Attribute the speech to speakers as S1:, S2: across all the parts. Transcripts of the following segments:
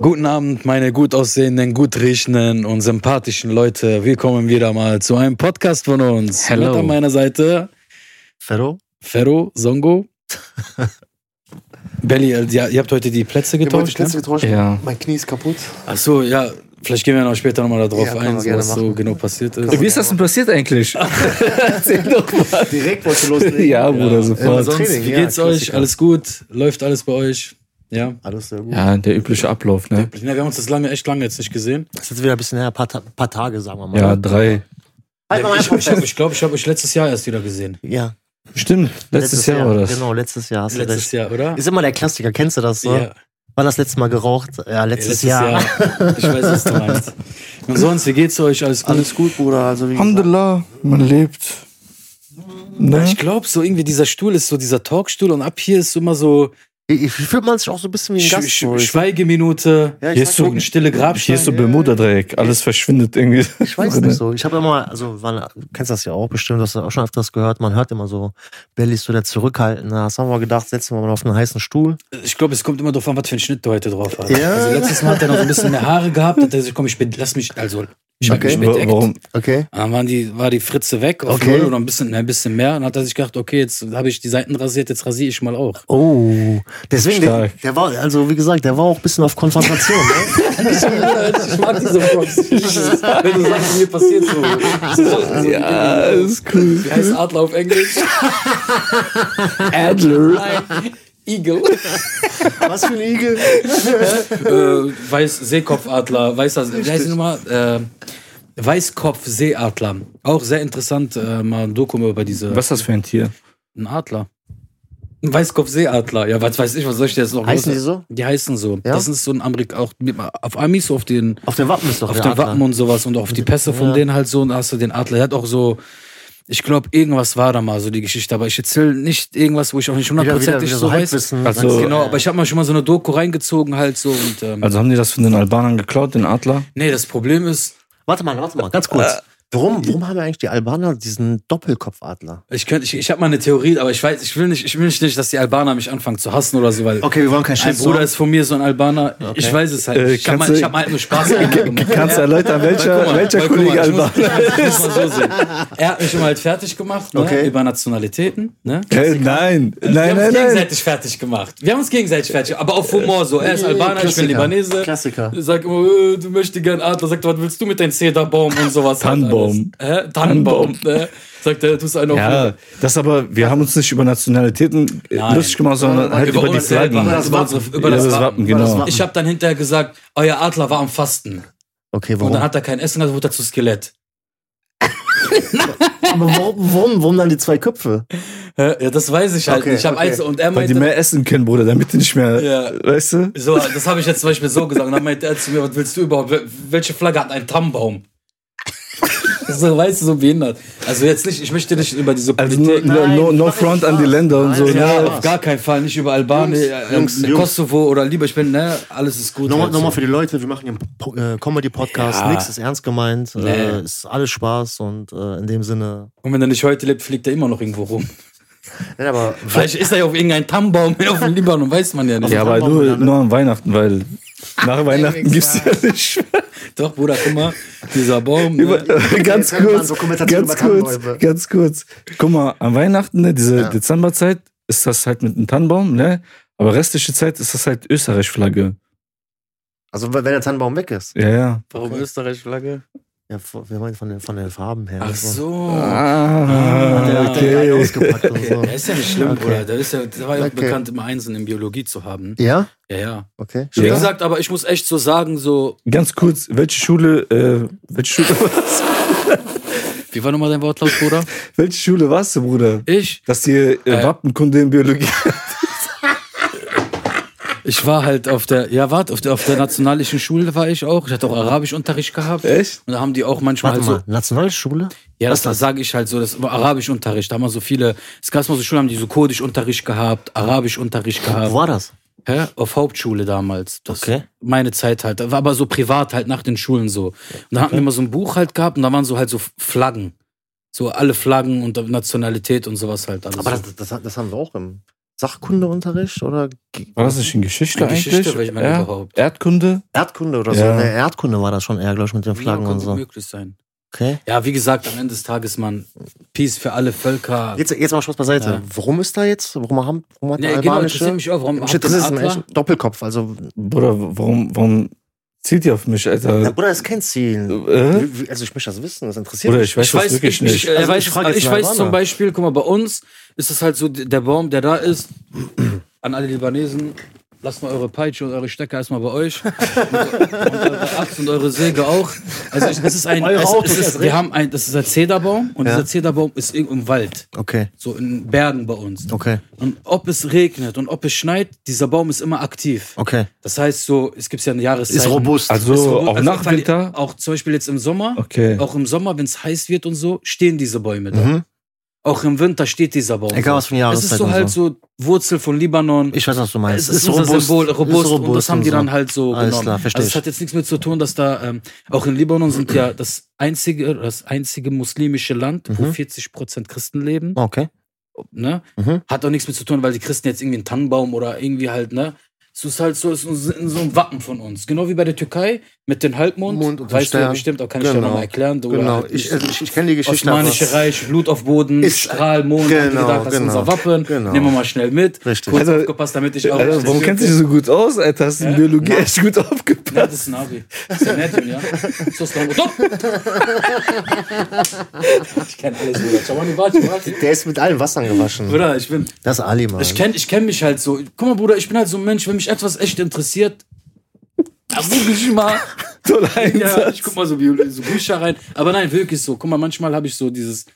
S1: Guten Abend, meine gut aussehenden, gut riechenden und sympathischen Leute. Willkommen wieder mal zu einem Podcast von uns.
S2: Hello.
S1: Mit an meiner Seite
S2: Ferro?
S1: Ferro, Songo. Belly, äh, ja, ihr habt heute die Plätze
S3: Wir haben heute
S1: getauscht.
S3: Plätze
S1: Ne?
S3: getauscht.
S2: Ja.
S3: Mein Knie ist kaputt.
S1: Achso, ja, vielleicht gehen wir noch später nochmal darauf
S3: Ja, können
S1: ein,
S3: wir
S1: so,
S3: gerne
S1: was so
S3: machen.
S1: genau passiert ist.
S2: Wie ist das denn passiert eigentlich? Erzähl doch mal.
S3: Direkt wollte loslegen.
S2: Ja, Bruder,
S3: aber
S2: sofort.
S3: sonst-
S1: Wie geht's euch? Alles gut? Läuft alles bei euch? Ja.
S3: Alles sehr gut.
S2: Ja, der übliche Ablauf, ne?
S1: Na, wir haben uns das lange, echt lange jetzt nicht gesehen.
S4: Das ist jetzt wieder ein bisschen her, ein paar, Ta paar Tage, sagen wir mal.
S2: Ja, drei.
S4: Halt mal
S1: Ich
S4: einfach
S1: glaube, ich,
S4: fest.
S1: glaub, ich, habe euch letztes Jahr erst wieder gesehen.
S4: ja.
S2: Stimmt, letztes, Jahr, war das.
S4: Genau, letztes Jahr hast
S1: Letztes
S4: du recht.
S1: Jahr, oder?
S4: Ist immer der Klassiker, kennst du das? Ne?
S1: Ja.
S4: Wann das letzte Mal geraucht? Ja, letztes, Jahr.
S1: Ich weiß, was du meinst. Und sonst, wie geht's euch? Alles gut?
S3: Alles gut, Bruder. Also wie gesagt,
S5: Alhamdulillah, man lebt. Ne?
S1: Ich glaube, so irgendwie dieser Stuhl ist so dieser Talkstuhl und ab hier ist immer so
S4: Ich, ich fühlt man sich auch so ein bisschen wie ein
S1: Sch
S4: Gast.
S1: Sch Schweigeminute,
S3: Ja, ich
S1: hier ist
S3: sag
S1: so
S3: so-
S1: eine stille
S2: Hier ist so
S1: Grabstein.
S2: Bermuda-Dreieck, alles verschwindet irgendwie.
S4: Ich weiß nicht so. Ich habe immer, also wann, kennst das ja auch bestimmt, du hast das auch schon öfters gehört, man hört immer so, Belly ist so der Zurückhaltende. Das haben wir gedacht, setzen wir mal auf einen heißen Stuhl.
S1: Ich glaube, es kommt immer drauf an, was für einen Schnitt du heute drauf hast.
S4: Ja.
S1: Also letztes Mal hat er noch ein bisschen mehr Haare gehabt, hat er gesagt, komm, ich bin, lass mich, also ich hab mich
S4: Okay.
S1: bedeckt.
S5: Warum?
S4: Okay.
S1: Und dann waren die, war die Fritze weg auf
S4: Okay.
S1: Null oder ein bisschen, ne, ein bisschen mehr. Und dann hat er sich gedacht, okay, jetzt habe ich die Seiten rasiert, jetzt rasiere ich mal auch.
S4: Oh, deswegen, der,
S2: Stark.
S4: der war, also wie gesagt, der war auch ein bisschen auf Konfrontation. ne?
S1: ich mag diese Vlogs. Wenn du sagst, mir passiert so.
S2: Ja, ist cool.
S1: Wie heißt Adler auf Englisch?
S2: Adler.
S1: Ein Igel.
S4: Was für ein Igel.
S1: äh, Weiß Seekopfadler, weißer, wie heißt die nochmal? Äh, Weißkopf-Seeadler. Auch sehr interessant, äh, mal ein Dokum über diese.
S2: Was ist das für ein Tier?
S1: Ein Adler. Ein Weißkopfseeadler. Ja, was weiß ich, was soll ich dir jetzt noch
S4: Heißen
S1: groß-
S4: die so?
S1: Die heißen so.
S4: Ja?
S1: Das ist so ein Amerik auch mit- auf Amis, so auf den,
S4: Auf dem Wappen ist doch
S1: auf
S4: der
S1: den
S4: Adler.
S1: Wappen und sowas und auf die Pässe von
S4: Ja.
S1: denen halt so und da hast du den Adler. Der hat auch so, ich glaube, irgendwas war da mal so die Geschichte, aber ich erzähle nicht irgendwas, wo ich auch nicht
S4: wieder, wieder,
S1: hundertprozentig
S4: wieder
S1: so
S4: so
S1: weiß.
S4: Halbwissen.
S2: Also- So,
S1: genau, aber ich habe mal schon mal so eine Doku reingezogen halt so und ähm,
S2: Also haben die das von den Albanern geklaut, den Adler?
S1: nee, das Problem ist,
S4: warte mal, warte mal, ganz kurz.
S1: Äh.
S4: Warum, warum haben wir eigentlich die Albaner diesen Doppelkopfadler?
S1: ich könnte ich, ich habe mal eine Theorie, aber ich weiß, ich will nicht, ich will nicht, dass die Albaner mich anfangen zu hassen oder so, weil
S4: Okay, wir wollen keinen
S1: Ein
S4: Scheiß.
S1: Bruder ist von mir so ein Albaner. Ich weiß es halt.
S2: Äh,
S1: nicht. ich habe
S2: kannst
S1: mal,
S2: du-
S1: ich hab mal halt nur Spaß gemacht.
S2: Kannst du
S1: Ja.
S2: erläutern, welcher,
S1: Guck mal,
S2: welcher
S1: weil guck
S2: Kollege
S1: mal, ich muss-
S2: Albaner?
S1: ich muss mal so sehen. Er hat mich immer halt fertig gemacht, ne?
S4: Okay.
S1: über Nationalitäten. Ne?
S2: Äh, nein,
S1: wir haben
S2: nein,
S1: uns
S2: nein, nein.
S1: gegenseitig fertig gemacht. Wir haben uns gegenseitig fertig gemacht, aber auf Humor so. Er ist Albaner, ich bin Libanese.
S4: Äh, Klassiker.
S1: Ich Sag immer, äh, du möchtest gern Adler. Sagt, er, was willst du mit deinem Zederbaum und sowas? halt
S2: Tannenbaum.
S1: alles. Hä? Tannenbaum. ne? Sagt er, du bist einer
S2: Ja, halt das aber, wir haben uns nicht über Nationalitäten äh,
S1: Nein.
S2: lustig gemacht, sondern halt
S1: über
S2: über, die
S1: uns selber,
S2: Flaggen.
S1: über das Wappen. Über
S2: Ja,
S1: das
S2: das
S1: Wappen.
S2: Wappen,
S4: Über das
S2: genau.
S4: Wappen.
S1: Ich habe dann hinterher gesagt, euer Adler war am Fasten.
S4: Okay,
S1: Und
S4: warum?
S1: dann hat er kein Essen, dann wurde er zu Skelett.
S4: Aber warum, warum, warum dann die zwei Köpfe?
S1: Ja, das weiß ich halt.
S4: Okay,
S1: nicht. ich habe
S4: okay.
S1: eins und er
S2: Weil die
S1: meinte,
S2: mehr essen können, Bruder, damit die nicht mehr,
S1: Ja.
S2: weißt du?
S1: so, das habe ich jetzt zum Beispiel so gesagt. Und dann meinte er zu mir, was willst du überhaupt? Wel- Welche Flagge hat einen Tannenbaum? so, weißt du, so behindert. Also jetzt nicht, ich möchte nicht über diese
S2: Also no,
S1: Politik.
S2: no, no,
S4: Nein,
S2: no
S4: mach
S2: front
S4: ich
S2: an die
S4: Spaß.
S2: Länder und
S4: Nein,
S2: so.
S4: ja.
S1: ja,
S2: ne?
S1: auf gar keinen Fall, nicht über Albanien,
S3: Jungs,
S1: äh,
S3: Jungs,
S1: äh,
S3: Jungs.
S1: Kosovo oder lieber, ich bin, ne, alles ist gut.
S4: Nochmal,
S1: halt so.
S4: nochmal für die Leute, wir machen hier einen Po- äh, Comedy-Podcast,
S1: Ja.
S4: nichts ist ernst gemeint,
S1: Nee.
S4: äh, ist alles Spaß und äh, in dem Sinne.
S1: Und wenn er nicht heute lebt, fliegt er immer noch irgendwo rum.
S4: Ja, aber
S1: Vielleicht ist er ja auf irgendeinem Tannenbaum auf dem Libanon, weiß man ja nicht.
S2: Ja, aber nur, nur an Weihnachten, weil nach Weihnachten gibt's ja nicht.
S1: Doch, Bruder, guck mal, dieser Baum. Ne?
S2: Über, ganz
S4: jetzt haben wir eine
S2: kurz,
S4: Dokumentation
S2: ganz
S4: über
S2: kurz,
S4: Tannenbäume.
S2: ganz kurz. Guck mal, an Weihnachten, ne, diese Dezemberzeit, ist das halt mit einem Tannenbaum, ne? Aber restliche Zeit ist das halt Österreich-Flagge.
S4: also wenn der Tannenbaum weg ist.
S2: Ja, ja.
S1: Warum Österreich-Flagge?
S4: Ja, von- wir meinen von den, von den Farben her.
S1: Ach so.
S2: Ah,
S4: Hat der
S2: okay.
S4: geil ausgepackt und so.
S1: Der ist ja nicht schlimm,
S4: Okay.
S1: Bruder. Der, ist ja, der war ja auch
S4: Okay.
S1: bekannt, immer Einsen in Biologie zu haben.
S4: Ja?
S1: Ja, ja.
S4: Okay.
S1: Wie
S2: Ja.
S1: gesagt, aber ich muss echt so sagen, so,
S2: Ganz kurz, welche Schule, äh, welche Schule,
S1: wie war nochmal dein Wortlaut, Bruder?
S2: welche Schule warst du, Bruder?
S1: Ich?
S2: Dass die äh,
S1: Äh.
S2: Wappenkunde in Biologie.
S1: Ich war halt auf der, ja, warte, auf der, auf der nationalischen Schule war ich auch. Ich hatte auch Arabischunterricht gehabt.
S2: Echt?
S1: Und da haben die auch manchmal
S4: Warte
S1: halt so,
S4: mal, Nationalschule?
S1: Ja, das, das sage ich halt so, das war Arabischunterricht. Da haben wir so viele, es gab mal so Schulen, haben die so Kurdischunterricht gehabt, Arabischunterricht
S4: Wo
S1: gehabt.
S4: war das?
S1: Hä? Auf Hauptschule damals. Das
S4: Okay.
S1: Meine Zeit halt. Da war aber so privat halt nach den Schulen so. Und da hatten wir immer so ein Buch halt gehabt und da waren so halt so Flaggen. So alle Flaggen und Nationalität und sowas halt. Alles
S4: Aber
S1: so.
S4: das, das, das haben wir auch im. Sachkundeunterricht oder Ge-
S2: War das nicht in Geschichte
S1: In
S2: eigentlich?
S1: Geschichte, welche man
S2: ja.
S1: überhaupt?
S2: Erdkunde?
S4: Erdkunde oder so.
S2: Ja.
S4: Nee, Erdkunde war das schon eher, glaube ich, mit den
S1: Wie
S4: Flaggen
S1: kann
S4: und
S1: das
S4: so.
S1: möglich sein?
S4: Okay.
S1: Ja, wie gesagt, am Ende des Tages, Mann, Peace für alle Völker.
S4: Jetzt, jetzt mal Spaß beiseite.
S1: Ja.
S4: Warum ist da jetzt? Warum haben warum hat
S1: nee,
S4: der
S1: genau,
S4: albanische?
S1: interessiert mich auch, warum
S4: Shit,
S1: habt
S4: das
S1: ihr
S4: ist ein
S1: einen Adler? Äh?
S4: echt Doppelkopf. Also,
S2: Bruder, warum, warum zielt ihr auf mich,
S4: ja,
S2: Alter?
S4: Bruder, das ist kein Ziel.
S2: Äh?
S4: Wie- wie- Also ich möchte das wissen, das interessiert
S2: Bruder,
S4: mich.
S2: ich weiß
S1: Ich weiß,
S2: das wirklich
S1: ich,
S2: nicht.
S1: ich, äh,
S4: Also,
S1: weiß,
S4: ich frag jetzt
S1: ich
S4: mal
S1: weiß
S4: Albaner.
S1: zum Beispiel, guck mal, bei uns ist es halt so, d- der Baum, der da ist, an alle Libanesen, lasst mal eure Peitsche und eure Stecker erstmal bei euch. und, und eure Axt und eure Säge auch. Also ich- es ist ein,
S4: Eure
S1: es,
S4: Autos
S1: es
S4: erst
S1: ist,
S4: recht.
S1: wir haben ein, das ist ein Zederbaum und
S4: Ja.
S1: dieser Zederbaum ist irgendwo im Wald,
S4: Okay,
S1: so in Bergen bei uns.
S4: okay,
S1: Und ob es regnet und ob es schneit, dieser Baum ist immer aktiv.
S4: okay.
S1: Das heißt so, es gibt ja eine Jahreszeit.
S4: Ist robust.
S2: Also,
S1: Ist robust.
S2: auch
S1: Also
S2: nach Winter?
S1: Auch zum Beispiel jetzt im Sommer.
S2: Okay.
S1: Auch im Sommer, wenn es heiß wird und so, stehen diese Bäume da. Auch im Winter steht dieser Baum.
S4: Egal,
S1: so.
S4: was für eine
S1: Es ist
S4: Jahreszeit
S1: so
S4: und
S1: halt so Wurzel von Libanon.
S4: ich weiß, was du meinst.
S1: es ist, unser Symbol, robust, und das haben die
S4: so.
S1: dann halt so
S4: Alles
S1: genommen.
S4: klar, versteh
S1: also
S4: ich.
S1: es hat jetzt nichts mit zu tun, dass da, ähm, auch in Libanon sind ja das einzige, das einzige muslimische Land, wo
S4: Mhm.
S1: 40 Prozent Christen leben,
S4: Okay.
S1: ne?
S4: Mhm.
S1: Hat auch nichts mit zu tun, weil die Christen jetzt irgendwie einen Tannenbaum oder irgendwie halt, ne? Es ist halt so, es ist so ein Wappen von uns. Genau wie bei der Türkei mit den Halbmond.
S4: Mond und dem
S1: weißt du ja
S4: Stern.
S1: bestimmt, auch kann ich dir
S4: Genau.
S1: nochmal erklären. Du, oder
S4: Genau,
S1: halt
S4: ich,
S1: nicht.
S4: also ich, ich kenne die Geschichte. aber-
S1: Osmanische Reich, Blut auf Boden,
S4: Ist-
S1: Strahl, Mond,
S4: genau,
S1: genau, gedacht, das ist
S4: genau,
S1: unser Wappen.
S4: genau.
S1: Nehmen wir mal schnell mit.
S4: Richtig.
S1: Kurz
S2: Alter,
S1: aufgepasst, damit ich auch.
S2: Alter, Also, warum kennst du dich so gut aus, Alter? Hast du in
S1: Ja?
S2: Biologie echt gut aufgepasst?
S1: Ja, das ist ein Abi. Das ist ein Mädchen, ja. So ist doch. Ich kenne alles, Bruder. Schau mal, warte, warte.
S4: Der ist mit allen Wassern gewaschen.
S1: Bruder, ich bin.
S4: Das ist Ali, Mann.
S1: Ich kenne ich kenn mich halt so. Guck mal, Bruder, ich bin halt so ein Mensch, wenn mich etwas echt interessiert, dann google ich mal.
S2: Toll,
S1: Ja,
S2: Einsatz.
S1: ich guck mal so, Bio- so Bücher rein. Aber nein, wirklich so. Guck mal, manchmal habe ich so dieses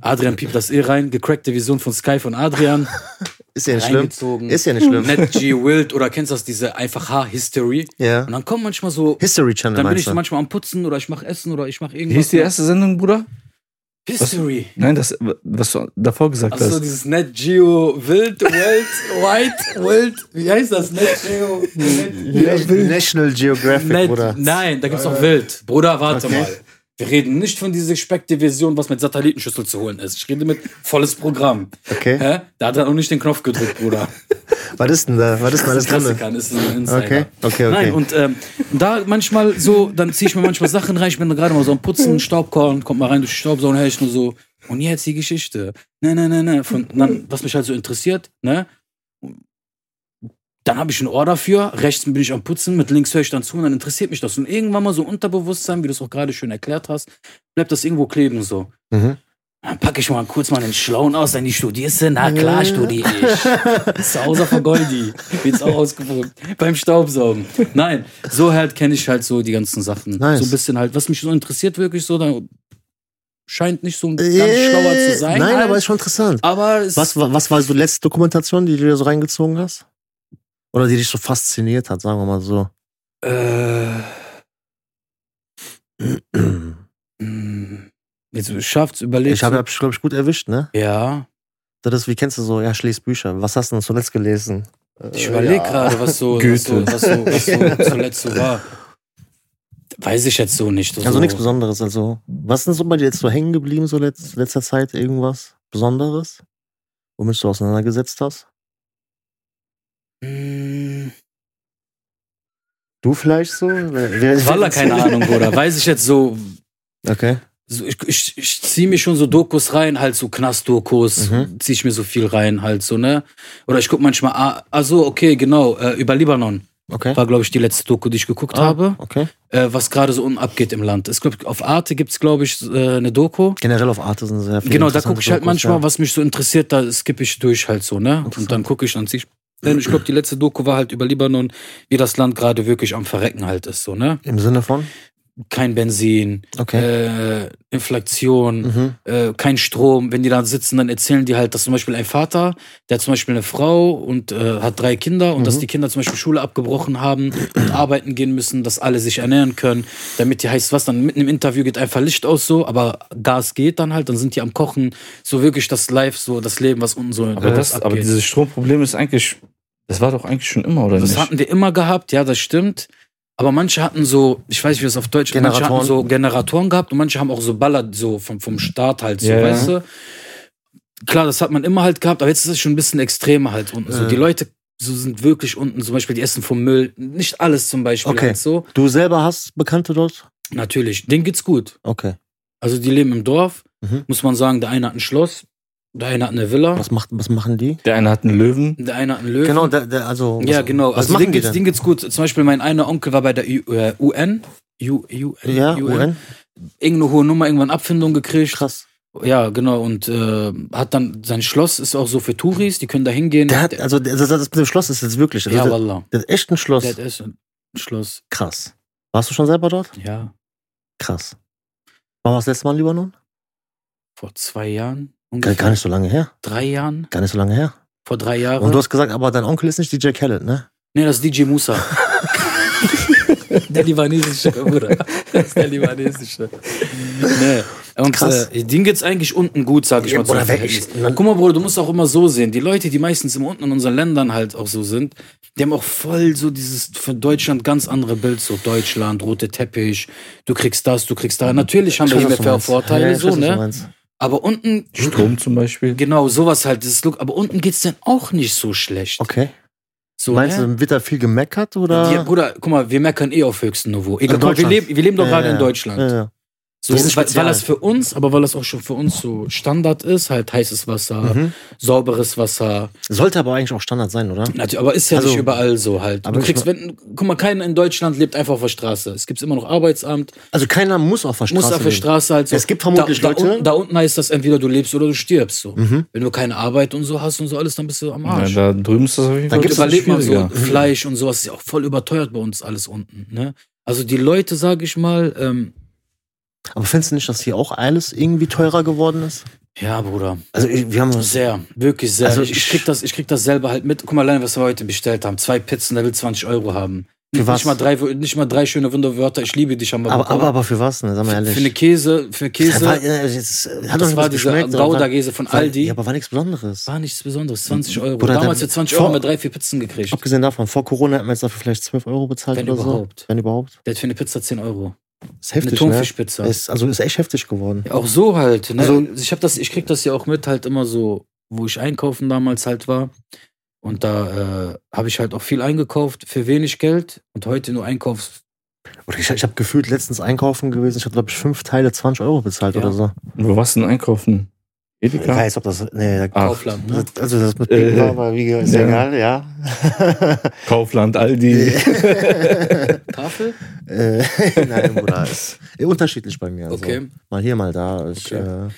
S1: Adrian piept das eh rein, gecrackte Vision von Sky von Adrian.
S4: ist ja nicht schlimm.
S1: Reingezogen.
S4: Ist ja nicht schlimm.
S1: Net G. Wild oder kennst du das, diese einfach H-History?
S4: Ja.
S1: Und dann kommen manchmal so.
S4: History Channel
S1: Dann bin
S4: meinst
S1: ich
S4: du?
S1: manchmal am Putzen oder ich mache Essen oder ich mache
S2: Wie
S1: irgendwas.
S2: hieß die erste Sendung, Bruder?
S1: History.
S2: Nein, das, was du davor gesagt
S1: Achso,
S2: hast.
S1: dieses Net Geo Wild, Wild, White, Wild. Wie heißt das? Net Geo. Net,
S4: National Geographic, Bruder.
S1: Net, nein, da gibt's noch Wild. Bruder, warte mal. Wir reden nicht von dieser gespeckten Version, was mit Satellitenschüssel zu holen ist. Ich rede mit volles Programm.
S4: Okay.
S1: Hä? Da hat er noch nicht den Knopf gedrückt, Bruder.
S4: Was ist denn da? Was ist denn alles
S1: Klassiker,
S4: drin?
S1: das ist ein Insider.
S4: Okay, okay, okay.
S1: Nein, und ähm, da manchmal so, dann ziehe ich mir manchmal Sachen rein, ich bin da gerade mal so am Putzen,
S4: Mhm.
S1: Staubkorn, kommt mal rein durch die Staubsauger, höre ich nur so, und jetzt die Geschichte. Ne, ne, ne, ne. Von, dann, was mich halt so interessiert, ne? Dann habe ich ein Ohr dafür, rechts bin ich am Putzen, mit links höre ich dann zu und dann interessiert mich das. Und irgendwann mal so Unterbewusstsein, wie du es auch gerade schön erklärt hast, bleibt das irgendwo kleben so.
S4: Mhm.
S1: Dann packe ich mal kurz mal den Schlauen aus, dann die studierst du? Na klar, studiere ich. Zu Hause von Goldi. Wird's auch ausgedrückt. Beim Staubsaugen. Nein, so halt kenne ich halt so die ganzen Sachen.
S4: Nice.
S1: So ein bisschen halt, was mich so interessiert, wirklich so, dann scheint nicht so ein ganz schlauer zu sein.
S4: Äh, Nein,
S1: halt.
S4: aber ist schon interessant.
S1: aber es
S4: Was, war- was war so die letzte Dokumentation, die du dir so reingezogen hast? Oder die dich so fasziniert hat, sagen wir mal so.
S1: äh, mh, Hm, jetzt schafft's, überlegt.
S4: Ich habe, hab, glaube ich, gut erwischt, ne?
S1: ja,
S4: Das ist, wie kennst du so, ja, ich lese Bücher. Was hast du denn zuletzt gelesen? Äh,
S1: ich überlege gerade, was so, was so,
S2: Goethe.
S1: was so, was so zuletzt so war. Weiß ich jetzt so nicht.
S4: Also
S1: so.
S4: nichts Besonderes. Also, was ist denn so bei dir jetzt so hängen geblieben, so letz, letzter Zeit? Irgendwas Besonderes? Womit du auseinandergesetzt hast?
S1: Mmh.
S4: Du vielleicht so? Wer- wer-
S1: Walla, keine Ahnung, Bruder. Weiß ich jetzt so.
S4: Okay.
S1: so ich ich, ich ziehe mir schon so Dokus rein, halt so Knast-Dokus,
S4: Mhm.
S1: ziehe ich mir so viel rein, halt so, ne? Oder ich gucke manchmal, ah, ah so, okay, genau, äh, über Libanon
S4: Okay.
S1: war, glaube ich, die letzte Doku, die ich geguckt
S4: Ah,
S1: habe,
S4: Okay.
S1: äh, was gerade so unten abgeht im Land. Es gibt, auf Arte gibt's glaube ich, äh, eine Doku.
S4: Generell auf Arte sind sehr viele.
S1: Genau, da
S4: interessante
S1: gucke ich halt
S4: Dokus,
S1: manchmal,
S4: ja.
S1: was mich so interessiert, da skippe ich durch halt so, ne? Und dann gucke ich, dann zieh ich. Denn ich glaube, die letzte Doku war halt über Libanon, wie das Land gerade wirklich am Verrecken halt ist, so, ne?
S4: Im Sinne von?
S1: Kein Benzin,
S4: Okay.
S1: äh, Inflation,
S4: Mhm.
S1: äh, kein Strom. Wenn die da sitzen, dann erzählen die halt, dass zum Beispiel ein Vater, der hat zum Beispiel eine Frau und äh, hat drei Kinder und dass
S2: Mhm.
S1: die Kinder zum Beispiel Schule abgebrochen haben und arbeiten gehen müssen, dass alle sich ernähren können, damit die heißt was, dann mitten im Interview geht einfach Licht aus so, aber Gas geht dann halt, dann sind die am Kochen, so wirklich das Live, so das Leben, was unten so
S2: Aber, das, aber dieses Stromproblem ist eigentlich, das war doch eigentlich schon immer, oder
S1: das
S2: nicht?
S1: hatten wir immer gehabt, ja, das stimmt. Aber manche hatten so, ich weiß nicht, wie das auf Deutsch ist, manche hatten
S4: Generatoren.
S1: so Generatoren gehabt und manche haben auch so Ballert so vom, vom Start halt so,
S2: Ja, ja.
S1: weißt du? klar, das hat man immer halt gehabt, aber jetzt ist es schon ein bisschen extremer halt unten. So,
S4: Äh.
S1: die Leute so sind wirklich unten, zum Beispiel, die essen vom Müll. Nicht alles zum Beispiel
S4: Okay.
S1: halt so.
S4: Du selber hast Bekannte dort?
S1: Natürlich, denen geht's gut.
S4: Okay.
S1: Also die leben im Dorf,
S4: Mhm.
S1: muss man sagen, der eine hat ein Schloss, der eine hat eine Villa,
S4: Was, macht, was machen die?
S2: Der eine hat einen Löwen.
S1: der eine hat einen Löwen.
S4: Genau, der, der, also.
S1: Ja,
S4: was,
S1: genau.
S4: Was
S1: also
S4: machen
S1: denen
S4: die
S1: geht's,
S4: denn?
S1: denen geht's gut. Zum Beispiel mein einer Onkel war bei der U, äh, UN. U, UN,
S4: Ja, UN.
S1: Irgendeine hohe Nummer, irgendwann Abfindung gekriegt.
S4: Krass.
S1: Ja, genau. Und äh, hat dann sein Schloss, ist auch so für Touris, die können da hingehen.
S4: Der hat, also der- das, das mit dem Schloss ist jetzt wirklich. Also
S1: ja,
S4: der,
S1: wallah.
S4: das ist echt ein Schloss.
S1: Der hat erst ein Schloss.
S4: Krass. Warst du schon selber dort?
S1: Ja,
S4: Krass. Wann warst du das letzte Mal in Libanon?
S1: vor zwei Jahren.
S4: Gar,
S1: Ungefähr.
S4: gar nicht so lange her.
S1: Drei Jahren.
S4: Gar nicht so lange her.
S1: Vor drei Jahren.
S4: Und du hast gesagt, aber dein Onkel ist nicht DJ Khaled, ne?
S1: nee, das ist DJ Musa. der libanesische, Bruder. Das ist der libanesische. Nee. Und
S4: Krass.
S1: Äh, denen geht's eigentlich unten gut, sag ich
S4: Ja,
S1: mal. zum
S4: Bruder, wer-
S1: Verhältnis.
S4: ich- man-
S1: Guck mal, Bruder, du musst auch immer so sehen. Die Leute, die meistens im unten in unseren Ländern halt auch so sind, die haben auch voll so dieses von Deutschland ganz andere Bild. So Deutschland, rote Teppich, du kriegst das, du kriegst da. Natürlich haben
S4: Mhm. Ich
S1: wir hier
S4: weiß, was du
S1: mehr
S4: meinst.
S1: Vorteile,
S4: Ja, ich weiß,
S1: so,
S4: was du
S1: ne?
S4: meinst.
S1: Aber unten
S2: Strom zum Beispiel.
S1: Genau, sowas halt. Das Look. Aber unten geht's denn auch nicht so schlecht.
S4: Okay.
S1: So,
S4: Meinst
S1: ne?
S4: du, wird da viel gemeckert oder?
S1: Ja, Bruder, guck mal, wir meckern eh auf höchstem Niveau. Egal,
S4: In
S1: guck mal, wir,
S4: Deutschland.
S1: leben, wir leben doch
S4: Ja,
S1: gerade
S4: ja,
S1: in
S4: ja.
S1: Deutschland.
S4: Ja, ja.
S1: So,
S4: Das ist
S1: weil,
S4: spezial.
S1: weil das für uns, aber weil das auch schon für uns so Standard ist, halt heißes Wasser,
S4: Mhm.
S1: sauberes Wasser.
S4: Sollte aber eigentlich auch Standard sein, oder?
S1: Natürlich, aber ist ja
S4: Also,
S1: nicht überall so halt.
S4: aber
S1: Du
S4: ich
S1: kriegst, wenn, guck mal, keiner in Deutschland lebt einfach auf der Straße. Es gibt immer noch Arbeitsamt,
S4: Also keiner muss auf der Straße.
S1: muss auf der
S4: leben.
S1: Straße halt so.
S4: Es gibt vermutlich
S1: da, da,
S4: Leute-
S1: Unten, da unten heißt das entweder du lebst oder du stirbst. So.
S4: Mhm.
S1: Wenn du keine Arbeit und so hast und so alles, dann bist du am
S2: Ja,
S1: Arsch.
S2: da drüben ist das auf jeden
S4: Da
S2: Fall.
S1: Dort
S4: gibt's
S1: überlebt man so
S2: schwieriger.
S1: Fleisch und sowas ist ja auch voll überteuert bei uns alles unten. Ne? Also die Leute, sage ich mal, ähm,
S4: Aber findest du nicht, dass hier auch alles irgendwie teurer geworden ist?
S1: ja, Bruder,
S4: Also ich- wir haben
S1: sehr, wirklich sehr.
S4: Also
S1: Also ich, ich
S4: ich-
S1: krieg das, ich krieg das selber halt mit. Guck mal, allein was wir heute bestellt haben, zwei Pizzen, der will 20 Euro haben.
S4: Für
S1: Nicht,
S4: was?
S1: nicht mal drei, nicht mal drei schöne Wunderwörter. Ich liebe dich, haben wir
S4: aber,
S1: bekommen.
S4: aber, aber für was, ne? Sag mal ehrlich.
S1: für eine Käse, für
S4: Das war,
S1: Käse,
S4: äh, jetzt, äh, hat doch
S1: das
S4: nicht
S1: war
S4: was
S1: dieser
S4: geschmeckt, aber war-
S1: Gouda-Käse von
S4: war-
S1: Aldi.
S4: Ja, aber war nichts Besonderes.
S1: war nichts Besonderes, 20 Euro.
S4: Bruder,
S1: Damals
S4: dann-
S1: für 20 Euro haben wir
S4: vor-
S1: drei, vier Pizzen gekriegt.
S4: Abgesehen davon, vor Corona hätten wir jetzt dafür vielleicht 12 Euro bezahlt
S1: Wenn
S4: oder so.
S1: überhaupt.
S4: Wenn überhaupt.
S1: Der hat für eine Pizza 10 Euro.
S4: Ist
S1: Eine
S4: heftig, ne?
S1: Thunfischpizza.
S4: Ist, also ist echt heftig geworden.
S1: Ja, Auch so halt. Ne?
S4: Also-
S1: Also ich habe das, ich krieg das ja auch mit halt immer so, wo ich einkaufen damals halt war. Und da äh, habe ich halt auch viel eingekauft für wenig Geld und heute nur Einkaufs.
S4: Oder ich ich habe gefühlt letztens einkaufen gewesen. Ich habe, glaube ich, fünf Teile 20 Euro bezahlt
S1: Ja.
S4: oder so.
S2: Wo warst du denn einkaufen?
S4: Ich
S2: Edeka?
S4: weiß, ob das. Nee, da,
S2: Ach.
S1: Kaufland. Ne?
S4: das- also das mit
S2: Äh,
S4: Bing war, war wie gesagt, ist
S2: ja.
S4: egal, ja.
S2: Kaufland, Aldi.
S1: Tafel?
S4: Äh, Nein, Bruder, ist unterschiedlich bei mir. Also.
S1: Okay.
S4: Mal hier, mal da. Ich,
S1: Okay.
S4: äh,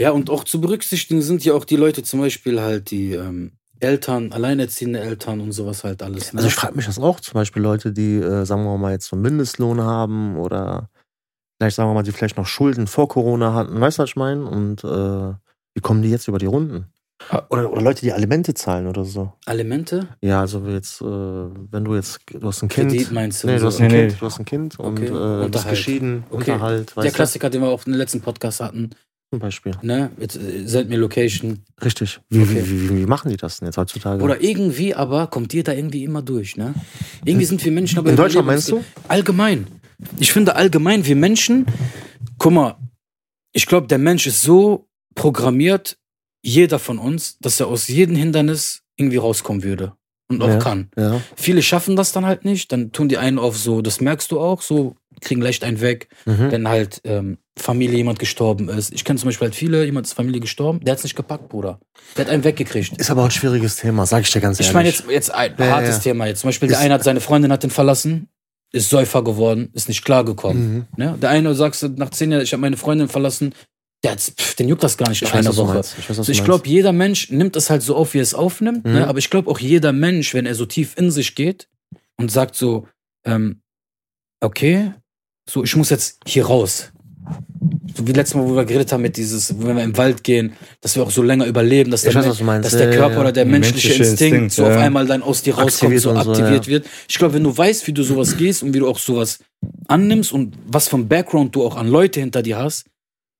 S1: Ja, und auch zu berücksichtigen sind ja auch die Leute zum Beispiel halt die ähm, Eltern, alleinerziehende Eltern und sowas halt alles. Ne?
S4: also ich frage mich das auch, zum Beispiel Leute, die, äh, sagen wir mal, jetzt so einen Mindestlohn haben oder vielleicht, sagen wir mal, die vielleicht noch Schulden vor Corona hatten, weißt du, was ich meine? Und äh, wie kommen die jetzt über die Runden? Oder, oder Leute, die Alimente zahlen oder so.
S1: Alimente?
S4: Ah. Ja, also jetzt, äh, wenn du jetzt, du hast ein Kind.
S1: Kredit meinst du?
S4: Nee, du
S1: so.
S4: hast ein
S2: Nee,
S4: Kind,
S2: nee.
S4: du hast ein Kind und
S1: Okay.
S4: äh, bist
S1: Unterhalt.
S4: geschieden,
S1: Okay.
S4: Unterhalt,
S1: Der
S4: weißt du,
S1: Klassiker, den wir auch in den letzten Podcast hatten,
S4: zum Beispiel.
S1: ne? Jetzt, äh, send mir Location.
S4: Richtig. Wie,
S1: Okay.
S4: wie, wie, wie machen die das denn jetzt heutzutage?
S1: Oder irgendwie, aber kommt ihr da irgendwie immer durch, ne? Irgendwie sind wir Menschen aber
S4: in Deutschland
S1: überlebens-
S4: meinst du?
S1: Allgemein. Ich finde allgemein, wir Menschen, guck mal, ich glaube, der Mensch ist so programmiert, jeder von uns, dass er aus jedem Hindernis irgendwie rauskommen würde. Und auch
S4: Ja.
S1: kann.
S4: Ja.
S1: Viele schaffen das dann halt nicht, dann tun die einen auf so, das merkst du auch, so kriegen leicht einen weg,
S4: Mhm.
S1: wenn halt ähm, Familie jemand gestorben ist. Ich kenne zum Beispiel halt viele, jemand ist Familie gestorben, der hat's nicht gepackt, Bruder. Der hat einen weggekriegt.
S4: Ist aber auch ein schwieriges Thema, sag ich dir ganz ehrlich.
S1: Ich meine jetzt, jetzt ein
S4: Ja,
S1: hartes
S4: ja.
S1: Thema jetzt. Zum Beispiel, der
S4: Ist-
S1: eine hat seine Freundin hat ihn verlassen, ist Säufer geworden, ist nicht klargekommen.
S4: Mhm.
S1: Ne? Der eine sagst du nach zehn Jahren, ich habe meine Freundin verlassen, der hat's, pff, den juckt das gar nicht
S4: Ich
S1: nach
S4: weiß,
S1: einer
S4: was du
S1: Woche.
S4: meinst. Ich weiß, was
S1: Also
S4: du
S1: ich
S4: meinst.
S1: glaube, jeder Mensch nimmt es halt so auf, wie er es aufnimmt.
S4: Mhm.
S1: Ne? Aber ich glaube auch jeder Mensch, wenn er so tief in sich geht und sagt so, ähm, okay, so ich muss jetzt hier raus. So wie letztes Mal, wo wir geredet haben mit dieses, wenn wir im Wald gehen, dass wir auch so länger überleben, dass der,
S4: Ich weiß,
S1: Men-
S4: was du meinst.
S1: dass der
S4: Ja,
S1: Körper
S4: ja, ja.
S1: oder der
S2: Der
S1: menschliche,
S2: menschliche
S1: Instinkt,
S2: Instinkt,
S1: so
S2: ja.
S1: auf einmal dann aus dir rauskommt,
S4: Aktiviert
S1: so
S4: und so,
S1: aktiviert
S4: ja.
S1: wird. Ich glaube, wenn du weißt, wie du sowas gehst und wie du auch sowas annimmst und was vom Background du auch an Leute hinter dir hast,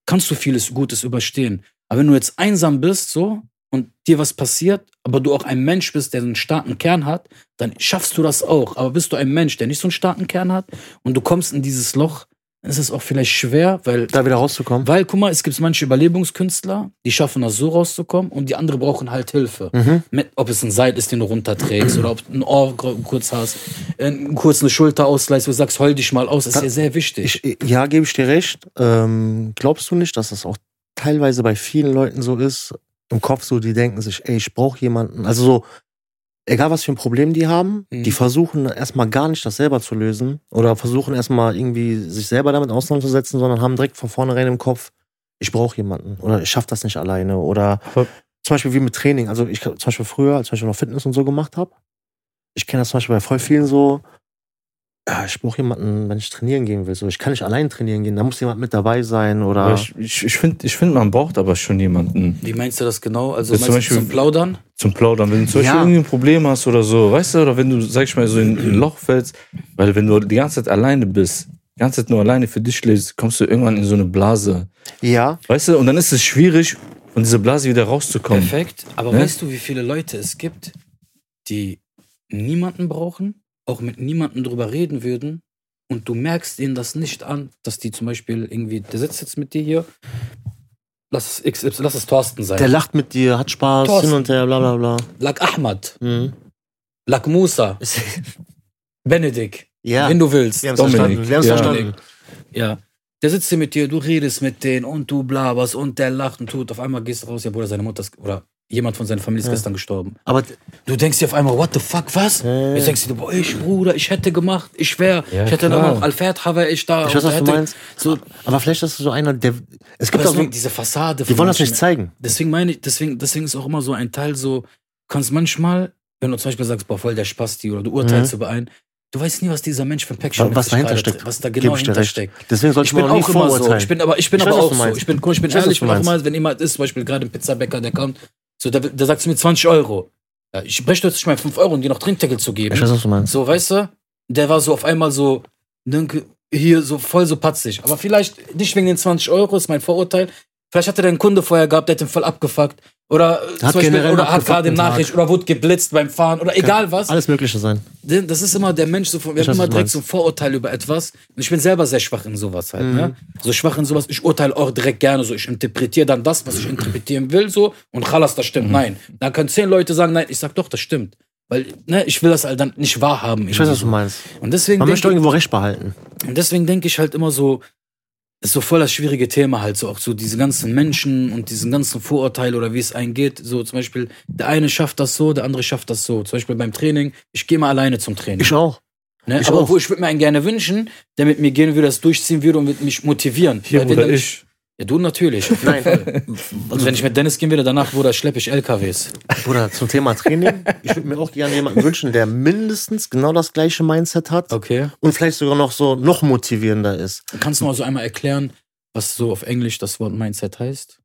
S1: kannst du vieles Gutes überstehen. Aber wenn du jetzt einsam bist, so und dir was passiert, aber du auch ein Mensch bist, der einen starken Kern hat, dann schaffst du das auch. Aber bist du ein Mensch, der nicht so einen starken Kern hat und du kommst in dieses Loch, ist es auch vielleicht schwer, weil
S4: Da wieder rauszukommen.
S1: Weil, guck mal, es gibt manche Überlebungskünstler, die schaffen das so rauszukommen und die anderen brauchen halt Hilfe.
S4: Mhm.
S1: Mit, ob es ein Seil ist, den du runterträgst oder ob du ein Ohr gr- kurz hast, äh, kurz eine Schulter ausleihst, wo du sagst, heul dich mal aus, ist
S4: Da-
S1: ja sehr wichtig.
S4: Ich, ja, gebe ich dir recht. Ähm, glaubst du nicht, dass das auch teilweise bei vielen Leuten so ist? Im Kopf so, die denken sich, ey, ich brauche jemanden. Also so, egal was für ein Problem die haben,
S1: Mhm.
S4: die versuchen erstmal gar nicht das selber zu lösen oder versuchen erstmal irgendwie sich selber damit auseinanderzusetzen, sondern haben direkt von vornherein im Kopf, ich brauche jemanden oder ich schaffe das nicht alleine oder
S2: Aber-
S4: zum Beispiel wie mit Training. Also ich zum Beispiel früher, als ich zum Beispiel noch Fitness und so gemacht habe, ich kenne das zum Beispiel bei voll vielen so, ja, ich brauche jemanden, wenn ich trainieren gehen will. So, ich kann nicht allein trainieren gehen, da muss jemand mit dabei sein
S2: Aber
S4: oder.
S2: ich ich, ich finde, ich find, man braucht aber schon jemanden
S1: Wie meinst du das genau? Also
S2: Jetzt
S1: meinst
S2: zum
S1: du
S2: Beispiel-
S1: zum Plaudern?
S2: zum Plaudern. Wenn du zum Beispiel
S4: Ja.
S2: irgendein Problem hast oder so, weißt du, oder wenn du, sag ich mal, so in ein Loch fällst, weil wenn du die ganze Zeit alleine bist, die ganze Zeit nur alleine für dich lebst, kommst du irgendwann in so eine Blase.
S4: Ja,
S2: Weißt du, und dann ist es schwierig, von dieser Blase wieder rauszukommen.
S1: Perfekt. Aber
S2: Ne?
S1: weißt du, wie viele Leute es gibt, die niemanden brauchen, auch mit niemandem drüber reden würden und du merkst ihnen das nicht an, dass die zum Beispiel irgendwie, der sitzt jetzt mit dir hier, lass es, XY, lass es Thorsten sein.
S4: der lacht mit dir, hat Spaß,
S1: Thorsten.
S4: hin und her, bla bla bla.
S1: Lag Ahmad,
S4: Mhm.
S1: Lag Musa, Benedikt,
S4: ja,
S1: wenn du willst.
S4: wir haben es
S2: Dominik.
S4: verstanden. Wir haben's
S2: Ja.
S4: verstanden.
S1: Ja. Der sitzt hier mit dir, du redest mit denen und du blaberst und der lacht und tut. Auf einmal gehst du raus, ja, Bruder, seine Mutter ist, oder jemand von seiner Familie ist
S4: Ja.
S1: gestern gestorben.
S4: Aber Äh,
S1: Du denkst dir auf einmal, what the fuck, was?
S4: Ja.
S1: Jetzt denkst du dir, boah, ich, Bruder, ich hätte gemacht, ich wäre,
S2: Ja,
S1: ich hätte
S2: klar.
S1: dann auch Al-Fatiha wäre ich da.
S4: ich weiß,
S1: und
S4: was du
S1: hätte-
S4: meinst.
S1: So,
S4: Aber vielleicht ist du so einer, der. Es
S1: aber
S4: gibt auch so,
S1: deswegen, diese Fassade.
S4: die
S1: von
S4: wollen das
S1: manchen-
S4: nicht zeigen.
S1: Deswegen meine ich, deswegen, deswegen ist auch immer so ein Teil so, kannst manchmal, wenn du zum Beispiel sagst, boah, voll der Spasti oder du urteilst über einen, du weißt nie, was dieser Mensch für ein Päckchen
S4: Was-
S1: mit
S4: Mhm. was
S1: sich
S4: dahinter
S1: gerade
S4: steckt.
S1: trägt, Was da genau
S4: Geb ich dir
S1: hinter
S4: recht.
S1: steckt.
S4: Deswegen sollte
S1: Ich
S4: man
S1: bin
S4: auch nie
S1: auch immer so.
S4: vorurteilen.
S1: Ich bin aber, ich bin
S4: Ich
S1: aber
S4: weiß, was
S1: auch
S4: du
S1: so.
S4: meinst.
S1: Ich bin, guck mal, ich bin
S4: Ich weiß,
S1: ehrlich,
S4: was
S1: ich
S4: du
S1: bin auch
S4: meinst.
S1: immer, wenn jemand ist, zum Beispiel gerade ein Pizzabäcker, der kommt, so, der, der sagt zu mir 20 Euro. Ja, ich möchte jetzt nicht mal 5 Euro, um dir noch Trinkdeckel zu geben.
S4: Ich weiß, was du meinst.
S1: So, weißt du? Der war so auf einmal so, denke, hier so voll so patzig. Aber vielleicht nicht wegen den 20 Euro, ist mein Vorurteil. Vielleicht hatte der einen Kunde vorher gehabt, der hat den voll abgefuckt. Oder, äh, zum Beispiel,
S4: generell
S1: oder hat
S4: abgefuckt
S1: gerade
S4: den
S1: eine Nachricht oder wurde geblitzt beim Fahren oder egal was.
S4: Alles Mögliche sein.
S1: Denn Das ist immer der Mensch, so, von- wir
S4: Ich
S1: haben
S4: weiß,
S1: immer
S4: was du
S1: direkt
S4: meinst.
S1: so ein Vorurteil über etwas. Und ich bin selber sehr schwach in sowas halt.
S4: Mhm.
S1: Ne? So schwach in sowas, ich urteile auch direkt gerne so. Ich interpretiere dann das, was ich interpretieren will, so. Und chalas, das
S4: Mhm.
S1: stimmt. Nein. Da können zehn Leute sagen, nein, ich sag doch, das stimmt. Weil ne, ich will das halt dann nicht wahrhaben.
S4: Ich weiß, was
S1: irgendwie
S4: du meinst.
S1: so. Und deswegen
S4: Man
S1: denk
S4: möchte
S1: ich-
S4: irgendwo Recht behalten.
S1: und deswegen denke ich halt immer so, ist so voll das schwierige Thema halt, so auch so diese ganzen Menschen und diesen ganzen Vorurteile oder wie es einen geht. So zum Beispiel, der eine schafft das so, der andere schafft das so. Zum Beispiel beim Training, ich gehe mal alleine zum Training.
S4: Ich auch.
S1: ne?
S4: ich
S1: Aber
S4: auch.
S1: obwohl ich würde mir einen gerne wünschen, der mit mir gehen würde, das durchziehen würde und mit mich motivieren.
S2: Hier
S1: Weil wenn
S2: oder
S1: dann-
S2: ich.
S1: Ja, du natürlich. auf jeden Fall. Also wenn ich mit Dennis gehen würde, danach wurde schleppe ich LKWs.
S4: Bruder, zum Thema Training. Ich würde mir auch gerne jemanden wünschen, der mindestens genau das gleiche Mindset hat
S1: Okay.
S4: und vielleicht sogar noch so noch motivierender ist.
S1: Kannst du mal so einmal erklären, was so auf Englisch das Wort Mindset heißt?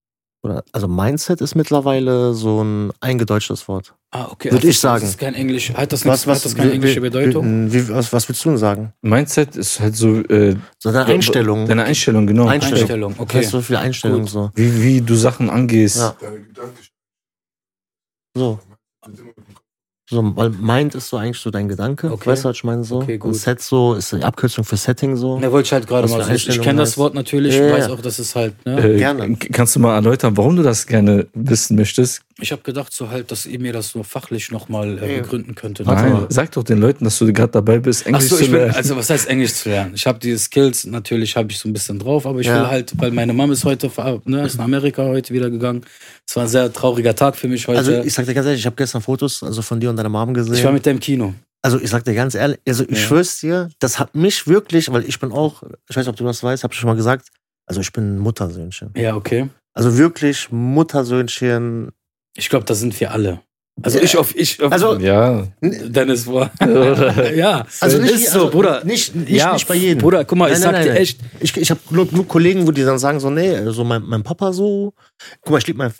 S4: Oder, also Mindset ist mittlerweile so ein eingedeutschtes Wort.
S1: Ah, okay.
S4: Würd
S1: Also,
S4: ich sagen.
S1: Das ist kein Englisch. Hat das, was, hat das keine
S4: wie-
S1: englische
S4: wie-
S1: Bedeutung?
S4: Wie, was, was würdest du denn sagen?
S2: Mindset ist halt so äh,
S4: So deine
S2: Ja,
S4: Einstellung.
S2: deine Einstellung, genau.
S4: Einstellung.
S1: Einstellung, okay.
S4: Weißt du, viele Einstellungen so.
S2: Wie, wie du Sachen angehst.
S4: Ja.
S5: Deine Gedanken
S4: So.
S5: sind immer im Kopf.
S4: So, weil Mind ist so eigentlich so dein Gedanke.
S1: Okay.
S4: Weißt du, was ich meine? So.
S1: Okay,
S4: Und
S1: gut.
S4: Set so ist die Abkürzung für Setting so.
S1: Ne, wollte ich halt gerade
S4: Was
S1: mal
S4: für
S1: so. Ich, ich
S4: Einstellung
S1: kenne das
S4: heißt-
S1: Wort natürlich,
S4: Ja, ja.
S1: weiß auch, dass es halt, ne?
S2: Äh,
S4: Gerne.
S2: k- Kannst du mal erläutern, warum du das gerne wissen möchtest?
S1: Ich habe gedacht so halt, dass ihr mir das so fachlich nochmal
S4: Ey.
S1: äh, begründen könntet.
S4: Warte
S2: Nein,
S4: mal.
S2: sag doch den Leuten, dass du gerade dabei bist,
S1: Ach
S2: Englisch
S1: so,
S2: zu
S1: ich will,
S2: lernen.
S1: also was heißt Englisch zu lernen? Ich habe die Skills, natürlich habe ich so ein bisschen drauf, aber ich
S4: Ja.
S1: will halt, weil meine Mama ist heute, ver- ne, ist nach Amerika heute wieder gegangen. Es war ein sehr trauriger Tag für mich heute.
S4: Also ich sag dir ganz ehrlich, ich habe gestern Fotos also von dir und deiner Mom gesehen.
S1: ich war mit der im Kino.
S4: Also ich sag dir ganz ehrlich, also ich
S1: Ja.
S4: schwör's dir, das hat mich wirklich, weil ich bin auch, ich weiß nicht, ob du das weißt, hab ich schon mal gesagt, also ich bin ein Muttersöhnchen.
S1: Ja, okay.
S4: Also wirklich Muttersöhnchen.
S1: Ich glaube, da sind wir alle. Also
S4: Ja.
S1: ich auf, ich auf
S4: Also,
S2: ja.
S1: Dennis war.
S2: Oder-
S1: Äh, ja,
S4: also nicht,
S1: ist so,
S4: also
S1: Bruder.
S4: Nicht, nicht,
S1: ja,
S4: nicht bei jedem.
S1: Bruder, guck mal, ich
S4: Nein,
S1: sag
S4: nein,
S1: dir
S4: nein, nein.
S1: echt,
S4: Ich, ich habe nur, nur Kollegen, wo die dann sagen so, nee, also mein, mein Papa so, guck mal, ich liebe mein,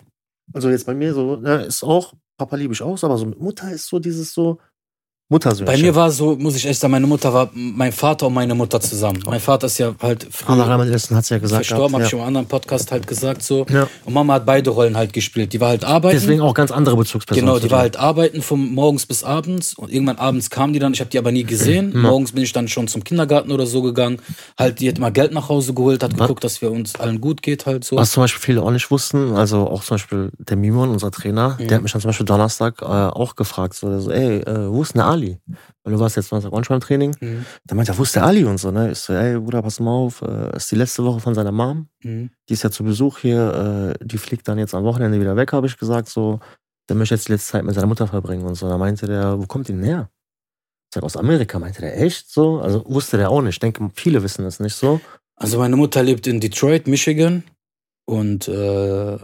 S4: also jetzt bei mir so, ne, ist auch, Papa liebe ich auch, so, aber so mit Mutter ist so dieses so, Muttersöhnchen.
S1: Bei mir war so, muss ich echt sagen, meine Mutter war mein Vater und meine Mutter zusammen. Mein Vater ist ja halt
S4: Anna
S1: früher
S4: Ramadilson hat es ja gesagt.
S1: verstorben, habe
S4: gehabt,
S1: ich im anderen Podcast halt gesagt so.
S4: ja. Ja.
S1: Und Mama hat beide Rollen halt gespielt. Die war halt arbeiten.
S4: Deswegen auch ganz andere Bezugspersonen.
S1: Genau,
S4: zu
S1: die
S4: dir.
S1: war halt arbeiten von morgens bis abends und irgendwann abends kam die dann, ich habe die aber nie gesehen. Morgens bin ich dann schon zum Kindergarten oder so gegangen. Halt, die hat immer Geld nach Hause geholt, hat geguckt, dass wir uns allen gut geht halt so.
S4: Was zum Beispiel viele auch nicht wussten, also auch zum Beispiel der Mimon, unser Trainer, der
S1: Mhm.
S4: hat mich dann zum Beispiel Donnerstag äh, auch gefragt, so, der so ey, äh, wo ist denn der Ali? Weil du warst jetzt Donnerstag auch schon beim Training.
S1: Mhm.
S4: Dann meinte er, wo ist der Ali und so, ne? Ich so, ey, Bruder, pass mal auf, äh, ist die letzte Woche von seiner Mom.
S1: Mhm.
S4: die ist ja zu Besuch hier, äh, die fliegt dann jetzt am Wochenende wieder weg, habe ich gesagt, so, der möchte jetzt die letzte Zeit mit seiner Mutter verbringen und so. Da meinte der, wo kommt die denn her? Ich sag, aus Amerika, meinte der, echt so? Also wusste der auch nicht. Ich denke, viele wissen das nicht so.
S1: Also meine Mutter lebt in Detroit, Michigan und äh,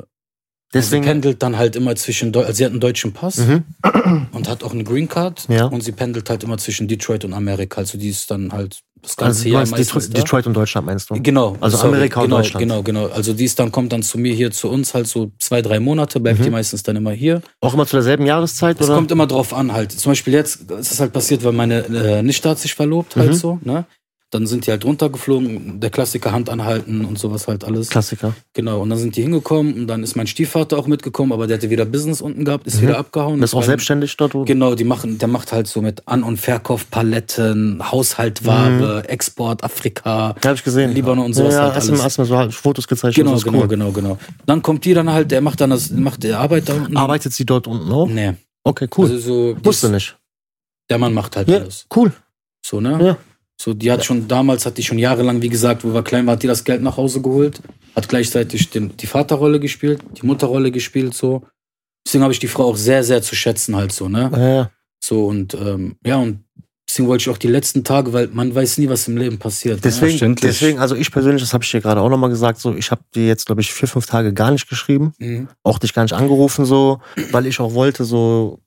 S1: sie
S4: Deswegen,
S1: pendelt dann halt immer zwischen, Deu- also sie hat einen deutschen Pass
S4: mhm,
S1: und hat auch eine Green Card
S4: Ja.
S1: und sie pendelt halt immer zwischen Detroit und Amerika. Also die ist dann halt das ganze
S4: also du
S1: Jahr
S4: meinst
S1: meistens ne?
S4: Detro-
S1: da.
S4: Detroit und Deutschland meinst du?
S1: Genau.
S4: Also Amerika und
S1: genau,
S4: Deutschland.
S1: Genau, genau. Also die ist dann, kommt dann zu mir hier zu uns halt so zwei, drei Monate, bleibt
S4: Mhm.
S1: die meistens dann immer hier.
S4: Auch immer zu derselben Jahreszeit,
S1: Es
S4: oder?
S1: kommt immer drauf an halt. Zum Beispiel jetzt ist es halt passiert, weil meine äh, Nichte hat sich verlobt halt
S4: Mhm.
S1: so, ne? Dann sind die halt runtergeflogen, der Klassiker Hand anhalten und sowas halt alles.
S4: Klassiker.
S1: Genau, und dann sind die hingekommen und dann ist mein Stiefvater auch mitgekommen, aber der hatte wieder Business unten gehabt, ist
S4: Mhm.
S1: wieder abgehauen.
S4: Und das ist auch
S1: Weil-
S4: selbstständig dort? wo-
S1: Genau, die machen, der macht halt so mit An- und Verkauf Paletten, Haushaltware,
S4: Mhm.
S1: Export, Afrika.
S4: Ja, hab ich gesehen.
S1: Libanon und sowas
S4: Ja,
S1: halt
S4: hast du mir
S1: alles.
S4: hast du mir so halt Fotos gezeigt.
S1: Genau,
S4: das ist
S1: genau,
S4: cool.
S1: genau, genau. Dann kommt die dann halt, der macht dann das, macht der Arbeit da unten.
S4: Arbeitet sie dort unten auch?
S1: Nee.
S4: Okay,
S1: genau.
S4: cool.
S1: Mhm. Also so, die
S4: Wusste
S1: ist-
S4: nicht.
S1: Der Mann macht halt
S4: Ja,
S1: alles.
S4: cool.
S1: So, ne?
S4: Ja.
S1: So, die hat schon, damals hat die schon jahrelang, wie gesagt, wo wir klein waren, hat die das Geld nach Hause geholt, hat gleichzeitig den, die Vaterrolle gespielt, die Mutterrolle gespielt, so. Deswegen habe ich die Frau auch sehr, sehr zu schätzen, halt so, ne?
S4: Ja, ja.
S1: So und ähm, ja, und deswegen wollte ich auch die letzten Tage, weil man weiß nie, was im Leben passiert. ne?
S4: Deswegen,
S2: verständlich.
S4: deswegen, also ich persönlich, das habe ich dir gerade auch nochmal gesagt, so ich habe dir jetzt, glaube ich, vier, fünf Tage gar nicht geschrieben,
S1: Mhm.
S4: auch dich gar nicht angerufen, so, weil ich auch wollte, so,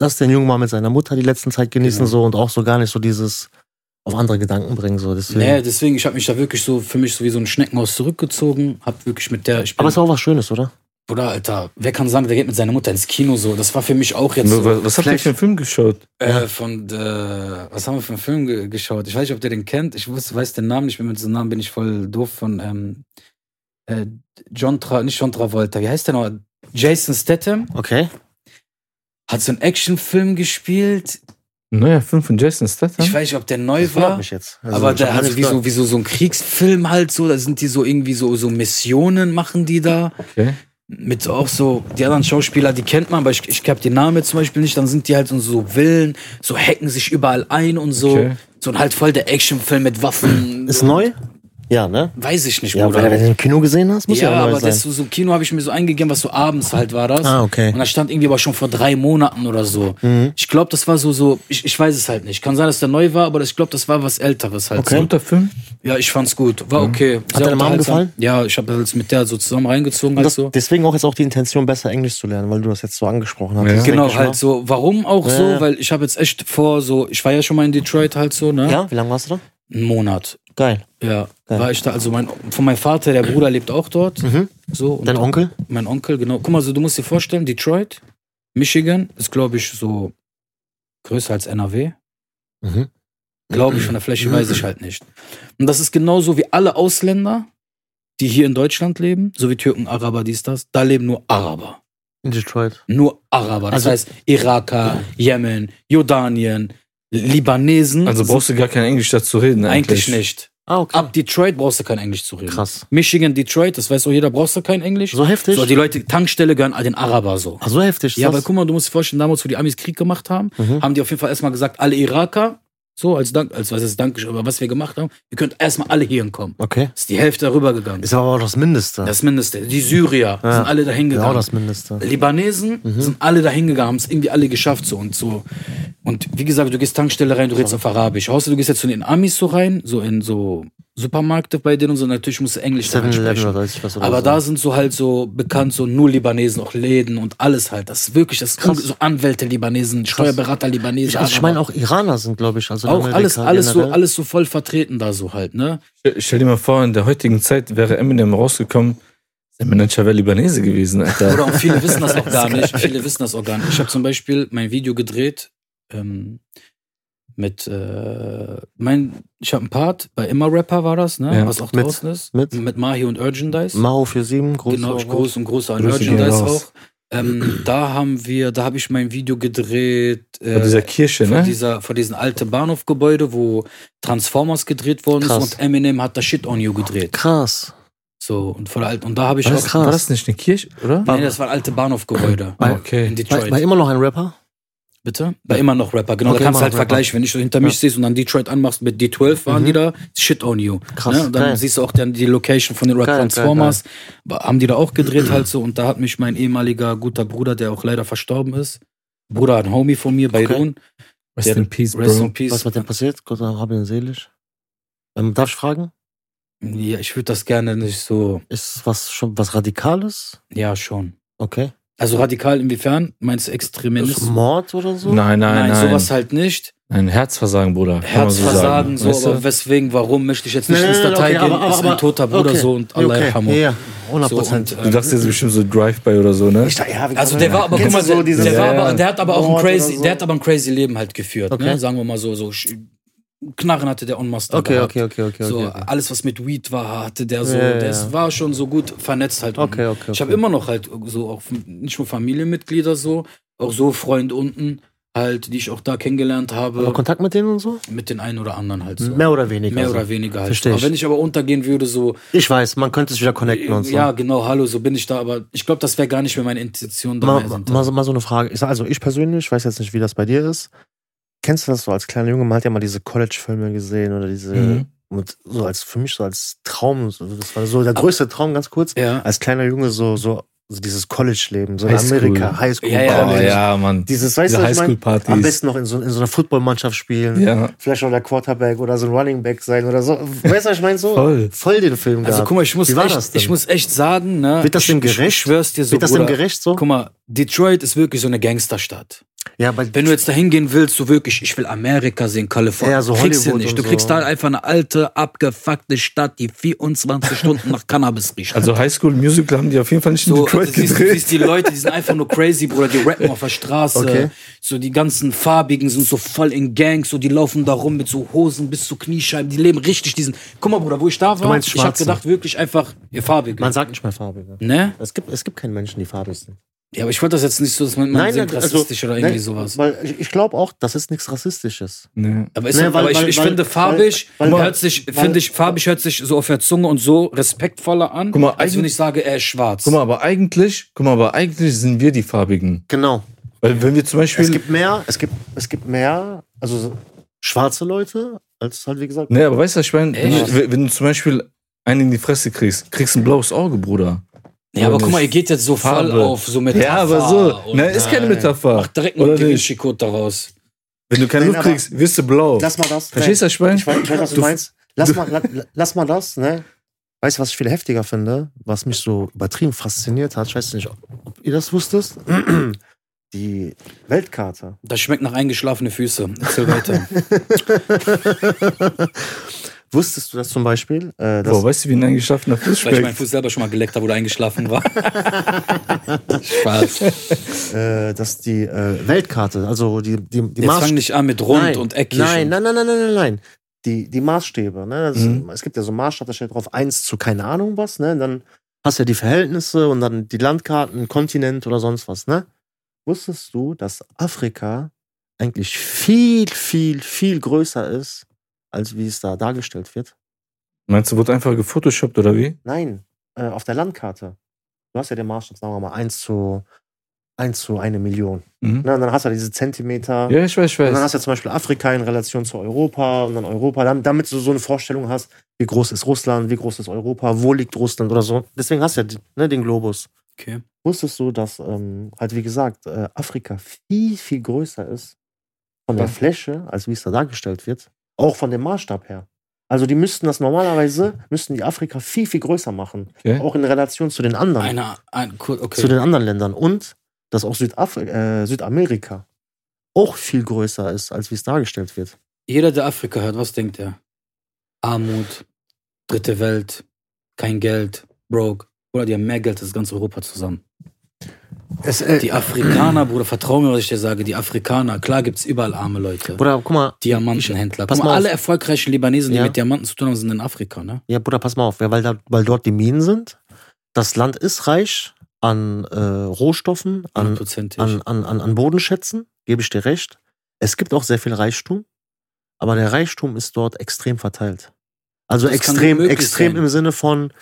S4: lass den Jungen mal mit seiner Mutter die letzten Zeit genießen,
S1: Genau.
S4: so und auch so gar nicht so dieses auf andere Gedanken bringen, so. Deswegen.
S1: Nee, deswegen, ich habe mich da wirklich so für mich so wie so ein Schneckenhaus zurückgezogen, hab wirklich mit der, ich bin,
S4: Aber es ist auch was Schönes, oder?
S1: oder Alter, wer kann sagen, der geht mit seiner Mutter ins Kino so? Das war für mich auch jetzt so,
S2: Was, was habt ihr für einen Film geschaut?
S1: äh, von, äh, was haben wir für einen Film ge geschaut? Ich weiß nicht, ob der den kennt, ich wusste, weiß den Namen nicht, mehr. mit diesem Namen bin ich voll doof von, ähm, äh, John Tra, nicht John Travolta, wie heißt der noch? Jason Statham
S4: Okay.
S1: hat so einen Actionfilm gespielt.
S2: Neuer Film von Jason
S1: Ich
S2: Statham?
S1: weiß nicht, ob der neu
S4: Das
S1: war.
S4: mich jetzt.
S1: aber
S4: ich hab
S1: da
S4: gar
S1: also
S4: nichts
S1: wie so,
S4: gehört.
S1: wie so so ein Kriegsfilm halt so, da sind die so irgendwie so so Missionen machen die da
S2: Okay.
S1: mit auch so die anderen Schauspieler, die kennt man, aber ich, ich glaube den Namen jetzt zum Beispiel nicht. Dann sind die halt so- so Villen, so hacken sich überall ein und so
S2: Okay.
S1: so ein halt voll der Actionfilm mit Waffen.
S4: Ist neu? Ja, ne?
S1: Weiß ich nicht,
S4: Ja, weil, wenn du
S1: Bruder.
S4: den im Kino gesehen hast, muss ja,
S1: Ja,
S4: auch neu
S1: aber
S4: sein.
S1: das so, so Kino habe ich mir so eingegeben, was so abends halt war das.
S4: Ah, okay. Mhm.
S1: Und da stand irgendwie aber schon vor drei Monaten oder so. Ich glaube, das war so, so, ich, ich weiß es halt nicht. Kann sein, dass der neu war, aber das- ich glaube, das war was Älteres halt. So.
S2: Guter Film?
S1: Ja, ich fand's gut. War okay. Sehr
S4: Mhm. deine Mom
S1: unterhaltsam.
S4: gefallen?
S1: Ja, ich habe jetzt mit der so zusammen reingezogen, halt
S4: Das,
S1: so.
S4: deswegen auch jetzt auch die Intention, besser Englisch zu lernen, weil du das jetzt so angesprochen hast.
S2: Ja.
S4: Das denke
S1: Genau,
S4: ich
S1: halt
S4: mal.
S1: so. Warum auch
S4: Ja.
S1: so? Weil ich habe jetzt echt vor, so, ich war ja schon mal in Detroit halt so, ne?
S4: Ja, wie lange warst du da?
S1: Einen Monat.
S4: Geil.
S1: Ja.
S4: Geil.
S1: War ich da, also mein, von meinem Vater, der Bruder lebt auch dort.
S4: Mhm.
S1: So, und
S4: Dein Onkel?
S1: mein Onkel, genau. Guck mal, so, du musst dir vorstellen, Detroit, Michigan ist, glaube ich, so größer als NRW.
S4: Mhm.
S1: Glaube ich, von der Fläche weiß ich halt nicht. Und das ist genauso wie alle Ausländer, die hier in Deutschland leben, so wie Türken, Araber, dies, das. Da leben nur Araber.
S4: In Detroit.
S1: Nur Araber. Das
S4: Also-
S1: heißt Iraker, Jemen, Jordanien, Libanesen.
S2: Also brauchst du gar kein Englisch dazu reden.
S1: Hm? eigentlich nicht.
S4: Ah, okay.
S1: Ab Detroit brauchst du kein Englisch zu reden.
S4: Krass.
S1: Michigan, Detroit, das weiß auch jeder, brauchst du kein Englisch.
S4: So heftig?
S1: So, die Leute, Tankstelle gehören all den Araber so.
S4: Ach, so heftig.
S1: Ja,
S4: ist
S1: aber
S4: das?
S1: guck mal, du musst dir vorstellen, damals, wo die Amis Krieg gemacht haben,
S4: Mhm.
S1: haben die auf jeden Fall erstmal gesagt, alle Iraker, so als Dank, als was ist Dankeschön, aber was wir gemacht haben, ihr könnt erstmal alle hierhin kommen.
S4: Okay.
S1: Ist die Hälfte darüber gegangen.
S4: Ist aber auch das Mindeste.
S1: Das Mindeste. Die Syrier
S4: Ja.
S1: sind alle dahin
S4: ist auch
S1: gegangen.
S4: das Mindeste. Mhm.
S1: Libanesen sind alle dahin gegangen, haben es irgendwie alle geschafft so und so. Und wie gesagt, du gehst Tankstelle rein, du redest auf Arabisch. Haust du, du gehst jetzt zu den Amis so rein, so in so Supermärkte bei denen und so. Natürlich musst du Englisch da
S4: 7-Eleven
S1: sprechen.
S4: oder weiß ich was. Oder
S1: halt Aber
S4: so.
S1: da sind so halt so bekannt, so nur Libanesen, auch Läden und alles halt. Das ist wirklich, das ist so Anwälte Libanesen, Steuerberater Libanesen.
S4: Ich, also ich meine, auch Iraner sind, glaube ich. Also in
S1: auch
S4: Amerika
S1: alles, alles so,
S4: generell.
S1: alles so voll vertreten da so halt, ne?
S2: Stell dir mal vor, in der heutigen Zeit wäre Eminem rausgekommen, Eminem wäre Libanese gewesen,
S1: Oder
S2: Alter.
S1: und viele wissen das auch gar nicht. Viele wissen das auch gar nicht. Ich habe zum Beispiel mein Video gedreht, ähm, mit äh, mein, ich habe einen Part bei immer Rapper war das, ne?
S2: Ja.
S1: Was auch
S4: Mit-
S1: draußen ist.
S4: mit-
S1: Mahi und Urgendice.
S4: Mao 47, Grüße.
S1: genau, ich
S4: auch.
S1: groß und große an
S2: Grüße gehen
S1: Urgendice auch.
S2: raus.
S1: Ähm, da haben wir, da habe ich mein Video gedreht. Äh,
S2: Bei dieser Kirche,
S1: von,
S2: ne?
S1: dieser, von diesem alten Bahnhofgebäude, wo Transformers gedreht worden
S4: Krass.
S1: ist und Eminem hat das Shit on You gedreht.
S4: Krass.
S1: So, und von der alten, und da habe ich
S4: Das
S1: auch.
S4: ist
S2: War
S4: krass.
S2: das nicht eine Kirche, oder?
S1: Nee, das waren alte Bahnhofgebäude.
S4: Bei-
S1: In
S2: Okay.
S1: Detroit.
S4: War, war immer noch ein Rapper?
S1: Bitte? Bei immer noch Rapper, genau.
S4: Okay,
S1: da kannst du
S4: immer
S1: halt
S4: noch Rapper.
S1: vergleichen. Wenn ich hinter mich siehst und dann Detroit anmachst mit D12, waren
S4: Mhm.
S1: die da, Shit on You.
S4: Krass,
S1: Ne? Und dann
S4: geil.
S1: siehst du auch dann die Location von den Red
S4: Geil, geil,
S1: Transformers. Haben die da auch gedreht halt so. Und da hat mich mein ehemaliger guter Bruder, der auch leider verstorben ist, Bruder, ein Homie von mir, bei
S4: Okay.
S1: Rest
S2: Rest
S1: der-
S2: in Peace,
S1: Rest
S2: Bro.
S1: in Peace.
S4: Was mit dem passiert? Gott hab ihn seelisch. Ähm, darf ich fragen?
S1: Ja, ich würde das gerne nicht so.
S4: Ist was schon was Radikales?
S1: Ja, schon.
S4: Okay.
S1: Also radikal inwiefern? Meinst du
S4: Ist
S1: Extremismus?
S4: Mord oder so?
S2: Nein, nein, nein.
S1: sowas halt nicht.
S2: Ein Herzversagen, Bruder. kann man
S1: Herzversagen, so,
S2: so, sagen.
S1: aber weswegen, warum möchte ich jetzt nicht
S4: Nein,
S1: ins
S4: nein, nein,
S1: Datei
S4: okay,
S1: gehen?
S4: aber- aber-
S1: ist ein
S4: aber-
S1: toter Bruder
S4: okay.
S1: so und Allah
S4: Okay. Ja,
S1: Yarhamu.
S4: ja, 100
S1: So, und,
S4: Prozent.
S2: du dachtest jetzt bestimmt so Drive-By oder so, ne?
S3: Ich dachte, ja, wir
S1: Also
S3: können-
S1: der war aber, guck
S3: Kennst
S1: mal,
S3: du so
S1: der,
S3: dieses-
S1: der, war
S2: Ja.
S1: aber, der hat aber auch ein
S3: Mord oder
S1: crazy,
S3: so?
S1: der hat aber ein crazy Leben halt geführt,
S4: Okay.
S1: ne? sagen wir mal so, so Sch- Knarren hatte der en masse
S4: okay,
S1: dabei.
S4: okay, okay, okay,
S1: so äh,
S4: okay. okay.
S1: alles was mit Weed war, hatte der so,
S4: Ja, ja,
S1: der
S4: ja.
S1: war schon so gut vernetzt halt. unten.
S4: Okay, okay.
S1: Ich habe immer noch halt so auch nicht nur Familienmitglieder so, auch so Freunde unten halt, die ich auch da kennengelernt
S4: Aber
S1: habe,
S4: Kontakt mit denen und so?
S1: mit den einen oder anderen halt so.
S4: Mehr oder weniger.
S1: Mehr
S4: also.
S1: oder weniger halt.
S4: Versteh
S1: Aber
S4: ich.
S1: wenn ich aber untergehen würde, so,
S4: ich weiß, man könnte sich wieder connecten und so.
S1: ja, genau, hallo, so bin ich da, aber ich glaube, das wäre gar nicht mehr meine Intention. da
S4: Mal,
S1: mehr
S4: mal,
S1: sind.
S4: mal, so- mal so eine Frage. Ich sag, also ich persönlich, ich weiß jetzt nicht, wie das bei dir ist. Kennst du das so als kleiner Junge? Man hat ja mal diese College-Filme gesehen oder diese.
S2: Mhm.
S4: Und so als für mich so als Traum, so, das war so der größte Traum, ganz kurz.
S1: ja.
S4: Als kleiner Junge, so, so, so dieses College-Leben, so in
S2: Highschool.
S4: Amerika, Highschool,
S1: Ja, ja,
S2: Oh,
S4: College.
S2: ja, Mann.
S4: Dieses, weißt
S2: Diese
S4: du, was ich mein? Am
S2: Highschool-Partys.
S4: besten noch in so, in so einer Footballmannschaft spielen.
S2: Ja,
S4: Vielleicht noch der Quarterback oder so ein Running Back sein oder so. Weißt du, was ich meine? So
S2: Voll.
S4: voll den Film
S1: Also
S4: gehabt.
S1: guck mal, ich muss,
S4: Wie war
S1: echt,
S4: das denn?
S1: ich muss echt sagen, ne?
S4: Wird das dem
S1: ich- ich-
S4: gerecht?
S1: Ich schwör's dir so.
S4: Wird das dem
S1: Bruder.
S4: gerecht so?
S1: Guck mal, Detroit ist wirklich so eine Gangsterstadt.
S4: Ja, bei,
S1: Wenn du jetzt da hingehen willst, so wirklich, ich will Amerika sehen, Kalifornien,
S4: Ja, so
S1: kriegst du
S4: Hollywood
S1: nicht.
S4: und
S1: Du
S4: so.
S1: kriegst da einfach eine alte, abgefuckte Stadt, die 24 Stunden nach Cannabis riecht.
S2: also Highschool-Musical haben die auf jeden Fall nicht in
S1: so,
S2: Detroit
S1: also, siehst, du
S2: gedreht.
S1: siehst die Leute, die sind einfach nur crazy, Bruder, die rappen auf der Straße.
S4: Okay.
S1: So die ganzen Farbigen sind so voll in Gangs, so die laufen da rum mit so Hosen bis zu Kniescheiben, die leben richtig diesen. Guck mal, Bruder, wo ich da war,
S4: meinst
S1: ich hab
S4: Schwarze.
S1: gedacht, wirklich einfach, ihr Farbigen.
S4: man sagt nicht mehr Farbe.
S1: ne?
S4: Es gibt, es gibt keinen Menschen, die farbig sind.
S1: Ja, aber ich wollte das jetzt nicht so, dass man, man singt
S2: also,
S1: rassistisch
S2: ne,
S1: oder irgendwie
S4: nein,
S1: sowas.
S4: Weil ich, ich glaube auch, das ist nichts Rassistisches.
S2: Nee.
S1: Aber, ist,
S4: Nee, weil-
S1: aber ich,
S4: weil-
S1: ich
S4: weil-
S1: finde farbig,
S4: weil- weil-
S1: hört sich,
S4: weil-
S1: finde ich, farbig hört sich so auf der Zunge und so respektvoller an,
S2: Guck mal,
S1: als wenn
S2: eigentlich-
S1: ich sage, er ist schwarz.
S2: Guck mal, aber eigentlich, guck mal, aber eigentlich sind wir die Farbigen.
S4: Genau.
S2: Weil wenn wir zum
S4: Es
S2: Beispiel.
S4: gibt mehr, es gibt, es gibt mehr, also so schwarze Leute, als halt wie gesagt.
S2: Nee, ne, aber weißt du, was ich meine, wenn,
S1: Echt?
S2: du- wenn du zum Beispiel einen in die Fresse kriegst, kriegst du ein blaues Auge, Bruder.
S1: ja, aber
S2: Oder
S1: guck mal, ihr
S2: nicht?
S1: geht jetzt so voll
S2: Farbe.
S1: auf, so mit
S2: Ja, aber so.
S1: und-
S2: Ne, ist keine Metapher.
S1: Mach direkt
S2: Oder
S1: einen dicken
S2: nicht?
S1: Schikot daraus.
S2: Wenn du keine
S4: Nein,
S2: Luft
S4: aber-
S2: kriegst, wirst du blau.
S4: Lass mal das.
S2: Verstehst du, was ich meine?
S4: Ich weiß, ich weiß, was du,
S2: Du-
S4: meinst. Lass mal, la, lass mal das, ne? Weißt du, was ich viel heftiger finde, was mich so übertrieben fasziniert hat? Ich weiß nicht, ob ihr das wusstet. Die Weltkarte.
S1: Das schmeckt nach eingeschlafene Füße. Erzähl weiter.
S4: Wusstest du das zum Beispiel? Äh, das,
S2: Boah, weißt du, wie ein eingeschlafener Fuß
S1: Weil ich meinen
S2: schmeckt?
S1: Fuß selber schon mal geleckt habe, wo der eingeschlafen war. Spaß. Jetzt
S4: äh, dass die äh, Weltkarte, also die, die, die Maß-
S1: fang nicht an mit rund
S4: nein,
S1: und eckig.
S4: Nein,
S1: und
S4: nein, nein, nein, nein, nein, nein. Die, die Maßstäbe. Ne? Das,
S2: Mhm.
S4: Es gibt ja so Maßstab, da steht drauf 1 zu keine Ahnung was. Ne? Und dann hast du ja die Verhältnisse und dann die Landkarten, Kontinent oder sonst was. Ne? Wusstest du, dass Afrika eigentlich viel, viel, viel größer ist, als wie es da dargestellt wird?
S2: Meinst du, wurde einfach gefotoshoppt oder wie?
S4: Nein, äh, auf der Landkarte. Du hast ja den Maßstab, sagen wir mal, 1 zu, 1 zu 1 Million.
S2: Mhm.
S4: Ne? Und dann hast du ja diese Zentimeter.
S2: Ja, ich weiß, ich
S4: Und dann
S2: weiß.
S4: hast du ja zum Beispiel Afrika in Relation zu Europa und dann Europa, dann, damit du so eine Vorstellung hast, wie groß ist Russland, wie groß ist Europa, wo liegt Russland oder so. Deswegen hast du ja die- ne, den Globus.
S1: Okay.
S4: Wusstest du, dass ähm, halt wie gesagt äh, Afrika viel, viel größer ist von der Fläche, als wie es da dargestellt wird, auch von dem Maßstab her. Also die müssten das normalerweise, müssten die Afrika viel, viel größer machen,
S2: Okay.
S4: auch in Relation zu den anderen
S1: Einer, ein, cool, okay.
S4: zu den anderen Ländern und dass auch Südafri äh, Südamerika auch viel größer ist, als wie es dargestellt wird.
S1: Jeder, der Afrika hört, was denkt er? Armut, dritte Welt, kein Geld, broke. Oder die haben mehr Geld als ganz Europa zusammen.
S5: Es, äh,
S1: Die Afrikaner, Bruder, vertrau mir, was ich dir sage. Die Afrikaner, klar gibt's überall arme Leute.
S4: Bruder, guck mal.
S1: Diamantenhändler.
S4: Pass
S1: Guck
S4: mal
S1: mal,
S4: auf.
S1: alle erfolgreichen Libanesen, die
S4: Ja.
S1: mit Diamanten zu tun haben, sind in Afrika, ne?
S4: Ja, Bruder, pass mal auf, ja, weil, da, weil dort die Minen sind. Das Land ist reich an äh, Rohstoffen, an,
S1: Hundertprozentig.
S4: an, an, an, an Bodenschätzen, gebe ich dir recht. Es gibt auch sehr viel Reichtum, aber der Reichtum ist dort extrem verteilt. Also
S1: Das kann
S4: extrem,
S1: gut möglich
S4: extrem
S1: sein.
S4: im Sinne von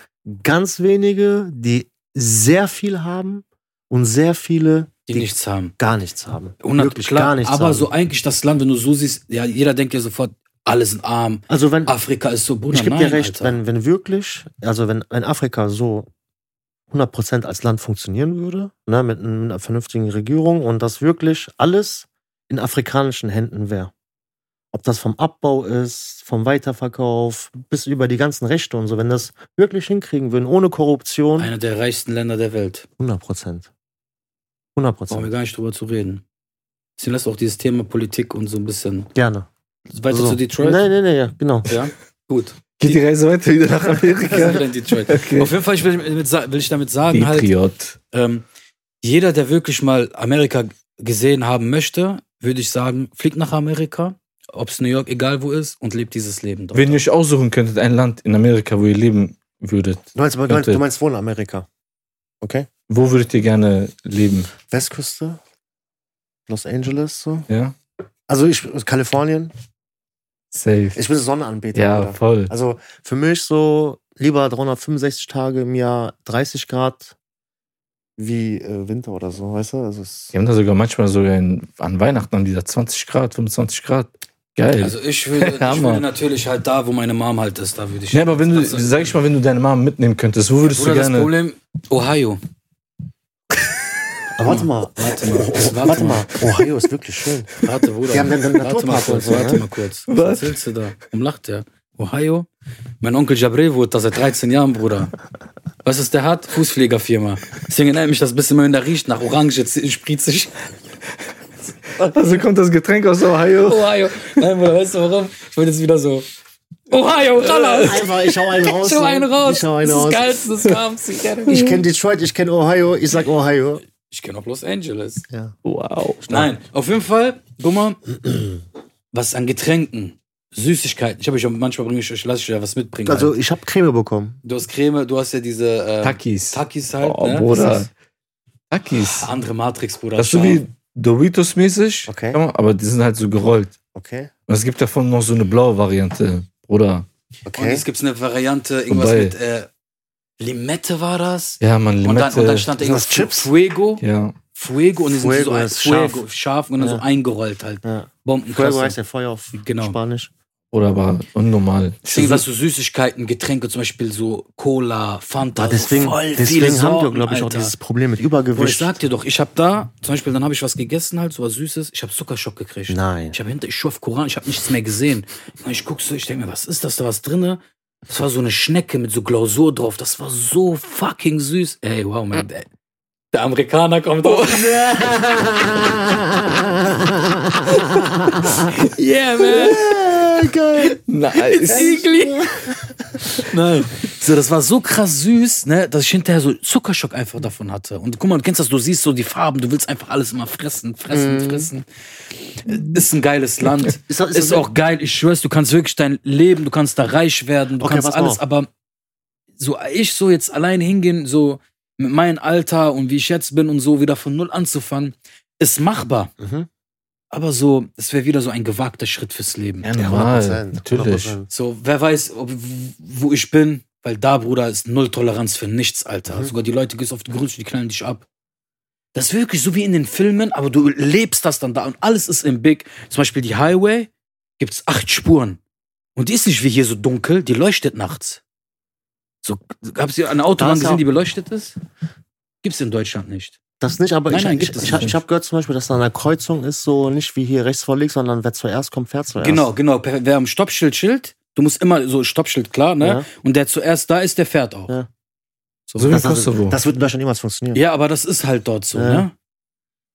S4: ganz wenige, die sehr viel haben und sehr viele,
S1: die nichts haben.
S4: gar nichts haben.
S1: 100
S4: Wirklich
S1: klar,
S4: gar nichts
S1: aber
S4: haben.
S1: so eigentlich das Land, wenn du so siehst, ja, jeder denkt ja sofort, alle sind arm.
S4: also wenn,
S1: Afrika ist so Bruder.
S4: ich gebe
S1: nein,
S4: dir recht,
S1: Alter.
S4: wenn, wenn wirklich, also wenn, wenn Afrika so 100% als Land funktionieren würde, ne, mit einer vernünftigen Regierung und das wirklich alles in afrikanischen Händen wäre. Ob das vom Abbau ist, vom Weiterverkauf, bis über die ganzen Rechte und so, wenn das wirklich hinkriegen würden, ohne Korruption,
S1: Einer der reichsten Länder der Welt.
S4: 100%.
S1: Brauchen wir
S4: 100%.
S1: gar nicht drüber zu reden. Deswegen lass auch dieses Thema Politik und so ein bisschen.
S4: Gerne.
S1: Weiter
S4: So.
S1: zu Detroit?
S4: Nein, nein, nein, ja, genau.
S1: Ja, gut.
S2: Geht die Reise weiter wieder nach
S1: Dann sind
S2: Amerika?
S1: wir in Detroit.
S2: Okay.
S1: Auf jeden Fall ich will, damit sa- will ich damit sagen, halt,
S2: Patriot.
S1: ähm, jeder, der wirklich mal Amerika gesehen haben möchte, würde ich sagen, fliegt nach Amerika, ob es New York, egal wo ist, und lebt dieses Leben dort.
S2: Wenn ihr euch aussuchen könntet, ein Land in Amerika, wo ihr leben würdet,
S4: Du meinst, du meinst, du meinst wohl in Amerika. Okay.
S2: wo würdet ihr gerne leben?
S4: Westküste, Los Angeles, so.
S2: Ja?
S4: Also ich, Kalifornien,
S2: Safe.
S4: ich bin Sonnenanbeter.
S2: Ja,
S4: Bruder.
S2: voll.
S4: Also für mich so lieber 365 Tage im Jahr 30 Grad wie äh, Winter oder so, weißt du? Also es,
S2: Die haben da sogar manchmal sogar in, an Weihnachten an dieser 20 Grad, 25 Grad. Geil.
S1: Also ich würde, ich
S2: Hammer.
S1: würde natürlich halt da, wo meine Mom halt ist, da würde ich.
S2: ja, aber wenn du,
S1: Das-
S2: sag ich mal, wenn du deine Mama mitnehmen könntest, wo würdest
S1: Bruder,
S2: du
S1: das
S2: gerne.
S1: Problem, Ohio.
S4: aber warte mal,
S1: Warte mal,
S4: Oh,
S1: warte,
S4: warte
S1: mal.
S4: mal, Ohio ist wirklich schön.
S1: Warte, Bruder.
S4: Die haben dann- dann
S1: warte mal
S4: Naturpark und
S1: kurz,
S4: so,
S1: warte
S4: ne?
S1: mal kurz. Was,
S2: Was?
S1: erzählst du da? Warum lacht der? Ohio? Mein Onkel Jabril wohnt da seit 13 Jahren, Bruder. Was ist der hat? Fußpflegerfirma. Deswegen erinnert mich das ein bisschen, wenn der riecht nach Orange, z- spritzig.
S2: Also kommt das Getränk aus Ohio.
S1: Ohio. Nein, Bruder, weißt du warum? Ich wollte jetzt wieder so. Ohio, Rallas!
S4: Einfach, ich hau einen raus. ne?
S1: Ich hau einen raus.
S4: Ich hau einen
S1: das
S4: raus.
S1: ist das Geilste, das Kampf. Ich kenne
S4: Ich kenne Detroit, ich kenne Ohio, ich sag Ohio.
S1: Ich kenn auch Los Angeles.
S4: Ja.
S2: Wow.
S1: Nein, auf jeden Fall, guck mal, was an Getränken, Süßigkeiten. Ich habe euch ja manchmal bringe ich euch, lasse ich euch ja was mitbringen.
S4: Also
S1: halt.
S4: ich habe Creme bekommen.
S1: du hast Creme, du hast ja diese äh,
S2: Takis.
S1: Takis halt,
S2: Oh,
S1: ne? Das
S2: Bruder.
S1: ist-
S2: Takis.
S1: Ah, Andere Matrix, Bruder.
S2: Das ist so
S1: Schau.
S2: wie Doritos-mäßig,
S4: Okay.
S2: ja, aber die sind halt so gerollt.
S4: Okay.
S2: Und es gibt davon noch so eine blaue Variante, Bruder.
S1: Und
S4: Okay.
S1: jetzt gibt's eine Variante, irgendwas
S2: Vorbei.
S1: mit äh, Limette war das.
S2: Ja, man, Limette.
S1: Und dann, und dann stand da
S4: Sind das
S1: irgendwas
S4: Chips?
S1: Fuego.
S2: ja.
S1: Fuego und die sind
S4: Fuego
S1: so ein,
S4: ist scharf.
S1: Fuego, scharf und dann
S4: Ja.
S1: so eingerollt halt.
S4: Ja. Fuego heißt
S1: Bombenkrass.
S4: ja Feuer auf
S1: Genau.
S4: Spanisch.
S2: Oder war unnormal.
S1: Deswegen hast du Süßigkeiten, Getränke, zum Beispiel so Cola, Fanta,
S4: Ah, deswegen
S1: so Oh, voll viele
S4: deswegen haben wir,
S1: Sorten,
S4: glaube ich, auch
S1: Alter.
S4: dieses Problem mit
S1: Bro, ich
S4: Übergewicht.
S1: sag dir doch, ich hab da, zum Beispiel, dann habe ich was gegessen, halt, so was Süßes, ich habe Zuckerschock gekriegt.
S4: Nein.
S1: Ich habe hinter, ich schuhe auf Koran, ich habe nichts mehr gesehen. Und ich guck so, ich denke mir, was ist das, da was drinne? Das war so eine Schnecke mit so Glausur drauf, das war so fucking süß. Ey, wow, mein, der, der Amerikaner kommt auf. Yeah, man.
S4: Äh, Geil.
S2: Nice.
S1: Siegli. Nein. So, das war so krass süß, ne, dass ich hinterher so Zuckerschock einfach davon hatte. Und guck mal, du kennst das, du siehst so die Farben, du willst einfach alles immer fressen, fressen, fressen. Äh, Ist ein geiles Land.
S4: Mhm. Ist das-
S1: ist
S4: ist das-
S1: auch geil, ich schwör's, du kannst wirklich dein Leben, du kannst da reich werden, du
S4: Okay,
S1: kannst
S4: pass mal
S1: alles,
S4: auf.
S1: aber so ich so jetzt allein hingehen, so mit meinem Alter und wie ich jetzt bin und so wieder von null anzufangen, ist machbar.
S4: Mhm.
S1: Aber so, es wäre wieder so ein gewagter Schritt fürs Leben.
S2: Ja,
S4: Ja, ne?
S2: normal.
S4: 100%.
S2: Natürlich.
S4: 100%.
S1: So, wer weiß, ob, w- wo ich bin, weil da, Bruder, ist null Toleranz für nichts, Alter.
S4: Mhm.
S1: Sogar die Leute gehst auf die Grundschule, die knallen dich ab. Das ist wirklich so wie in den Filmen, aber du lebst das dann da und alles ist im Big. Zum Beispiel die Highway gibt's acht Spuren. Und die ist nicht wie hier so dunkel, die leuchtet nachts. So, habt ihr eine
S4: Da
S1: Autobahn
S4: ist ja-
S1: gesehen, die beleuchtet ist? Gibt's in Deutschland nicht.
S4: Das nicht, aber
S1: Nein,
S4: ich,
S1: nein,
S4: ich,
S1: gibt es
S4: ich, hab-
S1: nicht.
S4: ich habe gehört zum Beispiel, dass da an der Kreuzung ist, so nicht wie hier rechts vor links, sondern wer zuerst kommt, fährt zuerst.
S1: Genau, genau. Per- Wer am Stoppschild schild, du musst immer so Stoppschild, klar, ne?
S4: Ja.
S1: Und der zuerst da ist, der fährt auch.
S4: Ja.
S1: So,
S2: So wie in
S4: Das, das,
S2: Kosovo.
S4: das wird in Deutschland niemals funktionieren.
S1: Ja, aber das ist halt dort so,
S4: Ja.
S1: ne?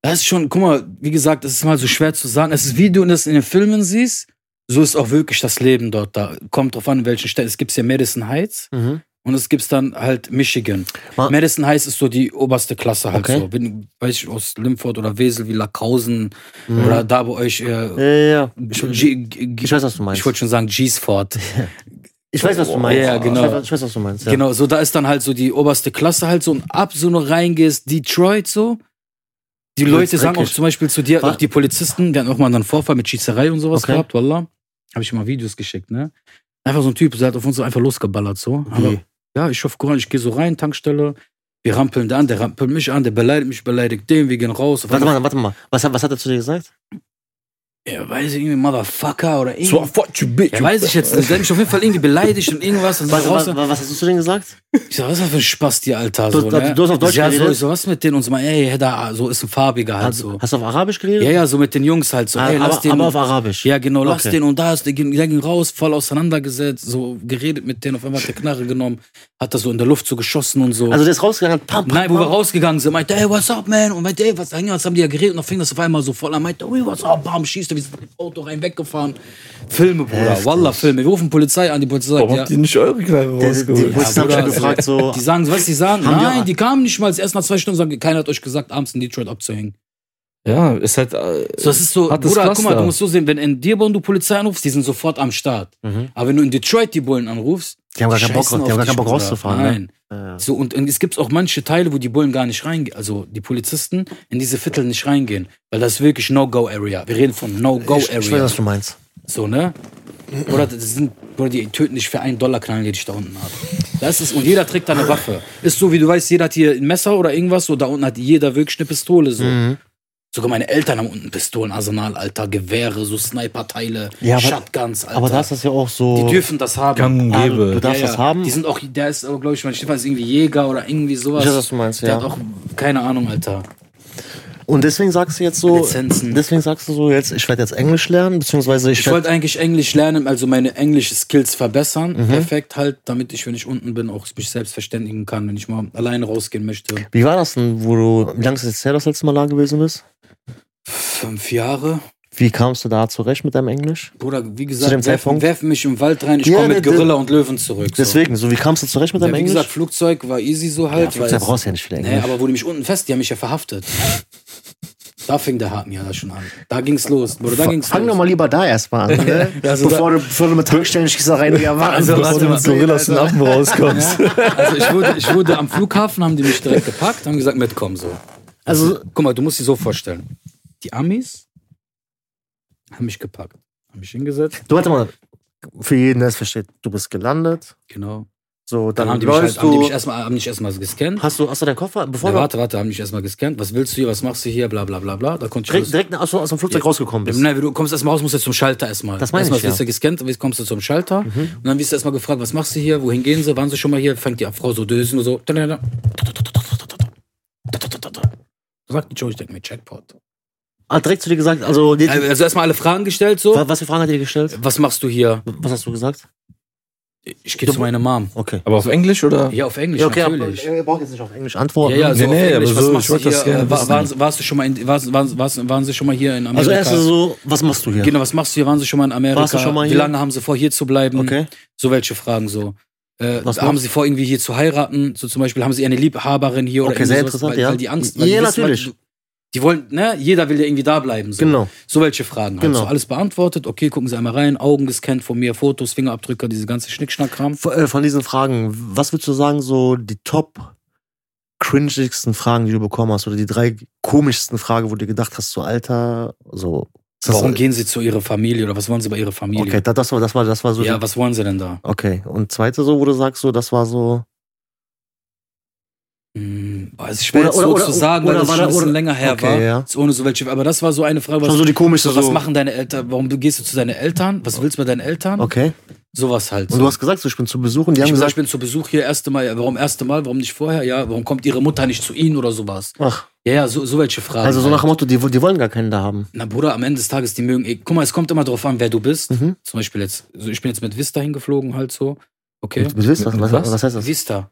S1: Das ist schon, guck mal, wie gesagt, es ist mal so schwer zu sagen. Es ist, wie du das in den Filmen siehst, so ist auch wirklich das Leben dort da. Kommt drauf an, in welchen Städten. Es gibt ja Madison Heights,
S4: Mhm.
S1: Und es gibt's dann halt Michigan.
S4: Ma-
S1: Madison Heights ist so die oberste Klasse halt
S4: Ah. Okay.
S1: so. Bin, weiß ich, aus Limford oder Wesel wie Lackhausen
S4: Mhm.
S1: oder da bei euch.
S4: Ja,
S1: Äh,
S4: ja, ja.
S1: G- G- G-
S4: Ich weiß, was du meinst.
S1: ich wollte schon sagen, Gsford.
S4: Ich weiß, was du meinst.
S1: Ja, genau.
S4: Ich weiß, ich weiß, was du meinst. Ja.
S1: Genau, so da ist dann halt so die oberste Klasse halt so und ab so noch reingehst, Detroit so. Die
S4: Wird's
S1: Leute sagen auch
S4: dreckig.
S1: zum Beispiel zu dir,
S4: Wa-
S1: auch die Polizisten, die hatten auch mal einen Vorfall mit Schießerei und sowas
S4: Okay.
S1: gehabt, Wallah. Habe ich mal Videos geschickt, ne? Einfach so ein Typ, der hat auf uns so einfach losgeballert so. Aber,
S4: Wie?
S1: ja, ich hoffe, Koran, ich gehe so rein, Tankstelle. Wir rampeln da an, der rampelt mich an, der beleidigt mich, beleidigt den, wir gehen raus. Auf
S4: Warte
S1: einmal-
S4: mal, warte mal. Was, hat- was hat er zu dir gesagt?
S1: Ja, weiß ich irgendwie, Motherfucker oder
S2: So,
S1: irgendwie.
S2: what you bitch.
S1: Ja, weiß ich jetzt nicht. Der hat mich auf jeden Fall irgendwie beleidigt und irgendwas. Und
S4: Was,
S1: so raus.
S4: was, was hast du zu denen gesagt?
S1: Ich sag, was ist das für ein Spaß, die Alter?
S4: Du-
S1: So,
S4: du-
S1: ne?
S4: du hast auf Deutsch
S1: ja, so,
S4: geredet?
S1: ich so, was mit denen? Und so mal, ey, da, so ist ein farbiger halt
S4: Hast,
S1: so.
S4: hast du auf Arabisch geredet?
S1: Ja, ja, so mit den Jungs halt so.
S4: Ah,
S1: ey, lass
S4: aber,
S1: den,
S4: aber auf Arabisch.
S1: ja, genau, lass
S4: Okay.
S1: den und das. Der ging, der ging raus, voll auseinandergesetzt, so geredet mit denen. Auf einmal hat der Knarre genommen, hat das so in der Luft so geschossen und so.
S4: Also der ist rausgegangen, hat pam, pam,
S1: Nein, wo wir
S4: pam.
S1: rausgegangen sind, meinte, ey, what's up, man? Und meinte, ey, was, was haben die ja geredet? Und dann fing das auf einmal so voll an, meinte, ui, what's up, bam, schießt er, wir sind mit dem Auto rein, weggefahren. Filme, Bruder,
S4: Heftig.
S1: Wallah, Filme. Wir rufen Polizei an, die Polizei sagt,
S2: Warum
S1: ja.
S2: habt ihr nicht eure Knarre
S4: Der- Die
S2: rausgeholt?
S4: Polizisten haben
S1: Bruder, äh,
S4: schon gefragt, so.
S1: Die sagen, was die sagen?
S4: Haben die
S1: Nein,
S4: auch-
S1: die kamen nicht mal erst nach zwei Stunden sagen, keiner hat euch gesagt, abends in Detroit abzuhängen.
S2: Ja, ist halt. äh,
S1: So, das ist so,
S2: Hat das
S1: Bruder, guck
S2: Cluster.
S1: mal, du musst so sehen, wenn in Dearborn du Polizei anrufst, die sind sofort am Start.
S4: Mhm.
S1: Aber wenn du in Detroit die Bullen anrufst,
S4: Die haben gar keinen Bock,
S1: scheißen
S4: die
S1: auf
S4: haben gar
S1: dich,
S4: keinen Bock
S1: Bruder.
S4: rauszufahren.
S1: Nein.
S4: Ne? Ja.
S1: So, und, und es gibt auch manche Teile, wo die Bullen gar nicht reingehen, also die Polizisten in diese Viertel nicht reingehen, weil das ist wirklich No-Go-Area. Wir reden von
S4: Ich, ich weiß,
S1: No-Go-Area.
S4: was du meinst.
S1: So, ne? Oder, das sind, oder die töten dich für einen Dollar knallen, die dich da unten hat. Das ist, und jeder trägt da eine Waffe. Ist so, wie du weißt, jeder hat hier ein Messer oder irgendwas, so da unten hat jeder wirklich eine Pistole. So.
S4: Mhm.
S1: Sogar meine Eltern haben unten Pistolenarsenal, Alter, Gewehre, so Sniperteile,
S4: Ja, aber-
S1: Shotguns, Alter.
S4: Aber da ist das ja auch so.
S1: die dürfen das haben.
S2: Gang und
S4: Ah,
S2: gäbe.
S4: du darfst das haben?
S1: Die sind auch, der ist aber, glaube ich, mein Stefan ist irgendwie Jäger oder irgendwie sowas.
S4: Ich weiß, was du meinst,
S1: der
S4: ja.
S1: hat auch, keine Ahnung, Alter.
S4: Und deswegen sagst du jetzt so.
S1: Lizenzen.
S4: Deswegen sagst du so jetzt, ich werde jetzt Englisch lernen, beziehungsweise ich,
S1: Ich
S4: werd-
S1: wollte eigentlich Englisch lernen, also meine englische Skills verbessern.
S4: Mhm.
S1: Perfekt halt, damit ich, wenn ich unten bin, auch mich selbst verständigen kann, wenn ich mal alleine rausgehen möchte.
S4: Wie war das denn, wo du. Wie lange ist es jetzt her, dass du das letzte Mal da gewesen bist?
S1: Fünf Jahre.
S4: Wie kamst du da zurecht mit deinem Englisch?
S1: Bruder, wie
S4: Zu dem
S1: gesagt, werfen,
S4: Zeitpunkt?
S1: werfen mich im Wald rein, ich
S4: Ja,
S1: komme mit
S4: ne,
S1: Gorilla und Löwen zurück. So.
S4: Deswegen, so wie kamst du zurecht mit
S1: ja,
S4: deinem
S1: wie
S4: Englisch?
S1: gesagt, Flugzeug war easy so
S4: ja,
S1: halt.
S4: Flugzeug
S1: weil-
S4: brauchst du ja nicht viel
S1: Nee,
S4: Englisch.
S1: aber wurde mich unten fest, die haben mich ja verhaftet. Da fing der Haken ja da schon an. Da ging's los, Bruder, da ging's
S4: Fang
S1: los.
S4: doch mal lieber da erstmal an, ne? bevor, du, bevor du mit Tankstellen rein
S1: Also, warte mal.
S2: Gorillas und Affen rauskommst.
S1: Also ich wurde, ich wurde am Flughafen, haben die mich direkt gepackt, haben gesagt, mitkommen so.
S4: Also,
S1: Guck mal, du musst dir so vorstellen. Die Amis haben mich gepackt, haben mich hingesetzt,
S4: du warte mal. Für jeden, der es versteht, du bist gelandet.
S1: genau.
S4: So, dann,
S1: Dann haben die mich,
S4: läufst
S1: halt, haben die
S4: du.
S1: mich erstmal haben mich erstmal gescannt.
S4: hast du. Hast du deinen Koffer? Bevor
S1: Ja,
S4: du
S1: warte, warte, haben mich erstmal gescannt. Was willst du hier, was machst du hier, bla bla bla bla. Da konnte ich
S4: direkt,
S1: alles-
S4: direkt aus, aus dem Flugzeug rausgekommen bist.
S1: Nein, du kommst erstmal raus, musst jetzt zum Schalter erstmal.
S4: Das meine
S1: erstmal
S4: ich, ja. Mhm.
S1: wirst du gescannt, dann kommst du zum Schalter und dann wirst du erstmal gefragt, was machst du hier, wohin gehen sie, waren sie schon mal hier, fängt die Frau so, dösen nur so. Sagt die Joe, ich denke mir, Checkpot.
S4: Ah, direkt zu dir gesagt, also. Die,
S1: Also erstmal alle Fragen gestellt, so.
S4: wa- was für Fragen hat er dir gestellt?
S1: Was machst du hier?
S4: Was hast du gesagt?
S1: Ich gehe zu meiner Mom.
S4: Okay.
S2: Aber auf Englisch oder?
S1: Ja, auf Englisch,
S4: Ja, okay, aber
S1: natürlich.
S4: ihr braucht jetzt nicht auf Englisch antworten.
S1: ja, ja, so
S2: Nee, nee,
S1: auf Englisch.
S2: aber
S1: was
S2: so,
S1: machst
S2: ich
S1: du
S2: wollte das
S1: hier?
S2: gerne
S1: Wa-
S2: wissen.
S1: waren, warst du schon mal in, waren, waren, waren, waren sie schon mal hier in Amerika?
S4: also, erst ist so, was machst du hier?
S1: Genau, was machst du hier? Waren sie schon mal in Amerika?
S4: Warst du schon mal
S1: Wie
S4: hier?
S1: lange haben sie vor, hier zu bleiben?
S4: Okay.
S1: So welche Fragen so. Äh,
S4: Was
S1: haben
S4: noch?
S1: sie vor, irgendwie hier zu heiraten? So zum Beispiel, haben sie eine Liebhaberin hier oder
S4: Okay, sehr
S1: irgendwie sowas,
S4: interessant,
S1: weil,
S4: ja.
S1: weil die Angst, weil
S4: Ja,
S1: die wissen,
S4: natürlich.
S1: Weil, die wollen, ne, jeder will ja irgendwie da bleiben. So.
S4: Genau.
S1: So welche Fragen. Genau.
S4: Genau.
S1: Also alles beantwortet. Okay, gucken Sie einmal rein. Augen gescannt von mir, Fotos, Fingerabdrücke, diese ganze Schnickschnackkram.
S4: Von, äh, von diesen Fragen, was würdest du sagen, so die top cringigsten Fragen, die du bekommen hast, oder die drei komischsten Fragen, wo du dir gedacht hast, so Alter, so. ist das-
S1: Warum gehen Sie zu Ihrer Familie oder was wollen Sie bei Ihrer Familie?
S4: Okay, das, das, war, das, war, das war so.
S1: ja,
S4: die,
S1: was wollen Sie denn da?
S4: okay, und zweite so, wo du sagst, so, das war so.
S1: Hm, boah, es ist schwer
S4: Oder-
S1: jetzt
S4: oder-
S1: so
S4: oder-
S1: zu sagen, weil
S4: oder
S1: das
S4: war
S1: schon ein
S4: da-
S1: bisschen
S4: oder-
S1: länger her
S4: okay,
S1: war.
S4: ja.
S1: Ist ohne so welche, aber das war so eine Frage, was,
S4: Schon so die komischste
S1: so, was
S4: so. Oh.
S1: machen deine Eltern, warum du gehst du zu deinen Eltern, was willst du bei deinen Eltern?
S4: Okay.
S1: Sowas halt.
S4: Und
S1: so.
S4: du hast gesagt, so, ich bin zu besuchen, die
S1: ich,
S4: haben
S1: bin- ich
S4: gesagt,
S1: bin zu Besuch hier, erste Mal, ja, warum erste Mal, warum nicht vorher, ja, warum kommt ihre Mutter nicht zu ihnen oder sowas?
S4: ach,
S1: Ja, ja, so, so welche Fragen.
S4: also so nach
S1: halt.
S4: dem Motto, die, die wollen gar keinen da haben.
S1: Na Bruder, am Ende des Tages, die mögen, eh- guck mal, es kommt immer drauf an, wer du bist.
S4: Mhm.
S1: Zum Beispiel jetzt, so ich bin jetzt mit Vista hingeflogen halt so, okay.
S4: Du willst was, was,
S2: Was?
S4: was heißt das?
S1: Vista.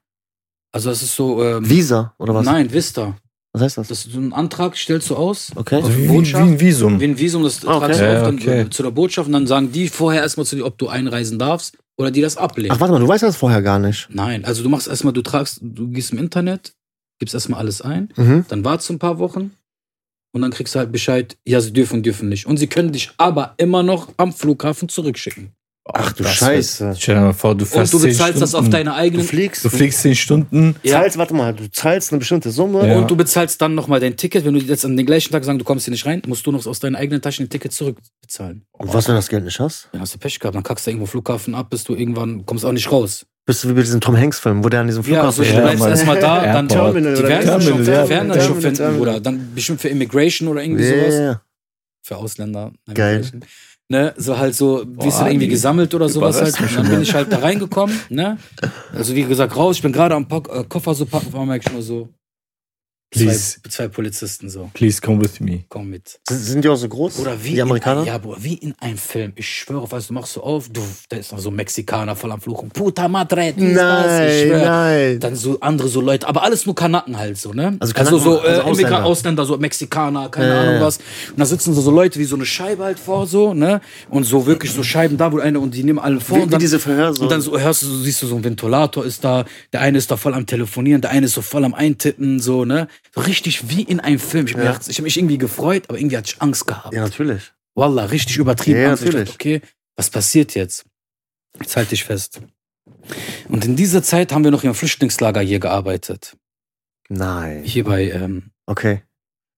S1: Also das ist so, ähm,
S4: Visa oder was?
S1: nein, Vista.
S4: Was heißt das?
S1: Das ist so ein Antrag, stellst du aus,
S4: Okay.
S2: Also wie, wie, wie ein Visum.
S1: wie ein Visum, das
S4: Ah, okay.
S1: tragst du
S2: Ja,
S1: auf dann äh,
S2: okay.
S1: zu der Botschaft und dann sagen die vorher erstmal zu dir, ob du einreisen darfst Oder die das ablehnen.
S4: Ach, warte mal, du weißt das vorher gar nicht.
S1: Nein, also du machst erstmal, du tragst, du gehst im Internet, gibst erstmal alles ein,
S4: Mhm.
S1: dann wartest du ein paar Wochen und dann kriegst du halt Bescheid, ja, sie dürfen, dürfen nicht. Und sie können dich aber immer noch am Flughafen zurückschicken.
S4: Ach du
S2: Das
S4: Scheiße.
S2: Stell dir mal vor, du
S1: Und
S2: fährst
S1: du
S2: 10
S1: bezahlst das auf
S2: Stunden.
S1: deine
S4: Du
S1: eigenen.
S4: fliegst.
S2: Du fliegst 10 Stunden.
S4: Du zahlst, warte mal, du zahlst eine bestimmte Summe.
S2: Ja.
S4: Und
S1: Und du bezahlst dann nochmal dein Ticket. Wenn du jetzt an den gleichen Tag sagen, du kommst hier nicht rein, musst du noch aus deinen eigenen Taschen ein Ticket zurückbezahlen.
S4: und was, wenn du das Geld nicht hast?
S1: Dann hast du Pech gehabt, dann kackst du irgendwo am Flughafen ab, bis du irgendwann kommst auch nicht raus.
S4: Bist du wie bei diesem Tom Hanks-Film, wo der an diesem
S1: Ja,
S4: Flughafen
S1: also du
S2: ja,
S1: bleibst
S2: Mann.
S1: erstmal da, dann
S2: Airport.
S4: Terminal
S1: Die
S4: oder
S1: werden das
S2: Terminal,
S1: schon,
S2: ja.
S1: werden das schon
S3: Terminal,
S1: finden,
S3: Terminal.
S1: Bruder. Dann bestimmt für Immigration oder irgendwie
S4: Ja,
S1: sowas.
S4: ja, ja.
S1: Für Ausländer.
S4: Geil.
S1: Immigration. Ne, so halt so, wirst du
S2: Boah,
S1: dann irgendwie
S2: die
S1: gesammelt oder sowas
S2: überrascht
S1: halt. Und dann bin ich halt da reingekommen, ne? Also wie gesagt, raus, ich bin gerade am Pack, äh, Koffer so packen, war ich schon mal so. Zwei,
S2: Please.
S1: zwei Polizisten so,
S2: Please come with me.
S1: komm mit.
S4: Sind, sind die auch so groß?
S1: Oder wie
S4: die Amerikaner?
S1: In, ja, Bruder, wie in einem Film. Ich schwöre, weißt du, machst du auf, du, da ist noch so ein Mexikaner voll am Fluchen. Puta madre, dies, das, ich
S4: Nein,
S1: schwöre.
S4: nein.
S1: Dann so andere so Leute, aber alles nur Kanaken halt so, ne?
S4: Also Kanaken,
S1: so äh,
S4: also Ausländer.
S1: Immigra- Ausländer, so Mexikaner, keine
S4: Ja, ja,
S1: Ahnung
S4: ja.
S1: was. Und da sitzen so, so Leute wie so eine Scheibe halt vor, so, ne? Und so wirklich so Scheiben da, wo eine und die nehmen alle vor.
S4: Wie,
S1: und
S4: wie
S1: dann,
S4: diese Verhör so.
S1: und dann so hörst du, so, siehst du, so ein Ventilator ist da, der eine ist da voll am Telefonieren, der eine ist so voll am Eintippen, so, ne? So richtig wie in einem Film. Ich hab, mir
S4: Ja.
S1: gedacht, ich hab mich irgendwie gefreut, aber irgendwie hatte ich Angst gehabt.
S4: ja, natürlich.
S1: Wallah, richtig übertrieben.
S4: Ja,
S1: Angst. Ich
S4: natürlich.
S1: dachte, okay, was passiert jetzt? Jetzt halte ich fest. Und in dieser Zeit haben wir noch im Flüchtlingslager hier gearbeitet.
S4: Nein.
S1: Hier bei, ähm,
S4: Okay.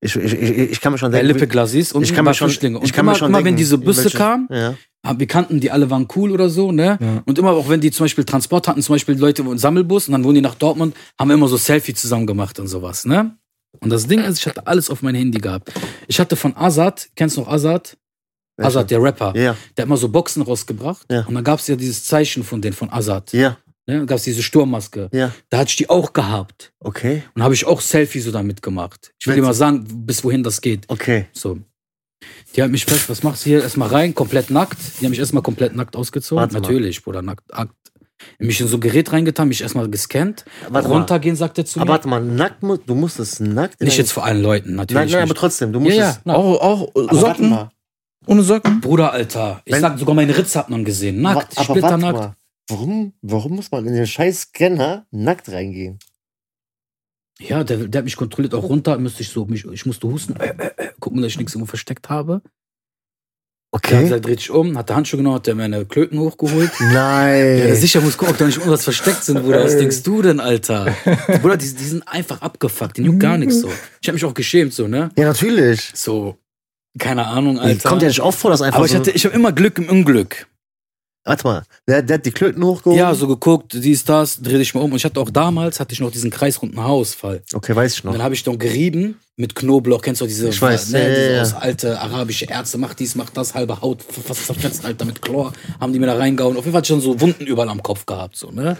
S4: Ich, ich, ich, ich kann mir schon
S1: bei
S4: denken.
S1: Lippe Glasis und
S4: ich kann mir schon,
S1: Flüchtlinge. Und
S4: ich kann
S1: immer,
S4: mir schon
S1: immer
S4: denken,
S1: wenn diese
S4: in
S1: Busse
S4: welche-
S1: kamen,
S4: Ja.
S1: haben- wir kannten die alle, waren cool oder so, ne?
S2: Ja.
S1: Und immer auch wenn die zum Beispiel Transport hatten, zum Beispiel Leute im Sammelbus und dann wurden die nach Dortmund, haben wir immer so Selfie zusammen gemacht und sowas, ne? Und das Ding ist, ich hatte alles auf mein Handy gehabt. Ich hatte von Azad, kennst du noch Azad? Azad, der Rapper.
S4: Ja,
S1: Der hat mal so Boxen rausgebracht.
S4: Ja.
S1: Und dann gab es ja dieses Zeichen von denen, von Azad.
S4: ja,
S1: Ne? Dann gab es diese Sturmmaske.
S4: ja.
S1: Da hatte ich die auch gehabt.
S4: Okay,
S1: Und habe ich auch Selfie so damit gemacht. Ich will dir mal sagen, bis wohin das geht.
S4: okay.
S1: So. Die haben mich fest, was machst du hier? Erstmal rein, komplett nackt. Die haben mich erstmal komplett nackt ausgezogen.
S4: Warte mal.
S1: Natürlich, Bruder, nackt, nackt. Mich in so ein Gerät reingetan, mich erstmal gescannt.
S4: Warte mal.
S1: Runtergehen, sagt er zu
S4: Aber
S1: mir.
S4: warte mal, nackt, mu- du musstest nackt. in
S1: Nicht
S4: einem-
S1: jetzt vor allen Leuten,
S4: Nein,
S1: natürlich.
S4: nein, aber
S1: nicht.
S4: trotzdem, du Also
S1: ja,
S4: musstest.
S1: ja, na,
S2: Auch, auch äh,
S3: Aber warte
S2: Socken?
S3: mal.
S2: Ohne Socken?
S1: Bruder, Alter. Ich
S4: Wenn-
S1: sag, sogar meine Ritze hat man gesehen. Nackt,
S4: Wa- aber warte
S1: splitternackt.
S4: mal. Warum, warum muss man in den scheiß Scanner nackt reingehen?
S1: Ja, der, der hat mich kontrolliert, auch runter müsste ich so, mich, ich musste husten, äh, äh, äh, gucken, dass ich nichts irgendwo versteckt habe. Der hat
S4: Okay.
S1: gesagt, dreht sich um, hat der Handschuhe genommen, hat der meine Klöten hochgeholt.
S4: Nein.
S1: Ja, sicher muss gucken, ob da nicht irgendwas versteckt sind, Bruder. Was denkst du denn, Alter? Bruder, die, die sind einfach abgefuckt, den juckt gar nichts so. Ich hab mich auch geschämt, so, ne?
S4: ja natürlich.
S1: So, keine Ahnung, Alter.
S4: Kommt ja nicht oft vor, dass einfach
S1: Aber ich
S4: so,
S1: hatte, ich habe immer Glück im Unglück.
S4: Warte mal, der, der hat die Klöten hochgehoben?
S1: Ja, so geguckt, dies, das, dreh dich mal um. Und ich hatte auch damals, hatte ich noch diesen um kreisrunden Haarausfall.
S4: Okay, weiß ich noch.
S1: Und dann habe ich dann gerieben mit Knoblauch. Kennst du diese,
S4: Ich weiß,
S1: ne,
S4: ja, ja,
S1: diese
S4: ja.
S1: aus alte arabische Ärzte? Mach dies, mach das, halbe Haut, f- fast zerfetzt, Alter, mit Chlor. Haben die mir da reingehauen. Auf jeden Fall hatte ich schon so Wunden überall am Kopf gehabt, so, ne?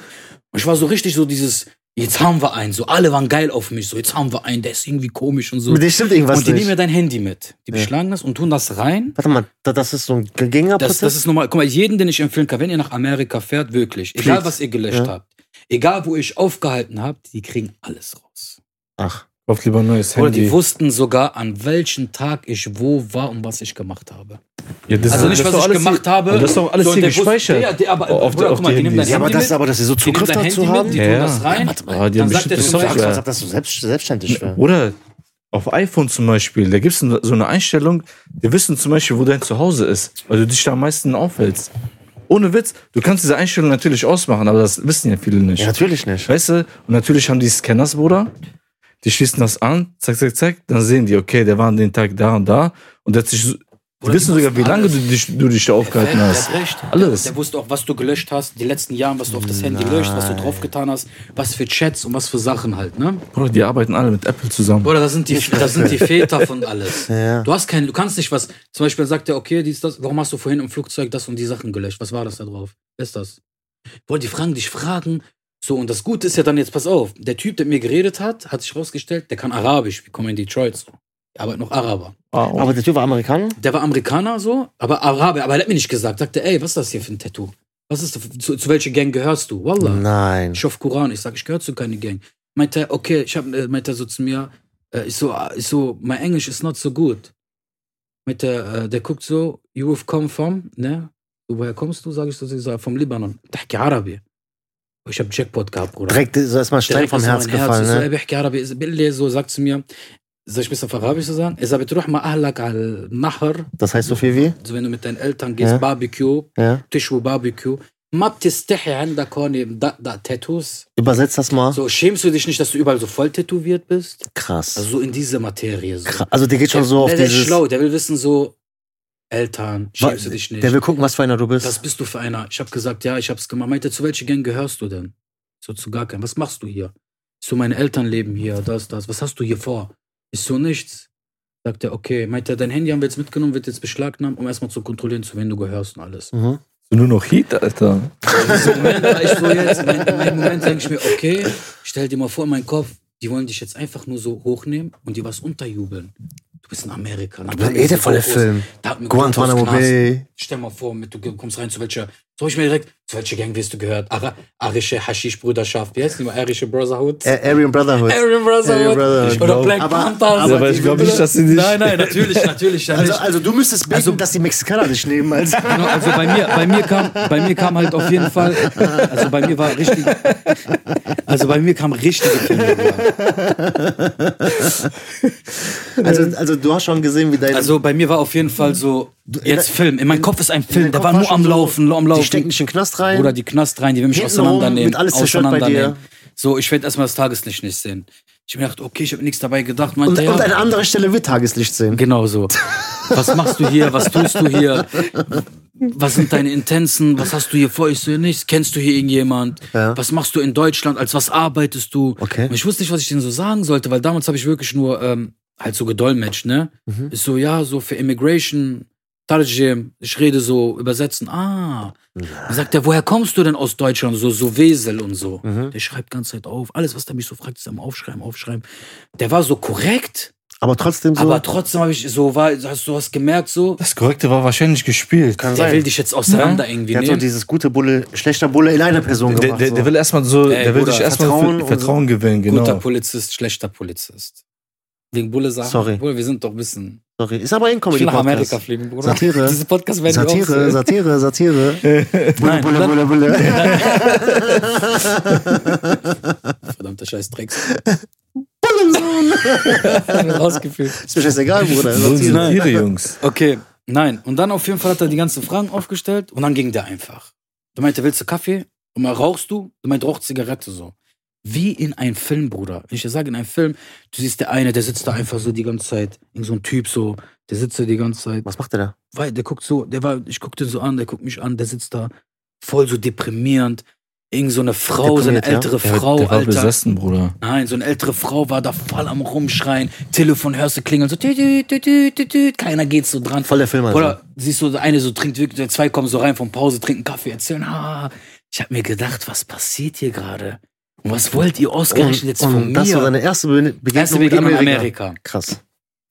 S1: Und ich war so richtig so dieses, jetzt haben wir einen, so. Alle waren geil auf mich, so, jetzt haben wir einen, der ist irgendwie komisch und so.
S4: Mit dem stimmt irgendwas
S1: und die
S4: nicht.
S1: nehmen mir dein Handy mit. Die
S4: Ja.
S1: beschlagen das und tun das rein.
S4: Warte mal, da- das ist so ein gängiger
S1: Das,
S4: Prozess?
S1: das ist normal. Guck mal, jeden, den ich empfehlen kann, wenn ihr nach Amerika fährt, wirklich, egal
S4: Please.
S1: was ihr gelöscht
S4: Ja.
S1: habt, egal wo ihr euch aufgehalten habt, die kriegen alles raus.
S4: Ach,
S2: Kauft lieber ein neues
S1: Oder die
S2: Handy.
S1: wussten sogar, an welchem Tag ich wo war und was ich gemacht habe.
S2: Ja, das
S1: Also
S2: ist-
S1: nicht, was
S2: das ist
S1: ich
S2: doch alles
S1: gemacht
S2: hier,
S1: habe.
S2: Aber Das ist doch alles
S1: so, und
S2: hier
S1: der wusste-
S2: gespeichert.
S1: Ja, der, aber,
S2: Auf-
S1: Bruder,
S2: auf
S1: guck mal,
S2: die
S1: die nehmen dein
S2: Handys.
S4: ja, aber
S1: Handy
S4: das,
S1: mit,
S4: aber dass sie so
S1: die nehmen
S4: Zugriff
S1: dein Handy
S4: dazu haben?
S1: mit, die
S2: Ja,
S1: tun
S2: ja.
S1: das rein.
S4: Warte mal,
S2: Ah, die
S1: Dann
S2: haben
S1: sagt
S2: bestimmt
S1: der zum
S4: ich
S2: Software.
S4: hab
S1: Beispiel-
S4: als ob das so selbst, selbstständig wäre.
S2: Oder auf iPhone zum Beispiel, da gibt es so eine Einstellung, die wissen zum Beispiel, wo dein Zuhause ist, weil du dich da am meisten aufhältst. Ohne Witz, du kannst diese Einstellung natürlich ausmachen, aber das wissen ja viele nicht.
S4: Ja, natürlich nicht.
S2: Weißt du, und natürlich haben die Scanners, Bruder, die schließen das an, zack, zack, zack, dann sehen die, okay, der war an den Tag da und da und der hat sich, so- die
S1: Oder
S2: wissen
S1: die
S2: sogar, wie
S1: machen
S2: lange
S1: alles.
S2: du dich, du dich da aufgehalten
S1: Der
S2: hast.
S1: hat recht.
S2: Alles.
S1: Der, der wusste auch, was du gelöscht hast, die letzten Jahre, was du auf das Handy gelöscht, was du draufgetan hast, was für Chats und was für Sachen halt, ne?
S2: Bruder, die arbeiten alle mit Apple zusammen.
S1: Bruder, das sind die, das sind die Väter von alles.
S4: Ja.
S1: Du hast keinen, du kannst nicht was. Zum Beispiel sagt er, okay, dies, das, warum hast du vorhin im Flugzeug das und die Sachen gelöscht? Was war das da drauf? Wer ist das? Boah, die fragen dich Fragen. So, und das Gute ist ja dann jetzt, pass auf, der Typ, der mit mir geredet hat, hat sich rausgestellt, der kann Arabisch. Wir kommen in Detroit so. Er arbeitet noch Araber.
S2: Wow.
S4: Aber der Typ war Amerikaner?
S1: Der war Amerikaner so, aber Araber, aber er hat mir nicht gesagt. Sagte, ey, was ist das hier für ein Tattoo? Was ist das, für- zu, zu welcher Gang gehörst du? Wallah.
S4: Nein.
S1: Ich hoffe Koran. Ich sage, ich gehöre zu keiner Gang. Meinte er, okay, ich hab, äh, meinte er so zu mir, äh, ich so, ah, ich so, mein Englisch ist not so gut. Meinte er, äh, der guckt so, you have come from, ne? So, woher kommst du? Sag ich so, sie sagt, vom Libanon. Tahki Arabi. Ich habe Jackpot gehabt, Bruder.
S4: Direkt ist erstmal Stein
S1: Direkt
S4: vom
S1: ist
S4: Herz
S1: mein Herz
S4: gefallen.
S1: So,
S4: ne?
S1: ey, بحكي عربي إذا- بالله so sagt zu mir, soll ich ein bisschen auf Arabisch so sagen? إذا بتروح مع أهلك على النهر,
S4: Das heißt so viel wie?
S1: so wenn du mit deinen Eltern gehst,
S4: Ja.
S1: Barbecue,
S4: Ja.
S1: تشوي باربيكيو ما بتستحي عندك هون مدقدق تاتوز
S4: Übersetzt das mal.
S1: so schämst du dich nicht dass du überall so voll tätowiert bist also
S4: Krass.
S1: so in diese Materie so.
S4: Krass. Also der geht schon so auf
S1: der, der ist
S4: dieses.
S1: schlau der will wissen so Eltern schämst du dich nicht
S4: Der will gucken, was für einer du
S1: was
S4: bist.
S1: bist du für einer ich habe gesagt ja ich hab's gemacht meinte zu welcher Gang gehörst du denn so zu gar keinem was machst du hier so meine Eltern leben hier das das was hast du hier vor ist so nichts sagt er okay meint er dein Handy haben wir jetzt mitgenommen wird jetzt beschlagnahmt um erstmal zu kontrollieren zu wem du gehörst und alles
S4: Mhm.
S2: Nur noch Heat, Alter.
S1: Moment war ich so jetzt, mein, mein Moment denke ich mir, okay, stell dir mal vor, mein Kopf, die wollen dich jetzt einfach nur so hochnehmen und dir was unterjubeln. Du bist in Amerika. Du
S4: Eh der volle Film. Guantanamo Bay.
S1: Stell mal vor, mit, du kommst rein zu welcher, so hab ich mir direkt, zu welcher Gang wirst du gehört? Ara, arische Haschisch-Brüderschaft, wie heißt die mal? Arische Brotherhood?
S4: Ä- Aryan Brotherhood.
S1: Aryan
S4: Aryan
S1: Brotherhood.
S4: Brotherhood.
S1: Oder Black
S4: Aber-
S1: Panther.
S4: aber
S1: so
S2: ich
S1: die
S2: glaub
S1: Brüder.
S2: nicht, dass sie nicht-
S1: Nein, nein, natürlich, natürlich. ja,
S4: Also,
S1: nicht.
S4: also du müsstest beten, dass die Mexikaner dich nehmen. Also.
S1: Genau, also bei mir, bei mir kam, bei mir kam halt auf jeden Fall, also bei mir war richtig, also bei mir kam richtige Kinder.
S4: Also, also du hast schon gesehen, wie deine
S1: Also bei mir war auf jeden Fall so, jetzt Film, in meinem Kopf ist ein Film,
S4: dein
S1: der
S4: äh, Kopf
S1: war nur
S4: schon
S1: am
S4: so,
S1: Laufen, nur am
S4: Die stecken
S1: Laufen.
S4: dich in den Knast rein.
S1: Oder die Knast rein, die will mich
S4: Hintenrum
S1: auseinandernehmen.
S4: mit alles zerstört bei
S1: auseinandernehmen.
S4: dir.
S1: So, ich werde erstmal das Tageslicht nicht sehen. Ich hab mir gedacht, okay, ich habe nichts dabei gedacht. Meinte,
S4: und,
S1: ja,
S4: und an anderer Stelle wird Tageslicht sehen.
S1: Genau so. Was machst du hier? Was tust du hier? Was sind deine Intensen? Was hast du hier vor? Ich so, ja, nichts. Kennst du hier irgendjemand?
S4: Ja.
S1: Was machst du in Deutschland? Als was arbeitest du?
S4: Okay.
S1: Und ich wusste nicht, was ich denen so sagen sollte, weil damals habe ich wirklich nur ähm, halt so gedolmetscht, ne?
S4: Mhm.
S1: Ist so, ja, so für Immigration, Tarjem, ich rede so, übersetzen. Ah. Dann sagt er, woher kommst du denn aus Deutschland? So, so Wesel und so.
S4: Mhm.
S1: Der schreibt ganze Zeit auf. Alles, was der mich so fragt, ist am Aufschreiben, Aufschreiben. Der war so korrekt.
S4: Aber trotzdem so.
S1: Aber trotzdem habe ich so, war, hast du hast gemerkt, so,
S2: Das Korrekte war wahrscheinlich gespielt.
S4: kann
S1: der
S4: sein. Mhm.
S1: will dich jetzt auseinander irgendwie
S4: der hat so
S1: nehmen.
S4: dieses gute Bulle, schlechter Bulle in einer Person
S2: Der,
S4: gemacht.
S2: der,
S4: so.
S2: der will erstmal so,
S1: Ey,
S2: der will
S1: Bruder,
S2: dich erstmal
S4: Vertrauen
S2: Vertrauen,
S4: und
S2: Vertrauen gewinnen,
S1: Guter
S2: genau.
S1: Polizist, schlechter Polizist. Wegen Bulle sagen,
S4: Sorry.
S1: Bruder, wir sind doch ein bisschen.
S4: Sorry. Ist aber ein
S1: Ich will nach Amerika
S4: Comedy-Podcast.
S1: fliegen, Bruder.
S4: Satire.
S1: Diese Podcast werden
S4: Satire,
S1: wir auch
S4: Satire, Satire. Bulle,
S1: Nein,
S4: Bulle,
S1: dann-
S4: Bulle, Bulle.
S1: sehen. Verdammter Scheiß Drecks. Rausgefühlt.
S4: Ist mir scheißegal, Bruder.
S2: So sind
S4: Satire.
S2: ihre Jungs.
S1: Okay, nein. Und dann auf jeden Fall hat er die ganzen Fragen aufgestellt und dann ging der einfach. Du meinte, willst du Kaffee? Und mal rauchst du? Du meint, rauch Zigarette so. Wie in einem Film, Bruder. Wenn ich dir sage, in einem Film, du siehst der eine, der sitzt da einfach so die ganze Zeit. Irgend so ein Typ so, der sitzt da die ganze Zeit.
S4: Was macht der da?
S1: Weil der guckt so, der war, ich guck den so an, der guckt mich an, der sitzt da voll so deprimierend. Irgend so eine Frau, so eine
S4: Deprimiert, ja?
S1: ältere
S2: Der,
S1: Frau,
S2: der war
S1: Oh, Alter.
S2: besessen, Bruder.
S1: Nein, so eine ältere Frau war da voll am Rumschreien. Telefon hörst du klingeln, so tüt, tüt, tüt, tüt, tüt, tüt. keiner geht so dran.
S4: Voll der Film also.
S1: Oder siehst du, der eine so trinkt wirklich, zwei kommen so rein von Pause, trinken Kaffee, erzählen, ha, ich hab mir gedacht, was passiert hier gerade? Und was wollt ihr ausgerechnet
S4: und,
S1: jetzt
S4: und
S1: von
S4: das war
S1: mir?
S4: deine erste Be- Begegnung,
S1: Erste Begegnung
S4: mit
S1: in
S4: Amerika.
S1: Amerika.
S4: Krass.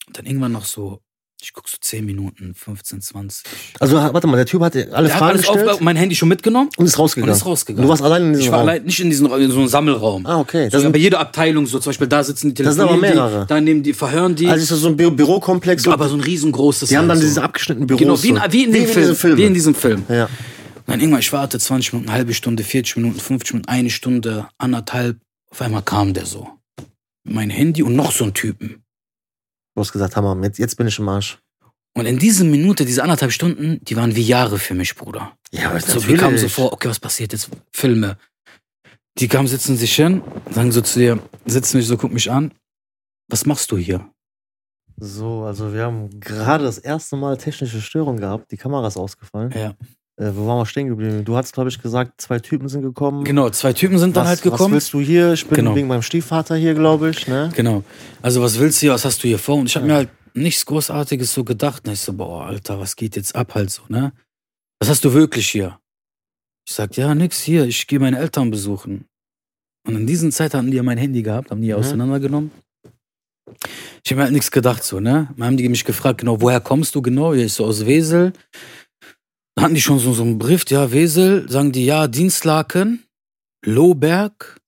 S1: Und dann irgendwann noch so, ich guck so 10 Minuten, 15, 20.
S4: Also warte mal, der Typ hat dir alle
S1: Der hat
S4: Fragen
S1: alles
S4: gestellt
S1: aufge- mein Handy schon mitgenommen
S4: und ist
S1: und
S4: rausgegangen.
S1: ist rausgegangen.
S4: Du warst allein in diesem
S1: ich war
S4: Raum.
S1: allein nicht in diesem Raum, in so einem Sammelraum.
S4: Ah, okay.
S1: So,
S4: Das sind,
S1: aber jede Abteilung, so zum Beispiel, da sitzen die
S4: Das sind aber
S1: telefonieren
S4: mehrere.
S1: die, da nehmen die, verhören die.
S4: also ist das so ein Bü Bürokomplex. und
S1: aber so ein riesengroßes.
S4: die haben
S1: halt
S4: dann
S1: so.
S4: diese abgeschnittenen Büros.
S1: Genau, wie in,
S4: so.
S1: wie in dem Film.
S4: diesem Film.
S1: Wie in diesem Film.
S4: ja.
S1: Dann irgendwann, ich warte 20 Minuten, eine halbe Stunde, 40 Minuten, 50 Minuten, eine Stunde, anderthalb. Auf einmal kam der so. Mein Handy und noch so ein Typen.
S4: Du hast gesagt, Hammer, jetzt, jetzt bin ich im Arsch.
S1: Und in diese Minute, diese anderthalb Stunden, die waren wie Jahre für mich, Bruder.
S4: Ja, aber
S1: So, wir kamen so vor, okay, was passiert jetzt? Filme. Die kamen, sitzen sich hin, sagen so zu dir, sitzen mich so, guck mich an. Was machst du hier?
S4: So, also wir haben gerade das erste Mal technische Störung gehabt. Die Kamera ist ausgefallen.
S1: Ja.
S4: Äh, wo waren wir stehen geblieben? Du hast, glaube ich, gesagt, zwei Typen sind gekommen.
S1: Genau, zwei Typen sind dann
S4: was,
S1: halt
S4: Was
S1: gekommen.
S4: willst du hier? Ich bin
S1: Genau.
S4: wegen meinem Stiefvater hier, glaube ich. Ne?
S1: Genau. Also was willst du hier, was hast du hier vor? Und ich habe mir halt nichts Großartiges so gedacht. Und ich so, boah, Alter, was geht jetzt ab halt so, ne? Was hast du wirklich hier? Ich sag, ja, nix hier, ich gehe meine Eltern besuchen. Und in diesen Zeit hatten die ja mein Handy gehabt, haben die ja
S4: Mhm.
S1: auseinandergenommen. Ich habe mir halt nichts gedacht so, ne? Dann haben die mich gefragt, genau, woher kommst du genau? Ja, ich so, aus Wesel. Dann hatten die schon so, so einen Brief, ja, Wesel, sagen die, ja, Dienstlaken, Lohberg,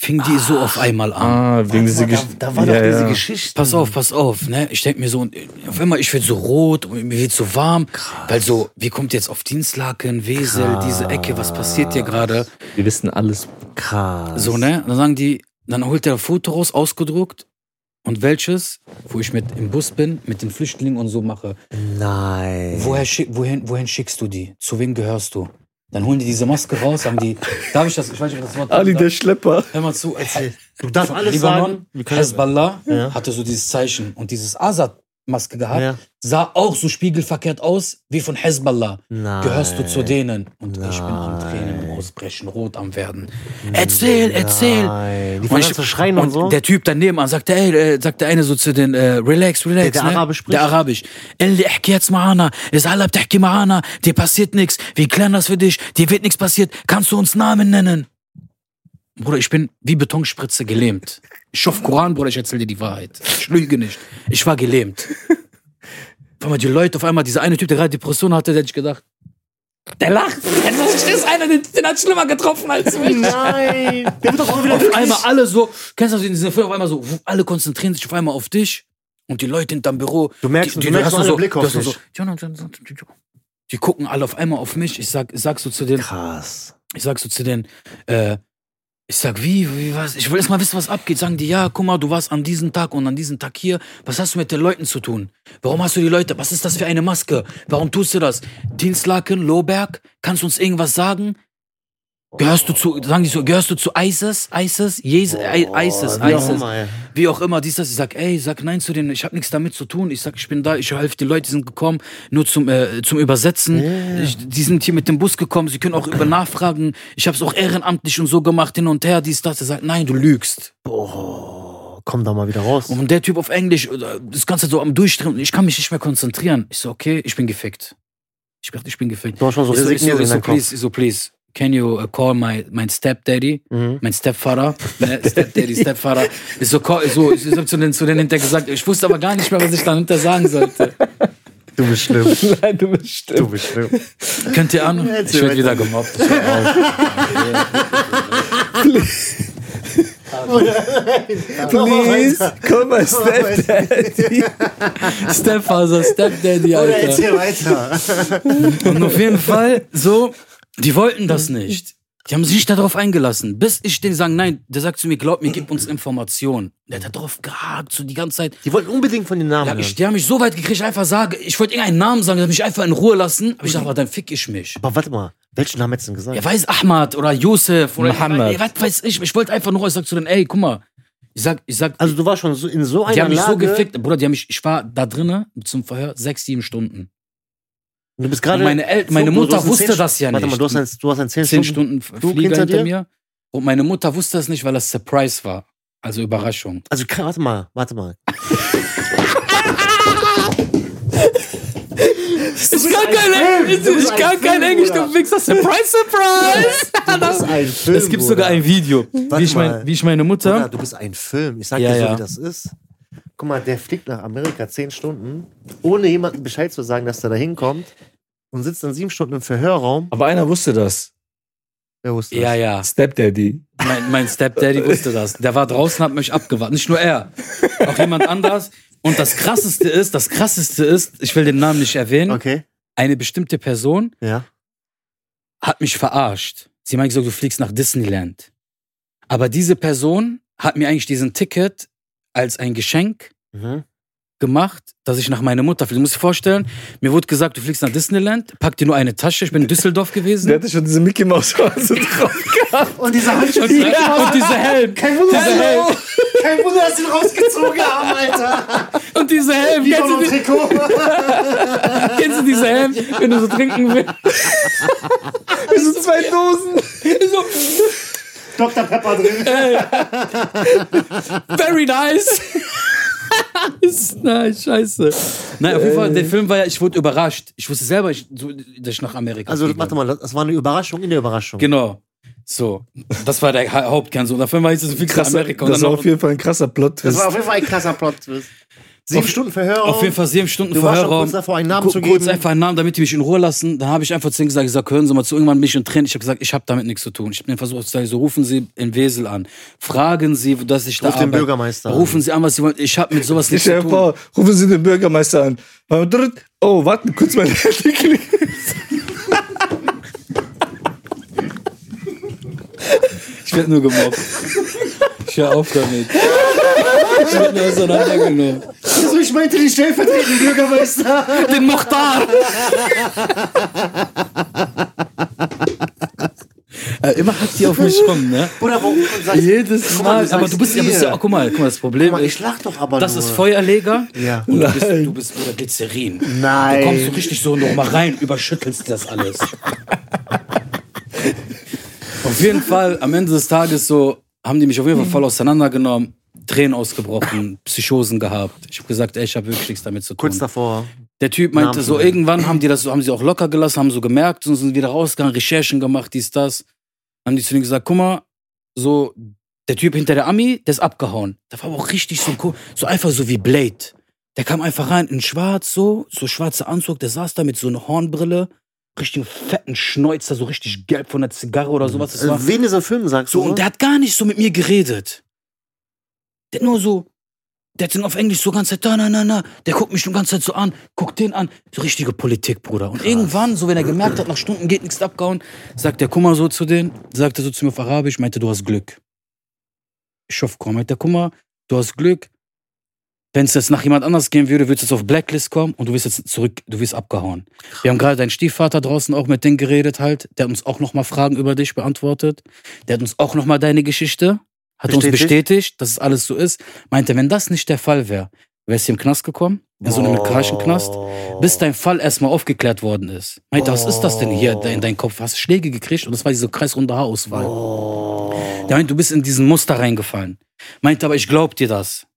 S1: fing die so auf einmal an.
S2: Ah, wegen dieser
S3: da,
S2: Gesch-
S3: da war
S2: Ja,
S3: doch diese
S2: ja.
S3: Geschichte.
S1: Pass auf, pass auf, ne? Ich denke mir so, und auf einmal, ich werde so rot, und mir wird so warm, weil so, wie kommt jetzt auf Dienstlaken, Wesel, diese Ecke, was passiert hier gerade?
S2: Wir wissen alles.
S4: Krass.
S1: So, ne? Dann sagen die, dann holt der ein Foto raus, ausgedruckt. Und welches, wo ich mit im Bus bin, mit den Flüchtlingen und so mache.
S4: Nein.
S1: Woher, schick, wohin, wohin schickst du die? Zu wem gehörst du? Dann holen die diese Maske raus, sagen die, darf ich das, ich weiß nicht, ob das Wort
S2: Ali, der Schlepper.
S1: Hör mal zu, erzähl.
S4: Du darfst alles
S1: Libanon,
S4: sagen. äh, Wir können-
S1: Hezbollah
S4: Ja.
S1: hatte so dieses Zeichen und dieses Azad-Maske gehabt,
S4: Ja.
S1: sah auch so spiegelverkehrt aus wie von Hezbollah.
S4: Nein.
S1: Gehörst du zu denen? Und ich bin am Tränen im Ausbrechen, rot am Werden. Erzähl, erzähl!
S4: Nein.
S1: Und
S4: Die fangen an zu schreien und, so.
S1: Der Typ daneben an sagt, ey, äh, sagt der eine so zu den, äh, relax, relax.
S4: Der- der
S1: ne?
S4: Arabisch spricht?
S1: Der Arabisch. Elli, احكي jetzt معانا. Es halb تحكي معانا. Dir passiert nichts. Wir klären das für dich. Dir wird nichts passiert. Kannst du uns Namen nennen? Bruder, ich bin wie Betonspritze gelähmt. Ich hoffe Koran, Bruder, ich erzähle dir die Wahrheit. Ich lüge nicht. Ich war gelähmt. Auf einmal die Leute, auf einmal dieser eine Typ, der gerade Depression hatte, der hätte ich gedacht, der lacht. Das ist einer, den, den hat schlimmer getroffen als mich.
S4: Nein. Der wird doch auch wieder
S1: Auf einmal alle so, kennst du das in diesem Film, auf einmal so, alle konzentrieren sich auf einmal auf dich und die Leute hinterm Büro.
S4: Du merkst-
S1: die,
S4: du merkst
S1: hast
S4: alle
S1: so,
S4: Blick auf
S1: du hast
S4: dich.
S1: So, die gucken alle auf einmal auf mich. Ich sag, ich sag so zu den,
S4: Krass.
S1: ich sag so zu den, äh, ich sag, wie, wie, was? Ich will erst mal wissen, was abgeht. Sagen die, ja, guck mal, du warst an diesem Tag und an diesem Tag hier. Was hast du mit den Leuten zu tun? Warum hast du die Leute? Was ist das für eine Maske? Warum tust du das? Dienstlaken, Lohberg, kannst du uns irgendwas sagen? Gehörst du zu, sagen die so, gehörst du zu ISIS, ISIS, Jesus, I- ISIS,
S4: Wie auch
S1: ISIS,
S4: immer, ey.
S1: wie auch immer, dies, das. Ich sag, ey, sag nein zu denen, ich hab nichts damit zu tun. Ich sag, ich bin da, ich helfe, die Leute die sind gekommen, nur zum, äh, zum Übersetzen. Ich, die sind hier mit dem Bus gekommen, sie können auch über nachfragen. Ich hab's auch ehrenamtlich und so gemacht, hin und her, dies, das. Er sagt, nein, du lügst.
S4: Oh, Komm da mal wieder raus.
S1: Und der Typ auf Englisch, äh, das Ganze so am Durchdrehen, ich kann mich nicht mehr konzentrieren. Ich so, okay, ich bin gefickt. Ich dachte, ich bin gefickt.
S4: Du hast schon so
S1: Ich so, ich so,
S4: resigniert
S1: ich
S4: in
S1: so,
S4: deinem Kopf.
S1: please, ich so, please, can you uh, call my, my stepdaddy,
S4: Mhm.
S1: mein Stepfather, ne, Stepdaddy, Stepfather. Ich so, call, ich so, ich hab zu den, zu den hinter gesagt, ich wusste aber gar nicht mehr, was ich dann hinter sagen sollte.
S4: Du bist schlimm.
S2: Nein, du bist stimmt.
S4: Du bist schlimm.
S1: Könnt ihr an? Ich
S4: Erzähl
S1: werd wieder gemobbt. Ich hör auf.
S2: Please, komm mal, Stepdad.
S1: Stepfather, Stepdaddy, Alter.
S3: weiter.
S1: Und auf jeden Fall, so, die wollten das nicht. Die haben sich nicht darauf eingelassen. Bis ich denen sagen, nein, der sagt zu mir, glaub mir, gib uns Informationen. Der hat da drauf gehakt, so die ganze Zeit.
S4: Die wollten unbedingt von den
S1: Ja,
S4: Namen
S1: ich,
S4: hören.
S1: die haben mich so weit gekriegt, ich einfach sage, ich wollte irgendeinen Namen sagen, die haben mich einfach in Ruhe lassen. Aber ich dachte, aber dann fick ich mich.
S4: Aber warte mal, welchen Namen hättest du denn gesagt?
S1: Er weiß Ahmad oder Josef oder
S2: Mohammed.
S1: Ey, was weiß ich. Ich wollte einfach nur, ich sag zu denen, ey, guck mal. Ich sag, ich sag,
S4: also du warst schon so in so einer
S1: die haben mich
S4: Lage.
S1: so gefickt. Bruder, die haben mich, ich war da drinnen zum Verhör sechs, sieben Stunden.
S4: Du bist gerade.
S1: Und meine El- meine
S4: du- du
S1: Mutter
S4: hast einen
S1: wusste
S4: zehn-
S1: das ja
S4: Warte mal,
S1: nicht.
S4: du hast ein, du hast ein 10,
S1: Zehn Stunden
S4: Flug
S1: Flieger
S4: hinter
S1: hinter,
S4: dir?
S1: mir. Und meine Mutter wusste das nicht, weil das Surprise war. Also Überraschung.
S4: Also kann- warte mal, warte mal.
S1: Ich kann kein Englisch, ich kann kein Englisch, du Wichser. Surprise, surprise.
S4: Das ist ein Film.
S1: Es gibt sogar ein Video, wie ich, mein,
S4: mal.
S1: wie ich meine Mutter.
S4: Bruder, du bist ein Film. Ich sag
S1: Ja,
S4: dir so,
S1: ja.
S4: wie das ist. Guck mal, der fliegt nach Amerika zehn Stunden, ohne jemandem Bescheid zu sagen, dass der da hinkommt und sitzt dann sieben Stunden im Verhörraum.
S2: Aber einer wusste das.
S4: Wer wusste das?
S1: Ja, ja.
S2: Stepdaddy.
S1: Mein, mein Stepdaddy wusste das. Der war draußen, hat mich abgewartet. Nicht nur er, auch jemand anders. Und das Krasseste ist, das Krasseste ist, ich will den Namen nicht erwähnen,
S4: Okay,
S1: eine bestimmte Person
S4: ja.
S1: hat mich verarscht. Sie meinte so, du fliegst nach Disneyland. Aber diese Person hat mir eigentlich diesen Ticket als ein Geschenk
S4: Mhm.
S1: gemacht, dass ich nach meiner Mutter fliege. Du musst dir vorstellen, mir wurde gesagt, du fliegst nach Disneyland, pack dir nur eine Tasche. Ich bin in Düsseldorf
S2: Der
S1: gewesen.
S2: hatte schon diese Mickey Maus Hase drauf.
S3: Und diese Handschuhe.
S1: Und, und dieser Helm.
S3: Kein Wunder, dass
S1: Dieser Helm.
S3: sie- kein Wunder, dass sie ihn rausgezogen haben, Alter.
S1: Und dieser Helm.
S3: Die
S1: Kennst
S3: von
S1: du
S3: dem
S1: die-
S3: Trikot.
S1: Kennst du diese Helm, wenn du so trinken willst?
S2: Das sind zwei Dosen.
S1: So,
S3: Dr. Pepper drin.
S1: very nice. Ist- Nein, scheiße. Nein, auf jeden Fall, der Film war ja, ich wurde überrascht. Ich wusste selber, ich, so, dass ich nach Amerika
S4: Also
S1: fliege.
S4: warte mal, das war eine Überraschung in der Überraschung.
S1: Genau. So, das war der Ha- Hauptkern. So, und auf einmal hieß es, du fliegst nach
S2: Krasser,
S1: Amerika. Und
S2: das
S1: dann
S2: war
S1: noch,
S2: auf jeden Fall ein krasser Plot.
S3: Das war auf jeden Fall ein krasser Plot.
S4: Sieben
S1: Auf-
S4: Stunden Verhör.
S1: Auf jeden Fall sieben Stunden
S4: Du warst schon
S1: Verhörraum.
S4: kurz davor, einen Namen
S1: Ku-
S4: zu
S1: Kurz
S4: geben.
S1: einfach einen Namen, damit die mich in Ruhe lassen. Dann habe ich einfach zu denen gesagt, ich sag, hören Sie mal zu, irgendwann bin ich in Tränen. Ich habe gesagt, ich habe damit nichts zu tun. Ich bin versucht zu sagen, so rufen Sie in Wesel an. Fragen Sie, dass ich da
S4: Ruf den
S1: arbeite.
S4: Bürgermeister an.
S1: Rufen Sie an, was Sie wollen. Ich habe mit sowas nichts
S2: Ich
S1: zu tun.
S2: einfach, rufen Sie den Bürgermeister an. Beim dritten- Oh, warten, kurz mein Handy klingelt.
S1: Ich werde nur gemobbt. Ich hör auf damit. Ich werde nur auseinandergenommen.
S3: Also ich meinte den stellvertretenden Bürgermeister.
S1: Den Mochtar! Äh, immer hackt die auf mich rum, ne?
S4: Oder warum sagst
S1: Jedes
S4: Guck mal,
S1: Mal.
S4: du
S1: aber
S4: sagst
S1: du bist ja, bist
S4: ihr.
S1: ja, guck mal, guck mal, das Problem
S4: Guck mal, ich
S1: ist,
S4: lach doch aber
S1: das
S4: nur.
S1: ist Feuerleger
S4: Ja.
S1: und du bist, du bist oder Glycerin.
S4: Nein.
S1: Du kommst so richtig so nochmal rein, überschüttelst das alles. auf jeden Fall, am Ende des Tages so, haben die mich auf jeden Fall voll auseinandergenommen, Tränen ausgebrochen, Psychosen gehabt. Ich habe gesagt, ey, ich habe wirklich nichts damit zu tun.
S4: Kurz davor.
S1: Der Typ meinte
S4: Namen
S1: so,
S4: zu nennen.
S1: irgendwann haben die das, haben sie auch locker gelassen, haben so gemerkt und sind wieder rausgegangen, Recherchen gemacht, dies, das. Dann haben die zu denen gesagt, guck mal, so, der Typ hinter der Ami, der ist abgehauen. Da war aber auch richtig so, ein Ko- so einfach so wie Blade. Der kam einfach rein in schwarz, so, so schwarzer Anzug, der saß da mit so einer Hornbrille, richtig fetten Schnäuzer, so richtig gelb von der Zigarre oder sowas. Das
S4: Äh,
S1: war,
S4: Wen dieser Film sagst
S1: so,
S4: du?
S1: und der hat gar nicht so mit mir geredet. Der hat nur so, der hat den auf Englisch so ganze Zeit, na, na, na, na. Der guckt mich schon ganze Zeit so an, guckt den an. So richtige Politik, Bruder. Und irgendwann, so wenn er gemerkt hat, nach Stunden geht nichts abgehauen, sagt der, guck mal so zu denen, sagt er so zu mir auf Arabisch, meinte, du hast Glück. Ich hoffe, komm, meinte, guck mal, du hast Glück. Wenn es jetzt nach jemand anders gehen würde, würdest du jetzt auf Blacklist kommen und du wirst jetzt zurück, du wirst abgehauen. Wir haben gerade deinen Stiefvater draußen auch mit denen geredet halt, der hat uns auch nochmal Fragen über dich beantwortet. Der hat uns auch nochmal deine Geschichte, hat uns
S4: Bestätigt?
S1: bestätigt, dass es alles so ist. Meinte, wenn das nicht der Fall wäre, wärst du im Knast gekommen, in so einem amerikanischen Knast, bis dein Fall erstmal aufgeklärt worden ist. Meinte, was ist das denn hier in deinem Kopf? Hast du Schläge gekriegt? Und das war diese kreisrunde Haarauswahl. Der meinte, du bist in diesen Muster reingefallen. Meinte, aber ich glaub dir das.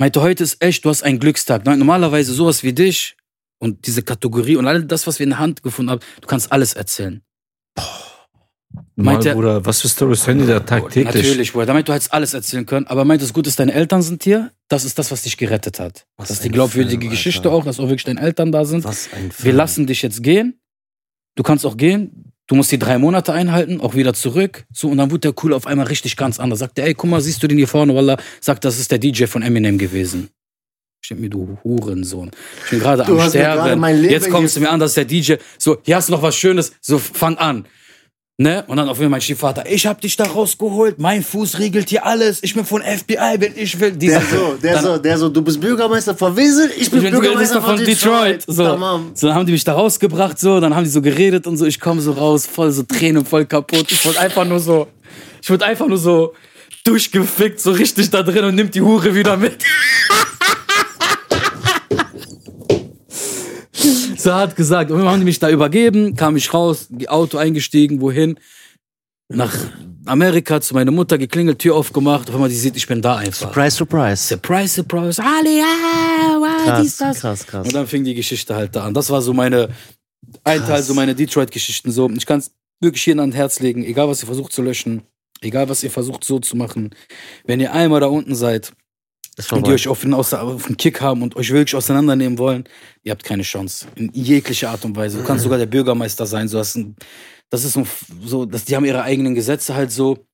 S1: Meinte, heute ist echt, du hast einen Glückstag. Meinte, Normalerweise sowas wie dich und diese Kategorie und all das, was wir in der Hand gefunden haben, du kannst alles erzählen.
S2: Mann,
S1: Meint er-
S2: Bruder, was für Stories hören die da tagtäglich?
S1: Natürlich, Bruder. Damit du hättest alles erzählen können. Aber meinte, das Gute ist, deine Eltern sind hier. Das ist das, was dich gerettet hat.
S4: Was
S1: das ist die
S4: ein
S1: glaubwürdige
S4: Film,
S1: Geschichte
S4: Alter.
S1: auch, dass auch wirklich deine Eltern da sind.
S4: Was ein Film.
S1: Wir lassen dich jetzt gehen. Du kannst auch gehen. Du musst die drei Monate einhalten, auch wieder zurück. So, und dann wurde der Cool auf einmal richtig ganz anders. Sagt er, ey, guck mal, siehst du den hier vorne? Wallah, sagt, das ist der DJ von Eminem gewesen. Stimmt mir, du Hurensohn. Ich bin gerade
S3: Du
S1: am
S3: hast mir gerade
S1: Sterben.
S3: mein Leben
S1: Jetzt kommst du mir an, das ist der DJ. So, hier hast du noch was Schönes. So, fang an. Ne? Und dann auf einmal mein Stiefvater, ich hab dich da rausgeholt, mein Fuß regelt hier alles, ich bin von FBI, wenn ich will. Die
S3: Der
S1: sind
S3: so, der
S1: dann-
S3: so, der so, du bist Bürgermeister von Wesel, ich bin,
S1: ich bin
S3: Bürgermeister von Detroit.
S1: So.
S3: Tamam.
S1: so, dann haben die mich da rausgebracht, so, dann haben die so geredet und so. Ich komme so raus, voll so Tränen, voll kaputt. Ich wurde einfach nur so, ich wurde einfach nur so durchgefickt, so richtig da drin und nimmt die Hure wieder mit. so hart gesagt. Und dann haben die mich da übergeben, kam ich raus, Auto eingestiegen, wohin? Nach Amerika zu meiner Mutter geklingelt, Tür aufgemacht. Auf einmal, die sieht, ich bin da einfach.
S4: Surprise, surprise.
S1: Surprise, surprise. Ali, ah, wow, dies,
S4: Krass,
S1: das.
S4: krass, krass.
S1: Und dann fing die Geschichte halt da an. Das war so meine, ein Teil so meine Detroit-Geschichten. So, ich kann es wirklich jedem ans Herz legen, egal was ihr versucht zu löschen, egal was ihr versucht so zu machen. Wenn ihr einmal da unten seid
S4: Ist
S1: und
S4: vorbei.
S1: die euch auf den, Außer- auf den Kick haben und euch wirklich auseinandernehmen wollen, ihr habt keine Chance. In jeglicher Art und Weise. Du kannst sogar der Bürgermeister sein. So hast ein, das ist so, so dass die haben ihre eigenen Gesetze halt so.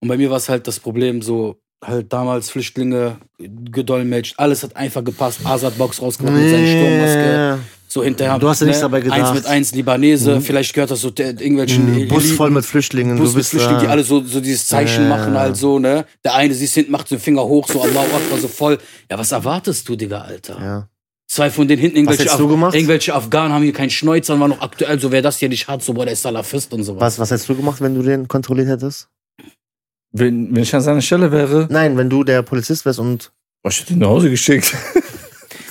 S1: Und bei mir war es halt das Problem so, halt damals Flüchtlinge gedolmetscht, alles hat einfach gepasst. Asad Box rausgebracht mit seiner Sturmmaske.
S4: Yeah.
S1: So hinterher. ne,
S4: Du hast dir nichts dabei
S1: Eins
S4: gedacht.
S1: mit eins Libanese, vielleicht gehört das so der, irgendwelchen
S4: Ein Mhm. Bus
S1: Eliten-
S4: voll mit Flüchtlingen.
S1: Bus
S4: du
S1: mit
S4: bist äh,
S1: Flüchtlingen, die
S4: da.
S1: alle so, so dieses Zeichen
S4: Ja.
S1: machen halt so, ne? Der eine siehst hinten, macht so den Finger hoch, so Allahu Akbar, so voll. Ja, was erwartest du, Digga, Alter?
S4: Ja.
S1: Zwei von denen hinten,
S4: Was
S1: irgendwelche,
S4: hättest du gemacht?
S1: irgendwelche Afghanen haben hier keinen Schnäuzer, war noch aktuell, so wer das hier nicht hat, so boah, der ist Salafist und sowas.
S4: Was, was hättest du gemacht, wenn du den kontrolliert hättest?
S2: Wenn, wenn ich an seiner Stelle wäre,
S4: Nein, wenn du der Polizist wärst und.
S2: oh, ich hätte ihn nach Hause geschickt.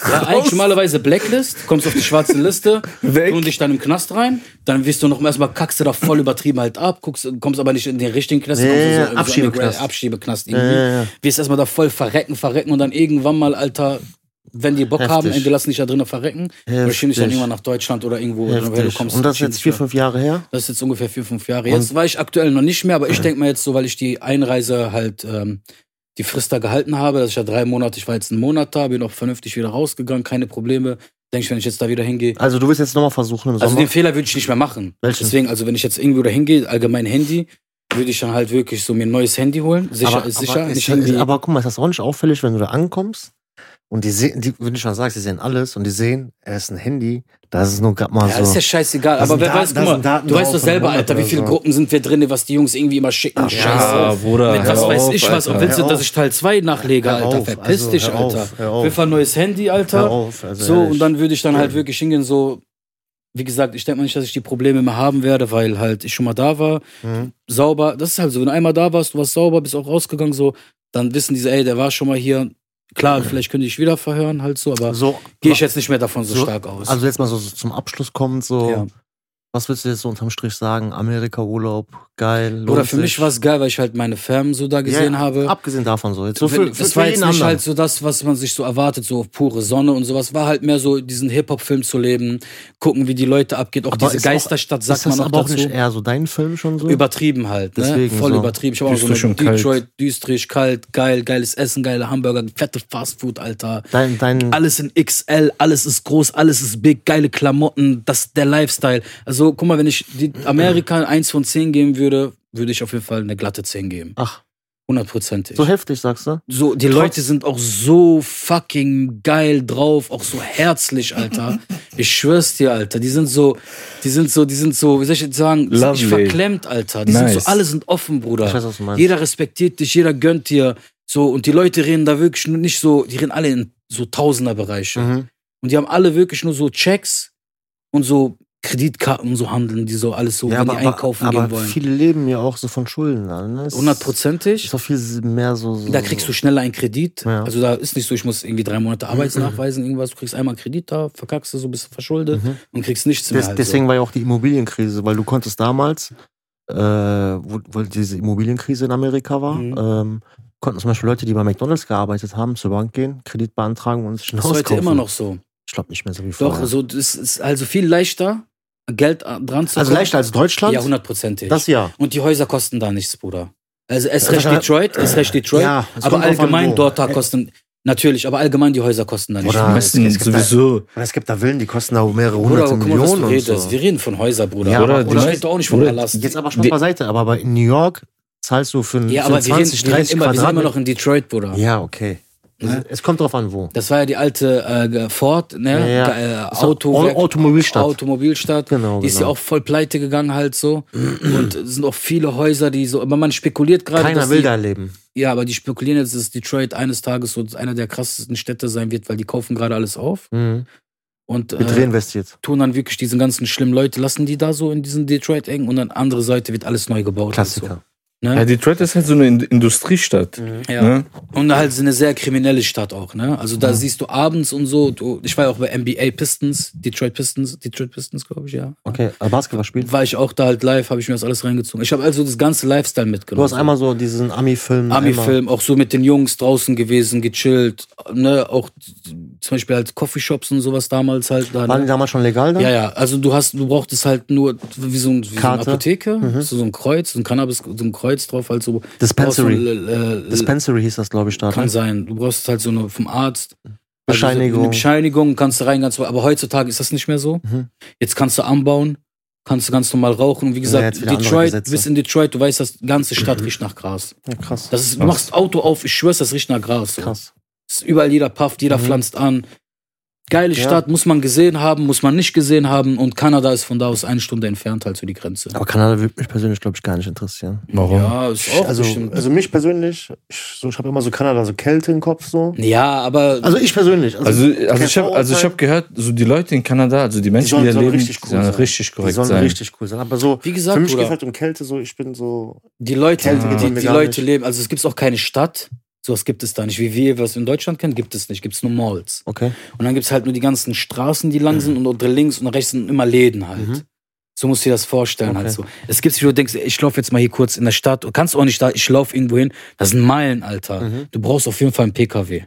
S1: Ja, eigentlich normalerweise Blacklist, kommst auf die schwarze Liste,
S2: Weg.
S1: tun dich dann im Knast rein, dann wirst du noch erstmal kackst du da voll übertrieben halt ab, guckst, kommst aber nicht in den richtigen Knast,
S4: Ja,
S1: kommst
S4: ja,
S1: in
S4: ja,
S1: in
S4: Abschiebeknast.
S1: So Abschiebeknast
S4: Ja,
S1: irgendwie.
S4: ja, ja.
S1: wirst erstmal da voll verrecken, verrecken und dann irgendwann mal, Alter, wenn die Bock
S4: Heftig.
S1: haben, ey, die lassen dich da drinnen verrecken. Oder
S4: Heftig.
S1: schieben dich dann irgendwann nach Deutschland oder irgendwo. oder woher
S4: Heftig. Und das ist
S1: schieben
S4: jetzt
S1: dich
S4: vier,
S1: da.
S4: fünf Jahre her?
S1: Das ist jetzt ungefähr vier, fünf Jahre. Jetzt war ich aktuell noch nicht mehr, aber ich denke mal jetzt so, weil ich die Einreise halt, ähm, die Frist da gehalten habe, dass ich ja drei Monate, ich war jetzt einen Monat da, bin auch vernünftig wieder rausgegangen, keine Probleme. Denke ich, wenn ich jetzt da wieder hingehe.
S4: Also du willst jetzt nochmal versuchen im
S1: Also
S4: Sommer.
S1: den Fehler würde ich nicht mehr machen.
S4: Welchen?
S1: Deswegen, also wenn ich jetzt irgendwo da hingehe, allgemein Handy, würde ich dann halt wirklich so mir ein neues Handy holen. Sicher ist sicher.
S4: Aber,
S1: nicht
S4: ist,
S1: Handy.
S4: aber guck mal, ist das auch nicht auffällig, wenn du da ankommst und die sehen, die, wenn du schon sagst, die sehen alles und die sehen, er ist ein Handy, das ist nur gerade mal
S1: ja,
S4: so.
S1: ist ja scheißegal.
S4: Da
S1: Aber
S4: sind
S1: wer
S4: Daten-
S1: weiß,
S4: da
S1: guck mal,
S4: sind Daten
S1: du weißt
S4: drauf
S1: doch
S4: von
S1: selber,
S4: 100
S1: Alter, wie
S4: oder
S1: viele
S4: so.
S1: Gruppen sind wir drin, was die Jungs irgendwie immer schicken. Scheiße.
S2: Ja, Bruder.
S1: Mit was
S2: hör
S1: weiß
S2: auf,
S1: ich was.
S2: Alter.
S1: Und willst du,
S4: Hör
S1: dass
S4: auf.
S1: ich Teil 2 nachlege,
S4: Hör
S1: Alter?
S4: auf,
S1: Verpiss
S4: also,
S1: dich,
S4: hör auf,
S1: Alter.
S4: hör auf.
S1: Wirf ein neues Handy,
S4: Hör
S1: Alter.
S4: auf, also
S1: So,
S4: ehrlich.
S1: und dann würde ich dann halt wirklich hingehen, so, wie gesagt, ich denke mal nicht, dass ich die Probleme mehr haben werde, weil halt ich schon mal da war,
S4: Mhm.
S1: sauber. Das ist halt so, wenn du einmal da warst, du warst sauber, bist auch rausgegangen, so, dann wissen diese, ey, der war schon mal hier. Klar, vielleicht könnte ich wieder verhören, halt so, aber
S4: so
S1: gehe ich jetzt nicht mehr davon so,
S4: Also, So,
S1: stark aus.
S4: Also jetzt mal so, so zum Abschluss kommt so,
S1: Ja.
S4: was willst du jetzt so unterm Strich sagen? Amerika Urlaub, geil. lohnt
S1: Oder für
S4: sich.
S1: mich war es geil, weil ich halt meine Fam so da
S4: Ja,
S1: gesehen habe.
S4: Abgesehen davon so. Jetzt so für,
S1: Wenn-
S4: für,
S1: das
S4: für
S1: war
S4: jeden
S1: jetzt nicht
S4: anderen.
S1: halt so das, was man sich so erwartet, so pure Sonne und sowas. War halt mehr so, diesen Hip-Hop-Film zu leben, gucken, wie die Leute abgeht. Auch
S4: Aber
S1: diese
S4: ist auch-
S1: Geisterstadt
S4: ist
S1: sagt
S4: das
S1: man auch
S4: aber auch
S1: dazu.
S4: nicht eher so dein Film schon so?
S1: Übertrieben halt, ne?
S4: Deswegen
S1: Voll
S4: so.
S1: übertrieben. Ich habe auch so eine
S2: Düstrisch und kalt.
S1: Detroit, düstrig, kalt, geil, geiles Essen, geile Hamburger, fette Fastfood, Alter.
S4: dein, dein,
S1: Alles in XL, alles ist groß, alles ist big, geile Klamotten, das der Lifestyle. Also guck mal, wenn ich die Amerika eins von 10 geben würde, würde ich auf jeden Fall eine glatte 10 geben.
S4: ach,
S1: Hundertprozentig.
S4: so heftig sagst du?
S1: So, die Leute sind auch so fucking geil drauf, auch so herzlich, Alter. Ich schwör's dir, Alter. Die sind so, die sind so, die sind so, wie soll ich jetzt sagen, die sind nicht
S2: Lovely.
S1: verklemmt, Alter. Die sind
S2: Nice.
S1: so, alle sind offen, Bruder.
S4: Ich weiß, was du meinst.
S1: Jeder respektiert dich, jeder gönnt dir. So, und die Leute reden da wirklich nur nicht so, die reden alle in so Tausenderbereiche.
S4: Mhm.
S1: Und die haben alle wirklich nur so Checks und so Kreditkarten und so handeln, die so alles so, wenn die einkaufen
S4: aber
S1: gehen wollen.
S4: viele leben ja auch so von Schulden an. ne? Es
S1: Hundertprozentig.
S4: Ist doch viel mehr so. so
S1: Da kriegst du schneller einen Kredit.
S4: Ja. Mhm.
S1: Also da ist nicht so, ich muss irgendwie drei Monate Arbeitsnachweisen, irgendwas. Du kriegst einmal einen Kredit da, verkackst du so, bist du verschuldet
S4: Mhm.
S1: und kriegst nichts mehr.
S4: Des,
S1: Halt
S4: deswegen war ja auch die Immobilienkrise, weil du konntest damals, äh, wo, wo diese Immobilienkrise in Amerika war,
S1: Mhm.
S4: ähm, konnten zum Beispiel Leute, die bei McDonalds gearbeitet haben, zur Bank gehen, Kredit beantragen und sich
S1: so.
S4: ein
S1: Das
S4: Haus
S1: ist heute
S4: kaufen.
S1: immer noch so.
S4: Ich glaube nicht mehr so wie vorher.
S1: Doch, so, das ist also viel leichter, Geld a- dran zu
S4: also
S1: kommen.
S4: leichter als Deutschland?
S1: Ja, hundertprozentig.
S4: Das ja.
S1: Und die Häuser kosten da nichts, Bruder. Also erst
S4: Also
S1: recht
S4: da-
S1: Detroit, erst recht Detroit.
S4: Ja, es
S1: aber
S4: kommt drauf an,
S1: allgemein
S4: wo.
S1: dort da kosten, natürlich, aber allgemein die Häuser kosten da nicht.
S4: Oder-
S2: Am besten
S4: es gibt da-
S2: sowieso.
S4: Und es gibt da Villen, die kosten da mehrere
S1: Bruder,
S4: hunderte
S1: aber guck mal, was
S4: Millionen
S1: du
S4: und
S1: redest.
S4: so.
S1: Wir reden von Häuser, Bruder.
S4: Ja, aber-
S1: oder ich
S2: oder-
S1: rede auch nicht von
S2: oder-
S1: Palast.
S4: Jetzt aber Spaß
S2: Die-
S4: beiseite, aber bei in New York zahlst du für, ein-
S1: Ja,
S4: für
S1: aber wir reden,
S4: 20,
S1: wir, reden
S4: 30
S1: immer, wir sind immer
S4: Quadratmeter.
S1: noch in Detroit, Bruder.
S4: Ja, okay.
S1: Ne?
S4: Es kommt drauf an, wo.
S1: Das war ja die alte äh, Ford,
S4: Ja,
S1: ne?
S4: ja.
S1: Äh,
S4: Ist auch
S1: Auto
S4: Au- Automobilstadt.
S1: Automobilstadt.
S4: Genau,
S1: Die ist ja
S4: genau.
S1: auch voll pleite gegangen halt so. Und es sind auch viele Häuser, die so, aber man spekuliert gerade,
S4: Keiner
S1: dass
S4: will
S1: die,
S4: da leben.
S1: ja, aber die spekulieren jetzt, dass Detroit eines Tages so einer der krassesten Städte sein wird, weil die kaufen gerade alles auf
S4: Mhm.
S1: und
S4: Wird
S1: äh,
S4: reinvestiert.
S1: tun dann wirklich diesen ganzen schlimmen Leute, lassen die da so in diesen Detroit eng und dann andere Seite wird alles neu gebaut. halt
S4: Klassiker.
S1: So, ne?
S2: Ja, Detroit ist halt so eine Ind- Industriestadt.
S1: Ja.
S2: Ne?
S1: Und halt so eine sehr kriminelle Stadt auch, ne? Also
S4: Mhm.
S1: da siehst du abends und so, du, ich war ja auch bei NBA Pistons, Detroit Pistons, Detroit Pistons, glaube ich, ja.
S4: Okay, aber Basketball spielen.
S1: War ich auch da halt live, habe ich mir das alles reingezogen. Ich habe also das ganze Lifestyle
S4: Du
S1: mitgenommen.
S4: hast einmal so diesen Ami-Film.
S1: Ami-Film, auch so mit den Jungs draußen gewesen, gechillt, ne? Auch zum Beispiel halt Coffeeshops und sowas damals halt. Da,
S4: einmal. Waren
S1: ne?
S4: die damals schon legal dann?
S1: Ja, ja, also du hast, du brauchtest halt nur wie so, ein, wie so eine
S4: Karte. Mhm.
S1: Apotheke, so so ein Kreuz, so ein Cannabis, so ein Kreuz drauf, halt so.
S4: Dispensary.
S1: Brauchst so ein, äh, äh,
S4: Dispensary hieß das, glaube ich, da.
S1: kann
S4: ne?
S1: sein. Du brauchst halt so eine vom Arzt. Also so
S4: Bescheinigung.
S1: Eine Bescheinigung, kannst du rein, ganz Aber heutzutage ist das nicht mehr so.
S4: Mhm.
S1: Jetzt kannst du anbauen, kannst du ganz normal rauchen. Und wie
S4: Ja,
S1: gesagt,
S4: jetzt wieder andere
S1: Detroit,
S4: Gesetze.
S1: bist in Detroit, du weißt, das die ganze Stadt riecht nach Gras.
S4: Ja, krass.
S1: Das ist, du machst Auto auf, ich schwör's, das riecht nach Gras. So.
S4: krass.
S1: Es Ist überall jeder pafft, jeder
S4: Mhm.
S1: pflanzt an. Geile
S4: Ja.
S1: Stadt, muss man gesehen haben, muss man nicht gesehen haben. Und Kanada ist von da aus eine Stunde entfernt, halt so die Grenze.
S4: Aber Kanada würde mich persönlich, glaube ich, gar nicht interessieren.
S2: Warum?
S1: Ja, ist auch
S3: also,
S1: bestimmt.
S4: äh,
S3: also mich persönlich, ich, so, ich habe immer so Kanada, so Kälte im Kopf so.
S1: ja, aber
S4: Also ich persönlich.
S2: Also, also ich habe also ich
S3: Vorurteil.
S2: hab gehört, so die Leute in Kanada, also die Menschen, die,
S3: sollen-
S2: da
S3: sollen
S2: leben,
S3: richtig cool
S2: sollen
S3: sein.
S2: richtig
S4: die
S2: korrekt
S4: sollen
S2: sein.
S4: richtig cool sein. Aber so,
S1: wie
S3: Für
S1: gesagt,
S3: mich geht
S1: Bruder,
S3: halt um Kälte so, ich bin so.
S1: Die Leute,
S3: Kälte
S1: die,
S3: getan
S1: die,
S3: wir gar
S1: Leute
S3: nicht.
S1: leben, also es gibt auch keine Stadt, sowas gibt es da nicht. Wie wir was in Deutschland kennen, gibt es nicht, gibt es nur Malls.
S4: okay.
S1: Und dann gibt es halt nur die ganzen Straßen, die lang sind und unter links und rechts sind immer Läden halt.
S4: Mhm.
S1: So musst du dir das vorstellen halt
S4: Okay.
S1: so. Es gibt, wie du denkst, ich laufe jetzt mal hier kurz in der Stadt, du kannst auch nicht da, ich laufe irgendwo hin, das sind Meilen, Alter.
S4: Mhm.
S1: Du brauchst auf jeden Fall einen PKW.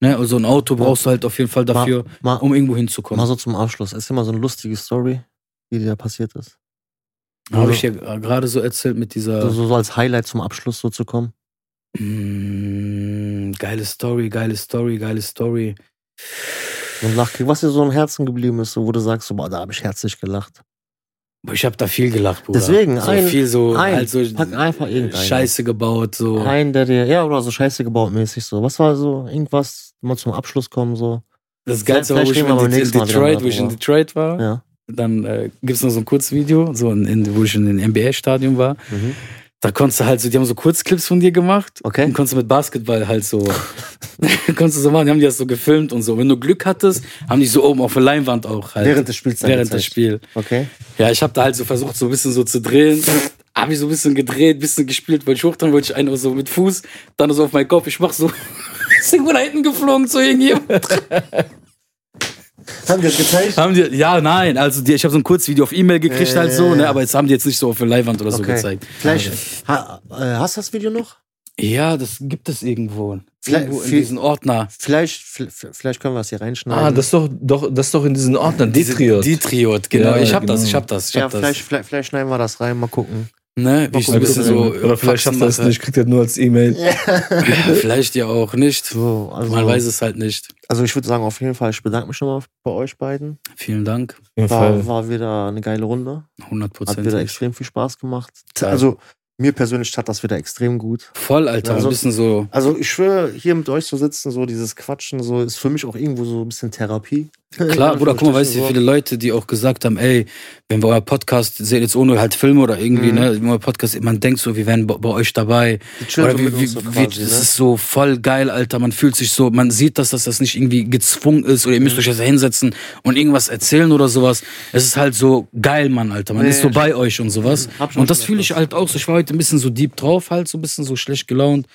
S1: Ne? Also ein Auto brauchst du halt auf jeden Fall dafür,
S4: Mal,
S1: um irgendwo
S4: mal
S1: hinzukommen.
S4: so zum Abschluss. Erzähl mal so eine lustige Story, die dir da passiert ist.
S1: Habe ich dir gerade so erzählt mit dieser...
S4: So, so, so als Highlight zum Abschluss so zu kommen.
S1: Mm, geile Story, geile Story, geile Story.
S4: Und lach, was dir so im Herzen geblieben ist, so, wo du sagst, so, boah, da habe ich herzlich gelacht.
S1: Boah, Ich habe da viel gelacht, Bruder.
S4: Deswegen,
S1: so
S4: ein-
S1: viel so,
S4: ein,
S1: halt so
S4: pack einfach irgendeinen.
S1: Scheiße gebaut, so.
S4: Ein, der dir, ja, oder so scheiße gebaut mäßig so. Was war so, irgendwas, mal zum Abschluss kommen, so.
S1: Das Geilste war,
S4: Vielleicht
S1: wo ich,
S4: reden wir beim
S1: in, in
S4: nächsten Mal
S1: Detroit,
S4: drüber.
S1: wo ich in Detroit war.
S4: Ja.
S1: Dann äh, gibt es noch so ein Kurzvideo, so in, in, wo ich in den NBA-Stadion war.
S4: Mhm.
S1: Da konntest du halt so, die haben so Kurzclips von dir gemacht.
S4: Okay.
S1: Dann konntest du mit Basketball halt so, konntest du so machen. Die haben die das so gefilmt und so. Wenn du Glück hattest, haben die so oben auf der Leinwand auch halt.
S4: Während des Spiels
S1: Während des
S4: angezeigt.
S1: Spiels.
S4: Okay.
S1: Ja, ich habe da halt so versucht, so ein bisschen so zu drehen. Habe ich so ein bisschen gedreht, bisschen gespielt, wollte ich hoch, dann wollte ich einen so mit Fuß, dann so auf meinen Kopf. Ich mach so, ist irgendwo da hinten geflogen zu irgendjemandem.
S3: Haben die das gezeigt?
S1: Haben die, ja, nein, also die, ich habe so ein Kurzvideo auf E-Mail gekriegt,
S4: Ja,
S1: halt
S4: ja,
S1: so,
S4: ja,
S1: ne,
S4: ja.
S1: aber jetzt haben die jetzt nicht so auf der Leinwand oder so
S4: okay.
S1: gezeigt. Also,
S4: Vielleicht, ha, äh, hast du das Video noch?
S1: Ja, das gibt es irgendwo.
S4: Vielleicht-
S1: Irgendwo in
S4: viel-
S1: diesem Ordner.
S4: Vielleicht, vielleicht vielleicht können wir es hier reinschneiden.
S2: Ah, das ist doch, doch, das ist doch in diesen Ordnern,
S1: Diese-
S2: Detriot.
S1: Detriot, genau.
S2: Ja,
S1: ich hab
S2: genau.
S1: das, ich hab das, ich
S4: ja,
S1: hab das.
S4: vielleicht, vielleicht, vielleicht schneiden wir das rein, mal gucken.
S1: Ne, wie ich so ein bisschen so.
S2: Oder vielleicht schafft er es
S1: Faxen
S2: nicht, kriegt er nur als E-Mail.
S1: mache. Ja, vielleicht ja auch nicht.
S4: So, also,
S1: Man weiß es halt nicht.
S4: also ich würde sagen, auf jeden Fall, ich bedanke mich nochmal bei euch beiden.
S1: Vielen Dank.
S2: Auf jeden
S4: War,
S2: Fall.
S4: war wieder eine geile Runde.
S1: 100
S4: Hat wieder
S1: Prozent.
S4: extrem viel Spaß gemacht. Also mir persönlich tat das wieder extrem gut.
S1: Voll, Alter.
S4: Also-
S1: ein bisschen so.
S4: Also ich schwöre, hier mit euch zu sitzen, so dieses Quatschen, so ist für mich auch irgendwo so ein bisschen Therapie.
S1: Klar, Bruder, guck mal, weißt du, wie viele Leute, die auch gesagt haben, ey, wenn wir euer Podcast seht, jetzt ohne halt Filme oder irgendwie,
S4: Mhm.
S1: ne, euer Podcast, man denkt so, wir wären bei, bei euch dabei.
S4: Die chillen
S1: Oder
S4: so mit
S1: wie, wie,
S4: uns so
S1: wie,
S4: quasi,
S1: das
S4: ne?
S1: ist so voll geil, Alter. Man fühlt sich so, man sieht das, dass das nicht irgendwie gezwungen ist oder ihr
S4: Mhm.
S1: müsst euch jetzt hinsetzen und irgendwas erzählen oder sowas. Es ist halt so geil, Mann, Alter. Man
S4: Nee,
S1: ist so
S4: ich-
S1: bei euch und sowas.
S4: Hab schon
S1: Und das
S4: gemerkt,
S1: fühle ich halt auch so. Ich war heute ein bisschen so deep drauf, halt, so ein bisschen so schlecht gelaunt.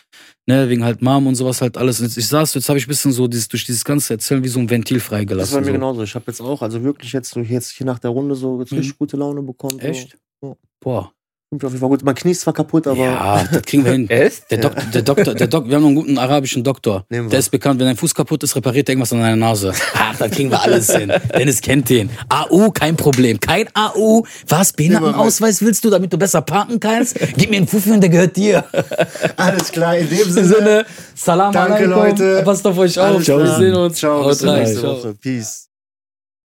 S1: Ne, wegen halt Mom und sowas halt alles. Und jetzt, ich saß, jetzt habe ich ein bisschen so dieses, durch dieses ganze Erzählen wie so ein Ventil
S4: Das ist bei
S1: freigelassen.
S4: mir
S1: So.
S4: genauso. Ich habe jetzt auch, also wirklich jetzt so jetzt hier nach der Runde so jetzt richtig gute Laune bekommen.
S1: Mhm. Echt?
S4: Ja.
S1: Boah.
S4: So. Fühlt mich auf jeden Fall gut. Mein Knie ist zwar kaputt, aber
S1: ja, das kriegen wir hin.
S2: Echt?
S1: Der Doktor, der Doktor, der Doktor, wir haben noch einen guten arabischen Doktor.
S4: Nehmen wir.
S1: Der ist bekannt, wenn dein Fuß kaputt ist, repariert er irgendwas an deiner Nase. Ach, dann kriegen wir alles hin. Dennis kennt den. AU, kein Problem. Kein AU. Was? Behindertenausweis willst du, damit du besser parken kannst? Gib mir einen Fuffi und der gehört dir.
S3: Alles klar, in dem
S1: In dem
S3: Sinne.
S1: Sinne, Salam
S3: Danke,
S1: alaikum.
S3: Leute.
S1: Passt auf euch auf.
S4: Alles klar.
S1: Wir sehen uns.
S4: Ciao,
S1: Haut
S4: bis zur
S1: rein.
S4: nächsten
S1: Ciao.
S4: Woche. Peace.